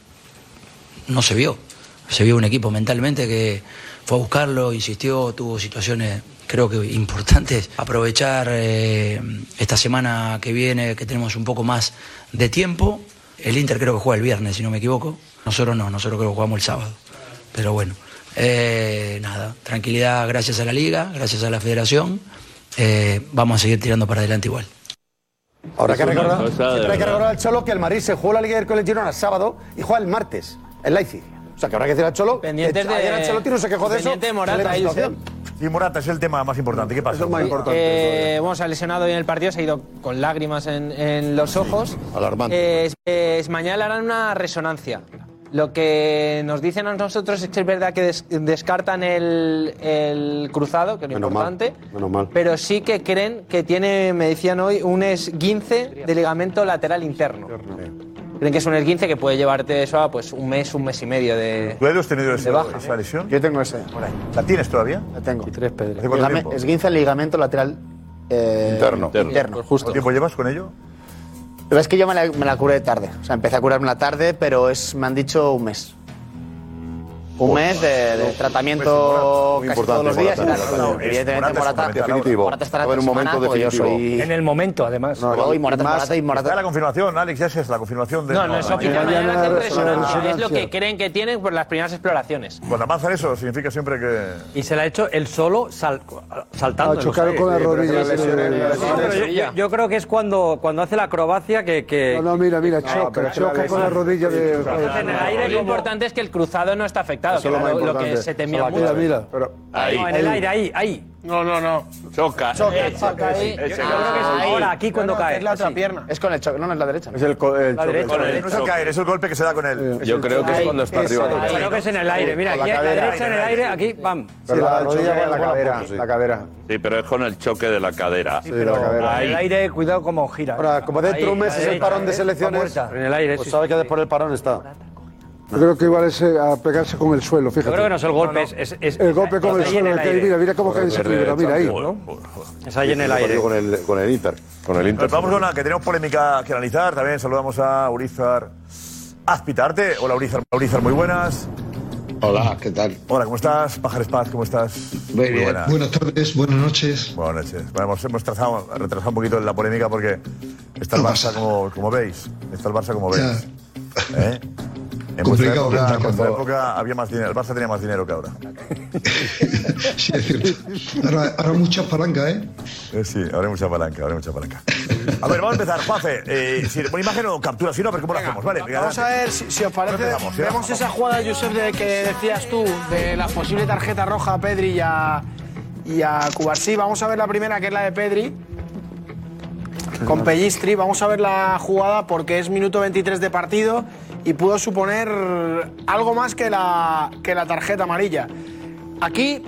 Speaker 29: no se vio. Se vio un equipo mentalmente que fue a buscarlo, insistió, tuvo situaciones creo que importantes. Aprovechar eh, esta semana que viene, que tenemos un poco más de tiempo. El Inter creo que juega el viernes, si no me equivoco. Nosotros no, nosotros creo que jugamos el sábado. Pero bueno, eh, nada, tranquilidad gracias a la liga, gracias a la federación. Eh, vamos a seguir tirando para adelante igual.
Speaker 19: Ahora que recordar,
Speaker 29: cosa de
Speaker 19: siempre hay que
Speaker 29: verdad.
Speaker 19: recordar al Cholo que el Madrid se jugó la Liga del Colegio Girona sábado y juega el martes en Leipzig. O sea que habrá que decir al Cholo.
Speaker 10: Pendientes
Speaker 19: que Ayer
Speaker 10: de-
Speaker 19: Ancelotti no se quejó de eso.
Speaker 10: pendiente de Morata,
Speaker 19: que le da
Speaker 10: ahí,
Speaker 19: situación.
Speaker 4: Y Morata es el tema más importante. ¿Qué pasa?
Speaker 10: Eh, bueno, se ha lesionado hoy en el partido, se ha ido con lágrimas en, en los ojos.
Speaker 11: Alarmante.
Speaker 10: Eh, es- es- mañana harán una resonancia. Lo que nos dicen a nosotros es que es verdad que des- descartan el, el cruzado, que es lo
Speaker 14: Menos mal.
Speaker 10: importante,
Speaker 14: Menos mal.
Speaker 10: pero sí que creen que tiene, me decían hoy, un esguince de ligamento lateral interno. Creen que es un esguince que puede llevarte eso a pues, un mes, un mes y medio de...
Speaker 4: ¿Tú Edu, has tenido
Speaker 10: De
Speaker 4: ese-
Speaker 10: baja.
Speaker 4: esa lesión?
Speaker 10: Yo
Speaker 19: tengo ese.
Speaker 4: Eh, ¿La tienes todavía?
Speaker 19: La tengo.
Speaker 10: tres pedras.
Speaker 4: ¿Hace cuánto
Speaker 19: Ligame-
Speaker 4: tiempo?
Speaker 19: Esguince el ligamento lateral eh,
Speaker 4: Interno.
Speaker 19: interno.
Speaker 4: ¿Cuánto tiempo llevas con ello?
Speaker 19: Lo que es que yo me la, me la curé tarde. O sea, empecé a curarme la tarde, pero es, me han dicho un mes. Un mes de, de tratamiento
Speaker 11: Muy
Speaker 19: casi
Speaker 11: importante,
Speaker 19: todos los días. y
Speaker 11: Morata.
Speaker 19: tal.
Speaker 11: No, no, es-
Speaker 19: Evidentemente,
Speaker 11: Morata es
Speaker 19: Morata,
Speaker 11: fundamental Definitivo. ahora.
Speaker 19: Morata estará
Speaker 11: Va a haber un
Speaker 19: tres
Speaker 11: momento
Speaker 19: semanas, porque yo
Speaker 11: definitivo.
Speaker 19: soy-
Speaker 11: En
Speaker 29: el momento, además.
Speaker 19: No, no, y Morata,
Speaker 4: Más-
Speaker 19: Morata y Morata.
Speaker 4: Está la confirmación, Alex, ya es la confirmación de.
Speaker 10: No, no es opinión,
Speaker 4: mañana.
Speaker 10: mañana hacen resonancia.
Speaker 4: resonancia.
Speaker 10: es lo que creen que tienen por las primeras exploraciones.
Speaker 4: Cuando avanza eso, significa siempre que.
Speaker 13: Y se la ha hecho él solo sal- saltando.
Speaker 10: Ha
Speaker 13: en
Speaker 10: chocado
Speaker 13: los
Speaker 10: con la
Speaker 13: aires.
Speaker 10: rodilla,
Speaker 13: pero es que la
Speaker 10: sí, sí,
Speaker 13: lesión
Speaker 10: sí,
Speaker 13: es-
Speaker 10: sí,
Speaker 13: Yo-
Speaker 10: sí.
Speaker 13: yo- Yo creo que es cuando, cuando hace la acrobacia que... que
Speaker 12: No, no, mira, mira, choca, choca con la rodilla de. eh,
Speaker 10: Lo importante es que el cruzado no está afectado, que
Speaker 12: lo
Speaker 10: era
Speaker 12: más
Speaker 10: lo, lo que
Speaker 12: importante.
Speaker 10: se temía
Speaker 12: Mira,
Speaker 10: mucho.
Speaker 12: mira.
Speaker 10: Ahí.
Speaker 13: No, en el aire, ahí, ahí.
Speaker 10: No, no, no.
Speaker 15: Choca.
Speaker 10: Choca,
Speaker 15: Ese,
Speaker 10: choca ahí.
Speaker 15: ese, ese.
Speaker 10: Yo creo que es
Speaker 15: Ahí.
Speaker 13: Ahora, aquí cuando cae.
Speaker 19: Es la otra pierna. Es con el choque, no, no es la derecha.
Speaker 14: Es el, co- el
Speaker 19: La
Speaker 14: choque.
Speaker 19: derecha.
Speaker 14: Con el
Speaker 4: Ah, No es el caer, es el golpe que se da con él.
Speaker 14: Yo creo que es cuando está arriba del
Speaker 13: Yo
Speaker 14: todo.
Speaker 13: Creo que es en el aire, mira,
Speaker 14: Con la
Speaker 13: aquí a la
Speaker 14: cadera.
Speaker 13: derecha en el aire, aquí, pam.
Speaker 14: Pero la rodilla
Speaker 13: choca
Speaker 14: con la
Speaker 13: con la
Speaker 14: cadera.
Speaker 13: boca,
Speaker 14: La cadera.
Speaker 15: Sí, pero es con el choque de la cadera. Sí,
Speaker 14: la cadera.
Speaker 13: En el aire, cuidado como gira.
Speaker 14: Ahora, como dentro de un mes es el parón de selecciones,
Speaker 13: En el aire,
Speaker 14: pues
Speaker 13: sí.
Speaker 14: sabe que después del parón está.
Speaker 12: Yo creo que igual es eh, a pegarse con el suelo, fíjate.
Speaker 13: Yo creo que no es el golpe, es- es- es-
Speaker 12: el golpe con
Speaker 13: es
Speaker 12: el
Speaker 13: ahí en
Speaker 12: suelo.
Speaker 13: el
Speaker 12: que-
Speaker 13: aire.
Speaker 12: mira, mira cómo cae en desequilibrio, mira ahí.
Speaker 13: Es ahí en el aire.
Speaker 11: Con el, con el Inter. Con el
Speaker 4: Nos vamos con una que tenemos polémica que analizar. También saludamos a Urizar Azpitarte. Hola, Urizar. Urizar, muy buenas.
Speaker 3: Hola, ¿qué tal?
Speaker 4: Hola, ¿cómo estás? Pájares Paz, ¿cómo estás?
Speaker 3: Muy bien.
Speaker 4: buenas.
Speaker 3: Buenas tardes, buenas noches.
Speaker 4: Buenas noches. Bueno, hemos hemos trazado- retrasado un poquito la polémica porque está el Barça como, como veis. Está el Barça como veis. ¿Eh? En vuestra
Speaker 3: Complicado
Speaker 4: época,
Speaker 3: plantar
Speaker 4: en vuestra
Speaker 3: cuando-
Speaker 4: época había más dinero. El Barça tenía más dinero que ahora.
Speaker 3: Sí, es cierto. Ahora, ahora muchas palancas, ¿eh?
Speaker 4: Eh, Sí, ahora hay mucha palanca, ahora hay mucha palanca. A ver, vamos a empezar, Juanfe. Eh, si por imagen o captura, si no, a ver cómo lo hacemos. Vale, venga,
Speaker 23: Vamos a
Speaker 4: adelante.
Speaker 23: ver si, si os parece.
Speaker 4: No empezamos, ya.
Speaker 23: Vemos esa jugada, Josep, de que decías tú, de la posible tarjeta roja a Pedri y a, y a Cubarsí. Vamos a ver la primera, que es la de Pedri, con Pellistri. Vamos a ver la jugada porque es minuto 23 de partido y pudo suponer algo más que la, que la tarjeta amarilla. Aquí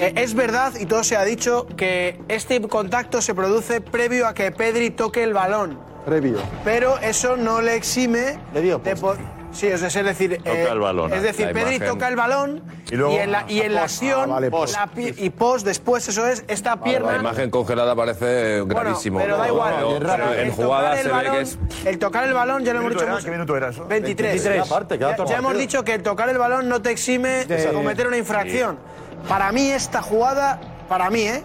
Speaker 23: eh, es verdad, y todo se ha dicho, que este contacto se produce previo a que Pedri toque el balón.
Speaker 14: Previo.
Speaker 23: Pero eso no le exime de po- Sí, es es decir, eh,
Speaker 15: Toca el balón,
Speaker 23: es decir,
Speaker 15: la
Speaker 23: Pedri
Speaker 15: imagen.
Speaker 23: toca el balón
Speaker 15: Y
Speaker 23: y,
Speaker 15: luego-
Speaker 23: en la, y en la acción la pi- y post después eso es esta pierna.
Speaker 8: La imagen congelada parece gravísimo.
Speaker 23: pero da igual.
Speaker 8: pero
Speaker 23: Pero
Speaker 8: en
Speaker 23: el
Speaker 8: jugada
Speaker 23: tocar el
Speaker 8: se ve que
Speaker 23: balón-
Speaker 8: es.
Speaker 23: El tocar el balón ya lo hemos
Speaker 4: ¿Qué
Speaker 23: dicho
Speaker 4: minuto era?
Speaker 23: mucho.
Speaker 4: ¿Qué minuto era eso?
Speaker 23: 23.
Speaker 4: Queda parte, queda
Speaker 23: ya,
Speaker 4: otro
Speaker 23: ya hemos
Speaker 4: partido.
Speaker 23: dicho que el tocar el balón no te exime de
Speaker 4: De-
Speaker 23: cometer una infracción. Para mí esta jugada, para mí, ¿eh?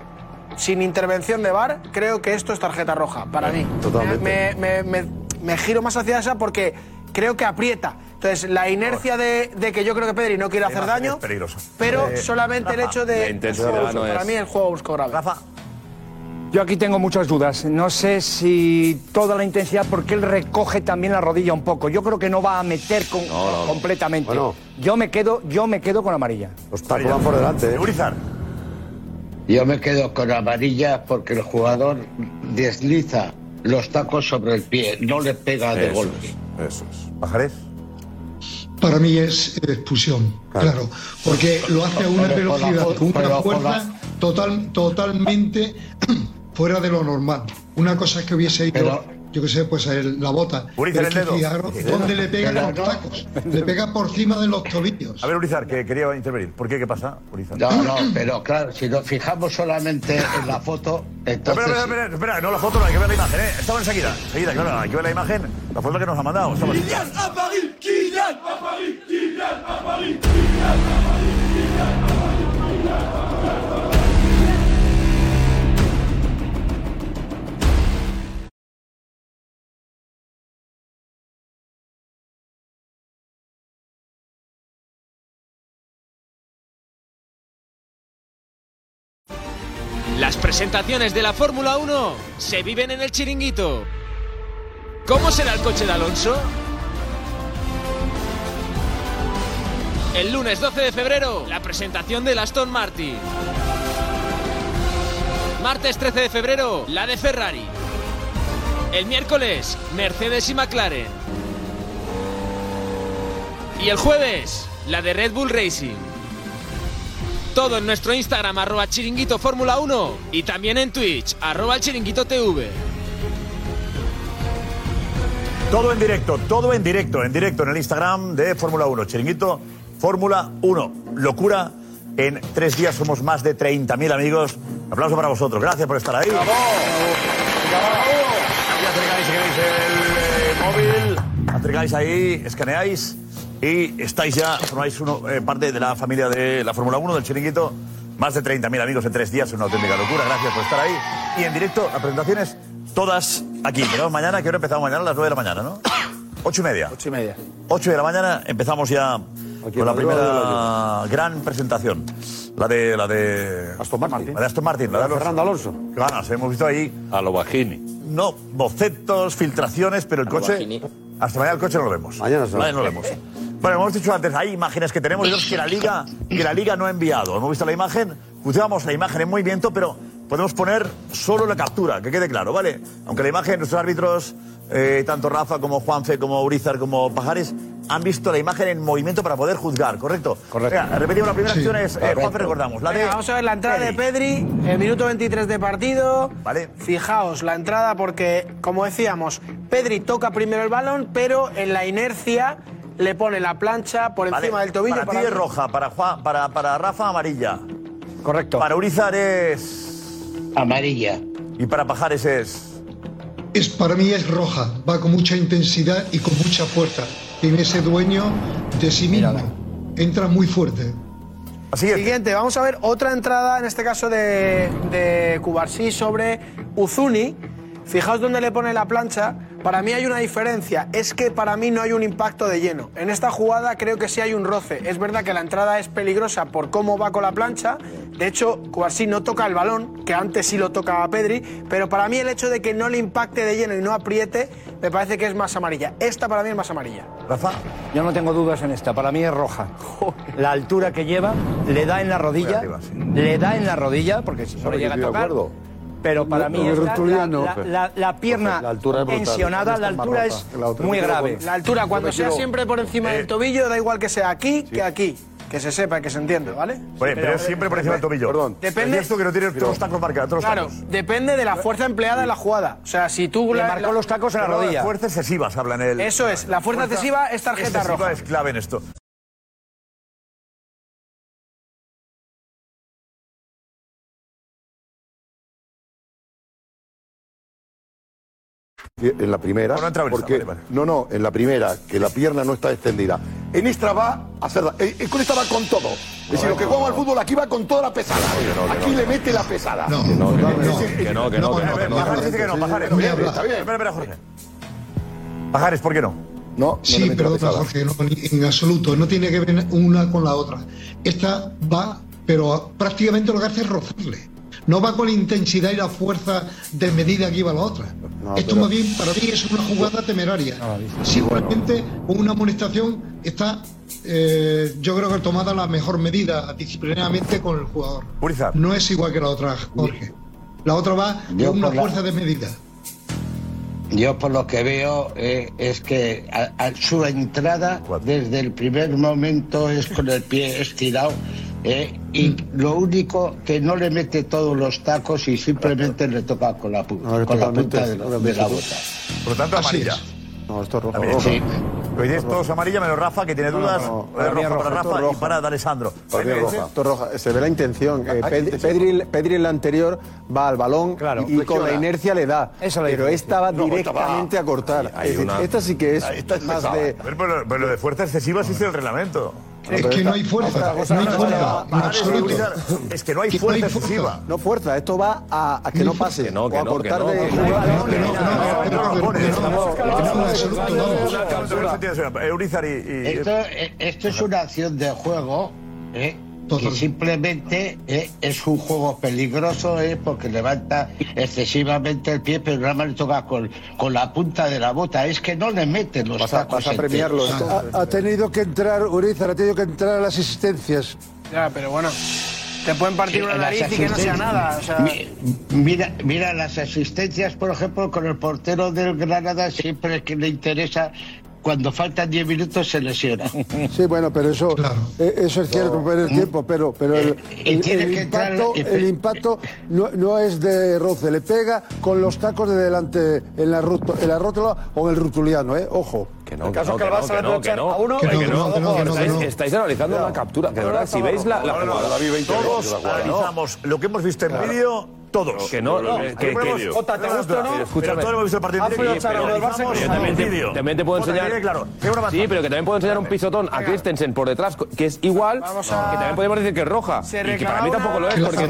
Speaker 23: sin intervención de VAR, creo que esto es tarjeta roja, para mí.
Speaker 14: Totalmente.
Speaker 23: Me, me- me- me giro más hacia esa porque creo que aprieta. Entonces, la inercia de, de que yo creo que Pedri no quiere hacer
Speaker 4: imagen
Speaker 23: daño,
Speaker 4: es peligrosa.
Speaker 23: pero
Speaker 4: Eh,
Speaker 23: solamente el
Speaker 4: Rafa,
Speaker 23: hecho
Speaker 4: la
Speaker 23: de...
Speaker 4: intensidad
Speaker 23: para
Speaker 4: no es-
Speaker 23: mí el juego buscó grave.
Speaker 16: Yo aquí tengo muchas dudas. No sé si toda la intensidad, porque él recoge también la rodilla un poco. Yo creo que no va a meter con-
Speaker 11: No, no.
Speaker 16: completamente.
Speaker 11: Bueno.
Speaker 16: Yo me quedo, yo me quedo con amarilla.
Speaker 11: Los
Speaker 3: tacos van por delante, ¿eh?
Speaker 4: Urizar.
Speaker 3: Yo me quedo con amarillas porque el jugador desliza los tacos sobre el pie, no le pega de
Speaker 11: Eso
Speaker 3: golpe.
Speaker 11: es, Eso es.
Speaker 4: ¿Bajarés?
Speaker 3: Para mí es expulsión, claro, porque lo hace a una Pero con la velocidad, fo- con pero una con fuerza la- total, totalmente fuera de lo normal. Una cosa es que hubiese ido, Pero- yo qué sé, pues el- la bota.
Speaker 4: Urizar,
Speaker 3: Pero
Speaker 4: el
Speaker 3: que
Speaker 4: dedo.
Speaker 3: fijaros ¿Dónde le pega
Speaker 4: Pero
Speaker 3: los
Speaker 4: no.
Speaker 3: tacos? Le pega por encima de los tobillos.
Speaker 4: A ver, Urizar, que quería intervenir. ¿Por qué? ¿Qué pasa, Urizar?
Speaker 3: No, no, pero claro, si nos fijamos solamente en la foto, entonces...
Speaker 4: espera, espera, espera, espera, no la foto, no, hay que ver la imagen, ¿eh? Estamos enseguida, enseguida, claro, hay que ver la imagen, la foto que nos ha mandado. Estamos...
Speaker 2: à Paris Kylian à Paris Kylian à Paris
Speaker 25: Las presentaciones de la Fórmula 1 se viven en el chiringuito. ¿Cómo será el coche de Alonso? El lunes 12 de febrero, la presentación del Aston Martin. Martes 13 de febrero, la de Ferrari. El miércoles, Mercedes y McLaren. Y el jueves, la de Red Bull Racing. Todo en nuestro Instagram, arroba chiringuito Fórmula 1 y también en Twitch, arroba el chiringuito TV.
Speaker 4: Todo en directo, todo en directo, en directo en el Instagram de Fórmula 1, chiringuito, Fórmula 1, locura, en tres días somos más de 30.000 amigos, Un aplauso para vosotros, gracias por estar ahí. Aquí acercáis, si queréis, el eh, móvil, acercáis ahí, escaneáis y estáis ya, formáis uno, eh, parte de la familia de la Fórmula 1, del chiringuito. Más de 30.000 amigos en tres días, una auténtica locura. Gracias por estar ahí. Y en directo, las presentaciones todas aquí. Llegamos mañana, que ahora empezamos mañana a las 9 de la mañana, ¿no? Ocho y media. Ocho y media. Ocho de la mañana empezamos ya con la
Speaker 11: madrugada de
Speaker 4: primera gran presentación. La de, la de... Aston Martin. La de Aston Martin. La de Fernando Alonso. Ganas, hemos visto ahí...
Speaker 15: A lo bajini.
Speaker 4: No, bocetos, filtraciones, pero el coche... Hasta mañana el coche no lo vemos. Mañana
Speaker 11: se lo-
Speaker 4: no lo vemos. Bueno, hemos dicho antes, hay imágenes que tenemos Dios, que la liga que la liga no ha enviado. Hemos visto la imagen, juzgamos la imagen en movimiento, pero podemos poner solo la captura, que quede claro, ¿vale? Aunque la imagen, nuestros árbitros, eh, tanto Rafa como Juanfe, como Urizar, como Pajares, han visto la imagen en movimiento para poder juzgar, ¿correcto? Correcto. repetimos, la primera
Speaker 23: Sí,
Speaker 4: acción es, eh,
Speaker 23: correcto.
Speaker 4: Juanfe, recordamos, la de...
Speaker 23: Venga, vamos a ver la entrada de Pedri, el minuto 23 de partido. Vale. Fijaos, la entrada porque, como decíamos, Pedri toca primero el balón, pero en la inercia le pone la plancha por
Speaker 4: Vale,
Speaker 23: encima del tobillo.
Speaker 4: Para, ti es roja, para, Juan, para, para Rafa amarilla.
Speaker 23: Correcto.
Speaker 4: Para Urizar es...
Speaker 3: Amarilla.
Speaker 4: Y para Pajares es...
Speaker 3: Es, para mí es roja, va con mucha intensidad y con mucha fuerza. Tiene ese dueño de sí mismo, entra muy fuerte.
Speaker 4: Siguiente.
Speaker 23: vamos a ver otra entrada, en este caso de, de Cubarsí, sobre Uzuni. Fijaos dónde le pone la plancha, Para mí hay una diferencia, es que para mí no hay un impacto de lleno. En esta jugada creo que sí hay un roce. Es verdad que la entrada es peligrosa por cómo va con la plancha. De hecho, Cuarsí no toca el balón, que antes sí lo tocaba Pedri, pero para mí el hecho de que no le impacte de lleno y no apriete, me parece que es más amarilla. Esta para mí es más amarilla.
Speaker 4: Rafa.
Speaker 1: Yo no tengo dudas en esta, para mí es roja. La altura que lleva le da en la rodilla,
Speaker 4: arriba, sí.
Speaker 1: le da en la rodilla, porque si no
Speaker 4: Sobre
Speaker 1: le llega a
Speaker 4: estoy de
Speaker 1: tocar.
Speaker 4: acuerdo.
Speaker 1: Pero para
Speaker 4: No,
Speaker 1: mí
Speaker 4: no,
Speaker 1: esta, la,
Speaker 4: Tertuliano.
Speaker 1: la- la- la pierna
Speaker 4: La altura es brutal.
Speaker 1: tensionada,
Speaker 23: Esta
Speaker 1: la
Speaker 23: es más
Speaker 1: altura
Speaker 23: roja
Speaker 1: es
Speaker 23: que la otra.
Speaker 1: muy
Speaker 23: Yo me
Speaker 1: grave.
Speaker 23: equivoco. La altura, cuando sea siempre por encima
Speaker 4: Eh.
Speaker 23: del tobillo, da igual que sea aquí que aquí. Que se sepa, que se entienda, ¿vale?
Speaker 4: Oye, pero, es siempre por encima del tobillo. Perdón.
Speaker 23: Depende-
Speaker 4: El gesto que no tiene todos los tacos marcados. Todos los
Speaker 23: Claro,
Speaker 4: tacos.
Speaker 23: depende de la fuerza empleada en la jugada. O sea, si tú... la- la-
Speaker 4: Pero de Fuerzas excesivas hablan el.
Speaker 23: Eso es, la fuerza excesiva es tarjeta
Speaker 4: excesiva
Speaker 23: roja.
Speaker 4: es clave en esto.
Speaker 11: En la primera.
Speaker 4: Bueno, entra Brisa,
Speaker 11: porque,
Speaker 4: vale, vale.
Speaker 11: No, no, en la primera, que la pierna no está extendida. En esta va a hacer. eh, eh, Con esta va con todo. Es decir, los que jugamos al fútbol aquí va con toda la pesada. Aquí le mete la pesada. No, no,
Speaker 15: Que no, que no, que no. que no.
Speaker 4: Pajares dice que no, Pajares. Espera, espera, Jorge. Pajares, ¿por qué no?
Speaker 11: No,
Speaker 3: Sí, perdona, Jorge, no, ni- en absoluto. No tiene que ver una con la otra. Esta va, pero a- prácticamente lo que hace es rozarle. No va con la intensidad y la fuerza de medida que iba la otra.
Speaker 11: No,
Speaker 3: Esto
Speaker 11: pero- Ah,
Speaker 3: más bien, para mí, es una jugada temeraria. Simplemente con una amonestación está, eh, yo creo que tomada la mejor medida disciplinariamente con el jugador. No es igual que la otra, Jorge. La otra va
Speaker 21: Yo
Speaker 3: con una
Speaker 21: por la-
Speaker 3: fuerza desmedida.
Speaker 21: Yo por lo que veo eh, es que a- a su entrada desde el primer momento es con el pie estirado eh, y lo único que no le mete todos los tacos y simplemente le toca pues, con la, pu- con la punta de, la- de la bota.
Speaker 4: Por lo tanto, amarilla.
Speaker 14: No, esto es rojo.
Speaker 4: También.
Speaker 14: rojo.
Speaker 4: Sí. Lo dices todos amarilla menos Rafa, que tiene
Speaker 14: No, no,
Speaker 4: dudas.
Speaker 14: no.
Speaker 4: Eh,
Speaker 14: Para mí es
Speaker 4: roja
Speaker 14: roja,
Speaker 4: para
Speaker 14: todo
Speaker 4: Rafa y
Speaker 14: roja.
Speaker 4: para D'Alessandro.
Speaker 14: Para mí es roja.
Speaker 4: Alessandro.
Speaker 14: Esto es roja. Se ve la intención. Eh,
Speaker 4: Hay
Speaker 14: Ped-
Speaker 4: intención.
Speaker 14: Pedri, Pedri en la anterior va al balón y, con la
Speaker 4: Flexiona.
Speaker 14: inercia le da. pero esta va directamente a cortar.
Speaker 4: Hay
Speaker 14: Es decir,
Speaker 4: una-
Speaker 14: Esta sí que es,
Speaker 4: Esta es
Speaker 14: más
Speaker 4: pesada.
Speaker 14: de...
Speaker 4: Pero, pero- pero pues lo de fuerza excesiva sí es el reglamento.
Speaker 3: Es que no hay fuerza, no hay fuerza, en absoluto.
Speaker 4: Es que no hay fuerza excesiva.
Speaker 14: No fuerza, esto va a, a que no pase.
Speaker 15: no, que
Speaker 14: o a
Speaker 15: no,
Speaker 14: cortar
Speaker 15: que no,
Speaker 14: de...
Speaker 15: que no,
Speaker 4: Eurizar y- y-
Speaker 21: Esto, eh, esto es una acción de juego ¿eh? que simplemente eh, es un juego peligroso ¿eh? porque levanta excesivamente el pie, pero nada más le toca con, con la punta de la bota. Es que no le meten los tacos enteros. Ah.
Speaker 12: Ha, ha tenido que entrar, Urizar, ha tenido que entrar a las asistencias.
Speaker 23: Ya, pero bueno, te pueden partir
Speaker 21: Sí,
Speaker 23: una
Speaker 21: las
Speaker 23: nariz y que no sea
Speaker 21: asistencias-
Speaker 23: nada. O sea,
Speaker 21: Mi- Mira, mira las asistencias, por ejemplo, con el portero del Granada, siempre que le interesa, cuando faltan 10 minutos se lesiona.
Speaker 12: Sí, bueno, pero eso, eh, eso es cierto, pero el tiempo, pero, pero el,
Speaker 21: Eh, y
Speaker 12: el-
Speaker 21: tiene
Speaker 12: el
Speaker 21: que entrar-
Speaker 12: impacto,
Speaker 21: eh,
Speaker 12: el impacto no, no es de roce, le pega con los tacos de delante en la, ruto- en la rótula o en el rutuliano, ¿eh? Ojo.
Speaker 8: No,
Speaker 14: El caso es que
Speaker 8: no,
Speaker 14: el Barça
Speaker 8: no,
Speaker 14: le puede
Speaker 8: que
Speaker 14: echar
Speaker 8: no.
Speaker 14: a uno,
Speaker 8: Que no,
Speaker 14: que
Speaker 8: que no,
Speaker 14: no, que no,
Speaker 8: que
Speaker 14: que no.
Speaker 8: estáis- Estáis analizando
Speaker 4: Claro.
Speaker 8: una captura, que de
Speaker 4: No,
Speaker 8: verdad,
Speaker 4: no,
Speaker 8: si
Speaker 4: estaba
Speaker 8: veis la...
Speaker 4: rojo.
Speaker 8: la
Speaker 4: No, no,
Speaker 8: jugada-
Speaker 4: David, 20
Speaker 8: Todos
Speaker 4: Todos analizamos lo que hemos visto en vídeo, todos.
Speaker 15: Que no, no, que- que-
Speaker 4: Jota, ¿te gusta o no? Pero
Speaker 15: Escúchame.
Speaker 4: todos hemos visto el partido en
Speaker 15: Sí,
Speaker 4: directo.
Speaker 15: pero
Speaker 4: Analizamos
Speaker 15: yo también
Speaker 4: en
Speaker 15: te,
Speaker 4: vídeo.
Speaker 15: también te puedo
Speaker 4: Jota,
Speaker 15: enseñar.
Speaker 4: tiene Claro,
Speaker 15: sí, pero que también puedo enseñar un pisotón a Christensen por detrás, que es igual, que también podemos decir que es roja. Y que para mí tampoco lo es, porque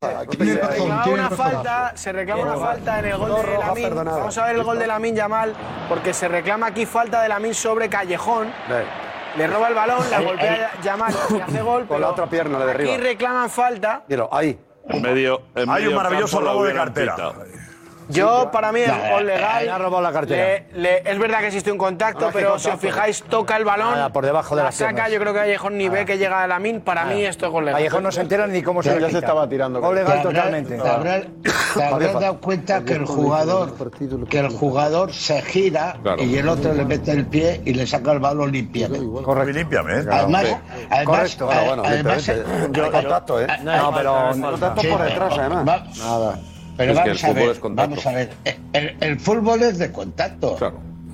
Speaker 23: se reclama una falta, se reclama una falta en el gol de Lamin. Vamos a ver el gol de Lamin Yamal, porque se reclama aquí falta de Lamin sobre Callejón. Le roba el balón, la
Speaker 7: Eh,
Speaker 14: Ahí,
Speaker 23: golpea
Speaker 14: ahí.
Speaker 23: Yamal, le hace gol.
Speaker 14: Con la
Speaker 23: pero
Speaker 14: otra pierna le derriba.
Speaker 23: Aquí reclaman falta.
Speaker 14: Míralo, ahí.
Speaker 15: En medio, en
Speaker 14: Hay un
Speaker 15: medio
Speaker 14: maravilloso
Speaker 15: campo la
Speaker 14: robo de
Speaker 15: hubieran
Speaker 14: cartera.
Speaker 15: pitado.
Speaker 23: Yo, para mí, es
Speaker 14: Nah,
Speaker 23: gol legal.
Speaker 14: le ha robado la cartera.
Speaker 23: Le- le- es verdad que existe un contacto,
Speaker 14: Habrá que
Speaker 23: pero si os
Speaker 14: contacto.
Speaker 23: fijáis, toca el balón.
Speaker 1: Nada, por debajo de
Speaker 23: la
Speaker 1: las
Speaker 23: saca.
Speaker 1: piernas.
Speaker 23: Yo creo que Callejón ni ve que llega a Lamin. Para mí, esto es gol legal.
Speaker 1: Callejón no se entera ni cómo se
Speaker 14: Ya-
Speaker 1: le
Speaker 14: ya se
Speaker 1: quita.
Speaker 14: estaba tirando.
Speaker 1: Gol
Speaker 14: Te
Speaker 1: legal
Speaker 14: habrá-
Speaker 1: totalmente.
Speaker 14: te habrá-
Speaker 21: Te habrás dado cuenta que el jugador que el jugador se gira
Speaker 4: Claro.
Speaker 21: y el otro le mete el pie y le saca el balón limpiamente.
Speaker 4: Correcto. Límpiame, ¿eh?
Speaker 21: Además, además,
Speaker 4: Correcto.
Speaker 21: a-
Speaker 4: Ah, bueno,
Speaker 21: además-
Speaker 4: evidentemente. Yo- contacto, ¿eh? No,
Speaker 21: hay-
Speaker 4: pero-
Speaker 21: hay falta.
Speaker 14: Contacto por
Speaker 21: Sí,
Speaker 14: detrás,
Speaker 21: pero-
Speaker 14: además.
Speaker 21: va-
Speaker 14: Nada.
Speaker 21: Pero
Speaker 14: Es que
Speaker 21: vamos
Speaker 14: el
Speaker 21: a
Speaker 14: fútbol
Speaker 21: ver,
Speaker 14: es contacto.
Speaker 21: vamos a ver. El, el fútbol es de contacto.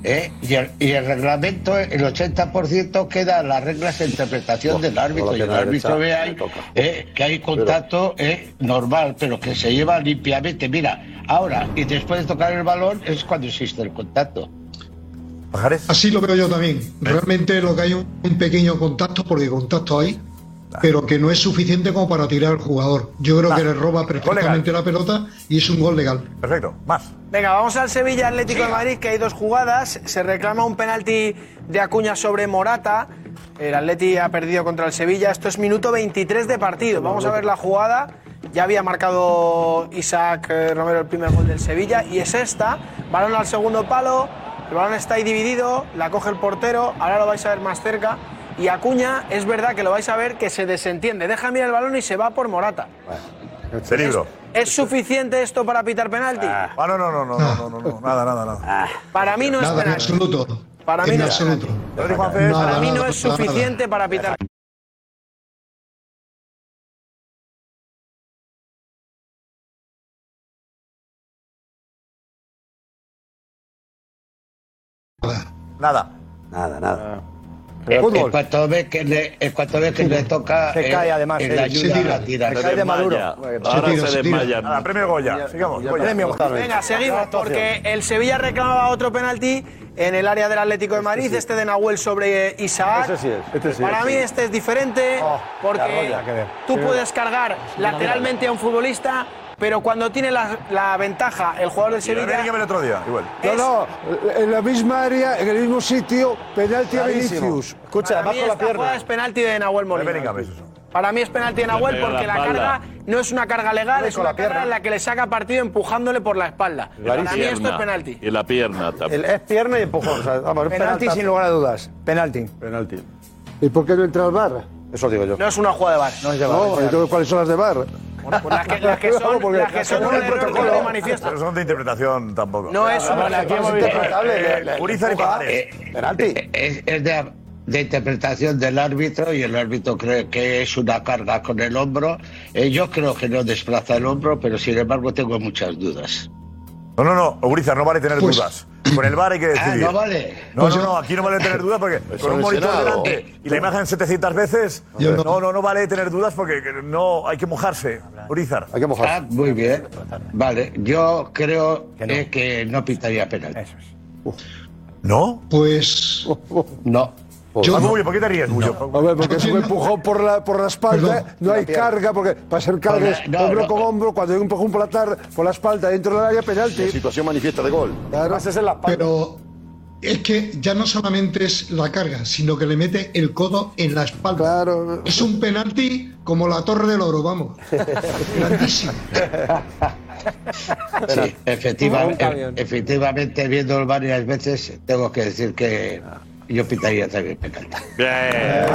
Speaker 21: ¿eh? Y, el, y el reglamento, el 80% queda a las reglas de interpretación del
Speaker 14: con
Speaker 21: árbitro.
Speaker 14: la
Speaker 21: Y el
Speaker 14: pierna
Speaker 21: árbitro ve
Speaker 14: derecha
Speaker 21: ahí
Speaker 14: le toca.
Speaker 21: eh, que hay contacto eh, normal, pero que se lleva limpiamente. Mira, ahora y después de tocar el balón es cuando existe el contacto.
Speaker 4: ¿Pajares?
Speaker 3: Así lo veo yo también. Realmente lo que hay es un pequeño contacto, porque contacto hay, pero que no es suficiente como para tirar al jugador. Yo creo
Speaker 4: Nah.
Speaker 3: que le roba perfectamente la pelota y es un gol legal.
Speaker 4: Perfecto, más.
Speaker 23: Venga, vamos al Sevilla Atlético de Madrid, que hay dos jugadas. Se reclama un penalti de Acuña sobre Morata. El Atleti ha perdido contra el Sevilla. Esto es minuto 23 de partido. Vamos a ver la jugada. Ya había marcado Isaac eh, Romero el primer gol del Sevilla y es esta. Balón al segundo palo. El balón está ahí dividido. La coge el portero. Ahora lo vais a ver más cerca. Y Acuña, es verdad que lo vais a ver que se desentiende. Deja mirar el balón y se va por Morata.
Speaker 4: Peligro.
Speaker 23: ¿Es suficiente esto para pitar penalti?
Speaker 4: Este Ah, no, no, no, no, no, no, no, nada, nada, nada.
Speaker 23: Para mí no es
Speaker 3: Nada, en
Speaker 23: penalti.
Speaker 3: absoluto.
Speaker 23: Para mí
Speaker 3: en
Speaker 23: no es
Speaker 3: absoluto.
Speaker 23: Para
Speaker 3: Nada,
Speaker 23: mí no
Speaker 3: nada,
Speaker 23: es
Speaker 3: nada.
Speaker 23: suficiente para pitar.
Speaker 4: Nada.
Speaker 6: Nada, nada.
Speaker 21: Eh,
Speaker 6: Fútbol.
Speaker 21: En cuanto ve que le, en cuanto ve que le toca.
Speaker 6: Se
Speaker 21: eh,
Speaker 6: cae, además,
Speaker 21: en
Speaker 6: eh,
Speaker 21: la
Speaker 6: se
Speaker 21: ayuda,
Speaker 6: tira,
Speaker 21: la tira.
Speaker 6: se cae de maduro.
Speaker 21: Ahora se desmaya.
Speaker 4: Nada, premio Goya. Sigamos. Goya.
Speaker 23: Venga, seguimos, porque el Sevilla reclamaba otro penalti en el área del Atlético de Madrid, este de Nahuel sobre Isaac.
Speaker 14: Ese sí es, este sí
Speaker 23: Para
Speaker 14: es.
Speaker 23: mí este es diferente, porque
Speaker 14: arrolla, que ver.
Speaker 23: tú
Speaker 14: Sí.
Speaker 23: puedes cargar
Speaker 14: Sí,
Speaker 23: lateralmente a un futbolista, pero cuando tiene la, la ventaja el jugador del Sevilla...
Speaker 4: que ver otro día, igual.
Speaker 12: No, no, en la misma área, en el mismo sitio, penalti a
Speaker 23: Clarísimo.
Speaker 12: Vinicius.
Speaker 23: Para mí esta jugada es penalti de Nahuel Molina. Para mí es penalti de
Speaker 12: Le
Speaker 23: Nahuel
Speaker 12: pega la
Speaker 23: porque la,
Speaker 12: espalda.
Speaker 23: carga no es una carga legal,
Speaker 12: Le
Speaker 23: es
Speaker 12: con
Speaker 23: una
Speaker 12: la
Speaker 23: carga
Speaker 12: pierna.
Speaker 23: en la que le saca partido empujándole por la espalda. Para mí esto es penalti.
Speaker 15: Y la pierna también.
Speaker 14: El, es pierna y empujón. o sea, vamos,
Speaker 1: Penalti sin lugar a dudas. Penalti.
Speaker 14: Penalti.
Speaker 12: ¿Y por qué no entra al bar?
Speaker 14: Eso digo yo.
Speaker 23: No es una jugada de bar.
Speaker 14: No es de bar,
Speaker 12: No,
Speaker 14: es de bar.
Speaker 12: entonces, ¿cuáles son las de bar?
Speaker 23: Las que, las que son,
Speaker 12: Porque-
Speaker 23: las que son un error que no le manifiesta.
Speaker 4: Pero son de interpretación tampoco.
Speaker 23: No es
Speaker 4: una
Speaker 23: una- Bueno, aquí hemos visto-
Speaker 4: interpretable.
Speaker 23: Eh,
Speaker 4: Urizar y Pajares.
Speaker 21: Penalti. Eh, Es, es de, de interpretación del árbitro y el árbitro cree que es una carga con el hombro. Eh, yo creo que no desplaza el hombro, pero sin embargo tengo muchas dudas.
Speaker 4: No, no, no, Urizar, no vale tener
Speaker 21: Pues- Ah,
Speaker 4: dudas. Con el bar hay que decidir.
Speaker 21: no vale.
Speaker 4: No, no, no, aquí no vale tener dudas porque
Speaker 21: Pues
Speaker 4: con un monitor
Speaker 21: seleccionado.
Speaker 4: delante y la imagen 700 veces, no, no, no vale tener dudas porque que no hay que mojarse. Urizar.
Speaker 21: Hay que mojar. Ah, muy bien. Vale, yo creo eh, que no, pitaría penalti.
Speaker 4: ¿No?
Speaker 3: Pues.
Speaker 21: No.
Speaker 4: Ah, Gullo, ¿por qué te ríes, Gullo?
Speaker 12: Pues A ver, porque es un empujón por la, por la espalda, ¿eh?
Speaker 4: Perdón.
Speaker 12: no hay
Speaker 4: La pierna.
Speaker 12: carga, porque para ser cargas
Speaker 4: No, no,
Speaker 12: hombro
Speaker 4: no.
Speaker 12: con hombro, cuando hay un empujón por la, tar- por la espalda dentro del área, penalti.
Speaker 11: Situación manifiesta de gol.
Speaker 12: Claro.
Speaker 3: Pero es que ya no solamente es la carga, sino que le mete el codo en la espalda. Es un penalti como la Torre del Oro, vamos. Grandísimo.
Speaker 4: Eh,
Speaker 21: Sí,
Speaker 3: Un
Speaker 21: efectivamente,
Speaker 3: camión.
Speaker 21: efectivamente, viendo varias veces, tengo que decir que yo pitaría también penalti.
Speaker 15: Bien.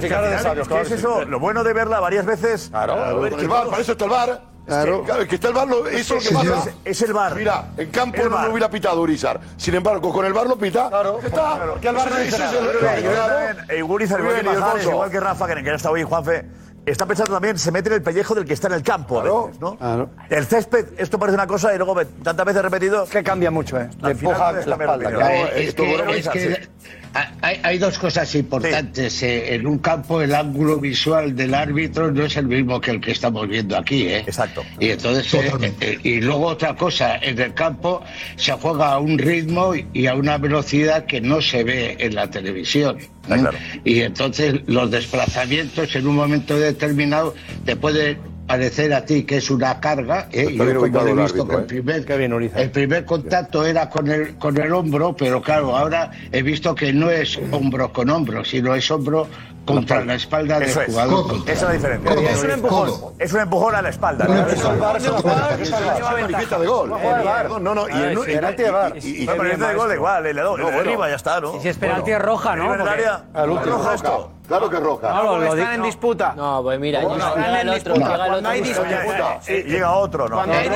Speaker 4: Claro, de sabios, ¿Qué es eso? Lo bueno de verla varias veces.
Speaker 11: Claro,
Speaker 4: Ver,
Speaker 11: con el VAR, para eso está el VAR. Es que, claro, es que está el VAR, lo- eso es lo que pasa.
Speaker 4: Es el VAR.
Speaker 11: Mira, en campo
Speaker 4: El
Speaker 11: no
Speaker 4: VAR.
Speaker 11: lo hubiera pitado Urizar. Sin embargo, con el VAR lo pita. Claro, está.
Speaker 4: Que al Barça no dice
Speaker 11: Ese- ese
Speaker 4: nada.
Speaker 11: es el-
Speaker 4: Pero, eh,
Speaker 11: claro.
Speaker 4: yo también, eh, Urizar,
Speaker 11: Muy
Speaker 4: igual que
Speaker 11: bien,
Speaker 4: Pajares,
Speaker 11: Ildefonso.
Speaker 4: igual que Rafa, que que no está hoy, Juanfe, está pensando también, se mete en el pellejo del que está en el campo, a veces, ¿no? El césped, esto parece una cosa y luego ve- tantas veces repetido.
Speaker 1: que cambia mucho, ¿eh?
Speaker 4: Le
Speaker 1: empuja la espalda, claro.
Speaker 21: Eh, es que- es que ha- hay, hay dos cosas importantes. eh, en un campo el ángulo visual del árbitro no es el mismo que el que estamos viendo aquí. ¿eh?
Speaker 4: Exacto.
Speaker 21: Y entonces eh, eh, y luego otra cosa, en el campo se juega a un ritmo y a una velocidad que no se ve en la televisión. ¿eh? Y entonces los desplazamientos en un momento determinado te pueden parecer a ti que es una carga ¿eh? Y
Speaker 14: Está bien
Speaker 21: yo como
Speaker 14: ubicado
Speaker 21: lo he
Speaker 14: el
Speaker 21: visto
Speaker 14: árbitro,
Speaker 21: que el
Speaker 14: ¿eh?
Speaker 21: primer, el primer contacto era con el, con el hombro, pero claro, ahora he visto que no es hombro con hombro, sino es hombro contra la espalda del
Speaker 4: Eso es.
Speaker 21: jugador.
Speaker 4: Codo.
Speaker 21: contrario.
Speaker 4: Esa es la diferencia. Es un empujón. Es un empujón a la espalda. ¿no?
Speaker 11: manifiesta de gol. No, no, y
Speaker 4: Ah,
Speaker 11: en- en- y- y- y-
Speaker 4: No, pero este de gol igual, le doy.
Speaker 11: No,
Speaker 4: Le
Speaker 11: bueno.
Speaker 4: arriba, ya está, ¿no?
Speaker 11: Y si es penalti es
Speaker 4: roja,
Speaker 11: ¿no? Porque- Al último.
Speaker 4: roja
Speaker 11: Roja.
Speaker 4: esto.
Speaker 11: Claro que roja.
Speaker 23: No, porque están en disputa. No, pues mira, están en disputa. Cuando hay disputa.
Speaker 4: Eh, Llega otro, ¿no.
Speaker 23: Cuando hay-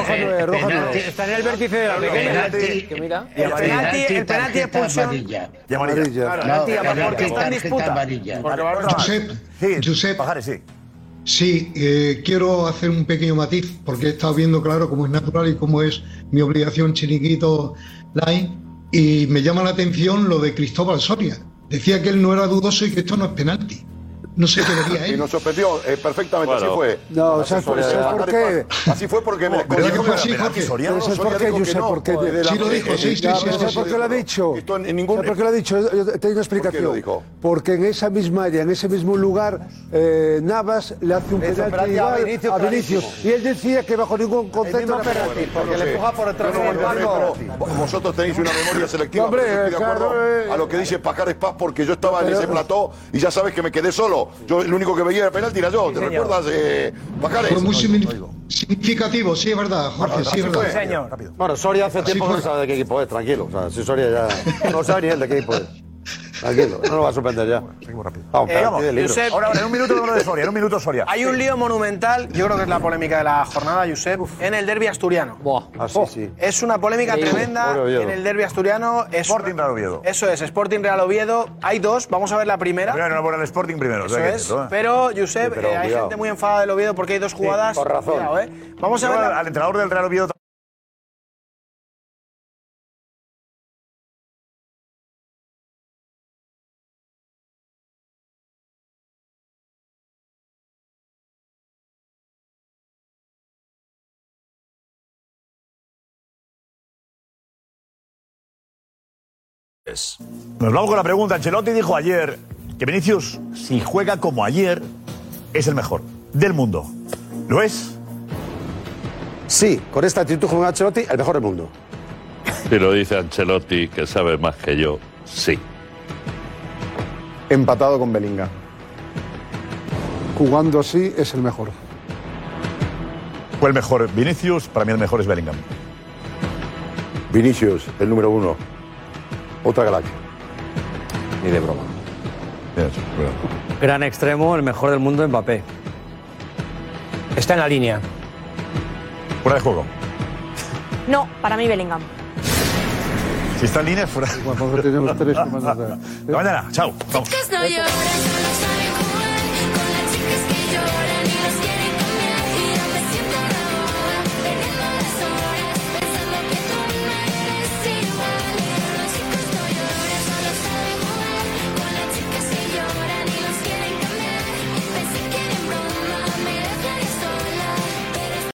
Speaker 4: Está en el vértice de la
Speaker 23: Penalti.
Speaker 4: Y
Speaker 23: El penalti,
Speaker 4: amarilla.
Speaker 23: el penalti
Speaker 4: Tarjeta
Speaker 23: expulsión.
Speaker 4: amarilla. Y amarilla.
Speaker 23: Claro,
Speaker 4: No,
Speaker 23: penalti,
Speaker 4: penalti,
Speaker 23: porque está en
Speaker 4: tarjeta
Speaker 23: disputa.
Speaker 4: amarilla.
Speaker 23: Porque va a haber otra
Speaker 3: Josep, Josep,
Speaker 4: sí.
Speaker 3: eh, quiero hacer un pequeño matiz porque he estado viendo, claro, cómo es natural y cómo es mi obligación chiniquito line. Y me llama la atención lo de Cristóbal Soria. Decía que él no era dudoso y que esto no es penalti. no sé qué vería
Speaker 11: Y
Speaker 3: él.
Speaker 11: nos sorprendió eh, perfectamente,
Speaker 3: Bueno.
Speaker 11: así fue.
Speaker 12: No,
Speaker 11: La
Speaker 12: ¿sabes por-
Speaker 11: asesoría de
Speaker 12: ¿sabes
Speaker 11: Bacari
Speaker 12: por qué?
Speaker 11: Paz. Así fue porque me
Speaker 12: Pero dijo que sí,
Speaker 11: Pero
Speaker 12: Jorge.
Speaker 11: Soriano,
Speaker 12: Pero ¿sabes
Speaker 11: Soriano
Speaker 12: por qué?
Speaker 11: dijo
Speaker 12: Yo
Speaker 11: que
Speaker 12: sé
Speaker 11: no,
Speaker 12: por qué.
Speaker 11: joder, de la- eh, eh,
Speaker 12: Ya, ¿Sabes por qué lo ha dicho? ¿Sabes por qué lo ha dicho? Yo te doy una explicación.
Speaker 11: lo dijo?
Speaker 12: Porque en esa misma área, en ese mismo lugar, eh, Navas le hace un
Speaker 11: Le hizo
Speaker 12: penalti
Speaker 11: penalti a
Speaker 12: igual
Speaker 11: Vinicius
Speaker 12: a Vinicius.
Speaker 11: clarísimo.
Speaker 12: Y él decía que bajo ningún concepto... era penalti.
Speaker 11: Yo no sé. Yo no valoré, pero vos- Vosotros tenéis una memoria selectiva.
Speaker 12: Hombre,
Speaker 11: pero yo estoy de
Speaker 12: claro, eh.
Speaker 11: acuerdo a lo que dice Pajares Paz, porque yo estaba en
Speaker 12: Pero-
Speaker 11: ese plató y ya sabes que me quedé solo. Yo el único que veía era penalti era yo. ¿Te
Speaker 3: señor.
Speaker 11: recuerdas, eh, Pajares?
Speaker 3: Fue muy signifi- significativo, sí, es verdad, Jorge, sí, es verdad.
Speaker 6: Bueno, Soria hace
Speaker 3: Así
Speaker 6: tiempo que
Speaker 3: fue.
Speaker 6: no sabe de qué equipo es, tranquilo. O sea, si Soria ya. No sabe ni él de qué equipo es. Tranquilo, no nos va a sorprender ya. Vamos,
Speaker 23: Eh, vamos,
Speaker 6: penalti de libro.
Speaker 23: Josep. Ahora, ahora, en un minuto vamos a hablar de Soria, en un
Speaker 4: minuto Soria.
Speaker 23: Hay un lío monumental, yo creo que es la polémica de la jornada, Josep, en el derby asturiano.
Speaker 6: Ah, sí, sí.
Speaker 23: Es una polémica
Speaker 6: Increíble.
Speaker 23: tremenda
Speaker 6: Pobre Oviedo.
Speaker 23: en el derbi asturiano. Es Sporting
Speaker 4: Real Oviedo.
Speaker 23: Eso es, Sporting Real Oviedo. Hay dos, vamos a ver la primera.
Speaker 4: Pero no por el Sporting primero.
Speaker 23: Eso
Speaker 4: o sea que
Speaker 23: es.
Speaker 4: todo, ¿eh?
Speaker 23: Pero, Josep,
Speaker 4: Sí, pero
Speaker 23: eh, hay
Speaker 4: cuidado.
Speaker 23: gente muy enfadada del Oviedo porque hay dos jugadas.
Speaker 4: por razón.
Speaker 23: Cuidado, ¿eh? Vamos a
Speaker 4: Yo
Speaker 23: ver. la-
Speaker 4: al- Al entrenador del Real Oviedo Nos vamos con la pregunta. Ancelotti dijo ayer que Vinicius, si juega como ayer, es el mejor del mundo. ¿Lo es?
Speaker 6: Sí, con esta actitud con Ancelotti, el mejor del mundo.
Speaker 15: Si lo dice Ancelotti, que sabe más que yo, sí.
Speaker 14: Empatado con Belinga.
Speaker 12: Jugando así es el mejor.
Speaker 4: Fue el mejor Vinicius, para mí el mejor es Bellingham.
Speaker 11: Vinicius, el número uno. Otra galaxia.
Speaker 8: Ni de broma.
Speaker 13: Gran extremo, el mejor del mundo, Mbappé. Está en la línea.
Speaker 4: Fuera de juego.
Speaker 17: No, para mí Bellingham.
Speaker 4: Si está en línea, fuera. Bueno,
Speaker 12: tenemos tres
Speaker 4: Hasta mañana, chao. Vamos.
Speaker 17: no llores, solo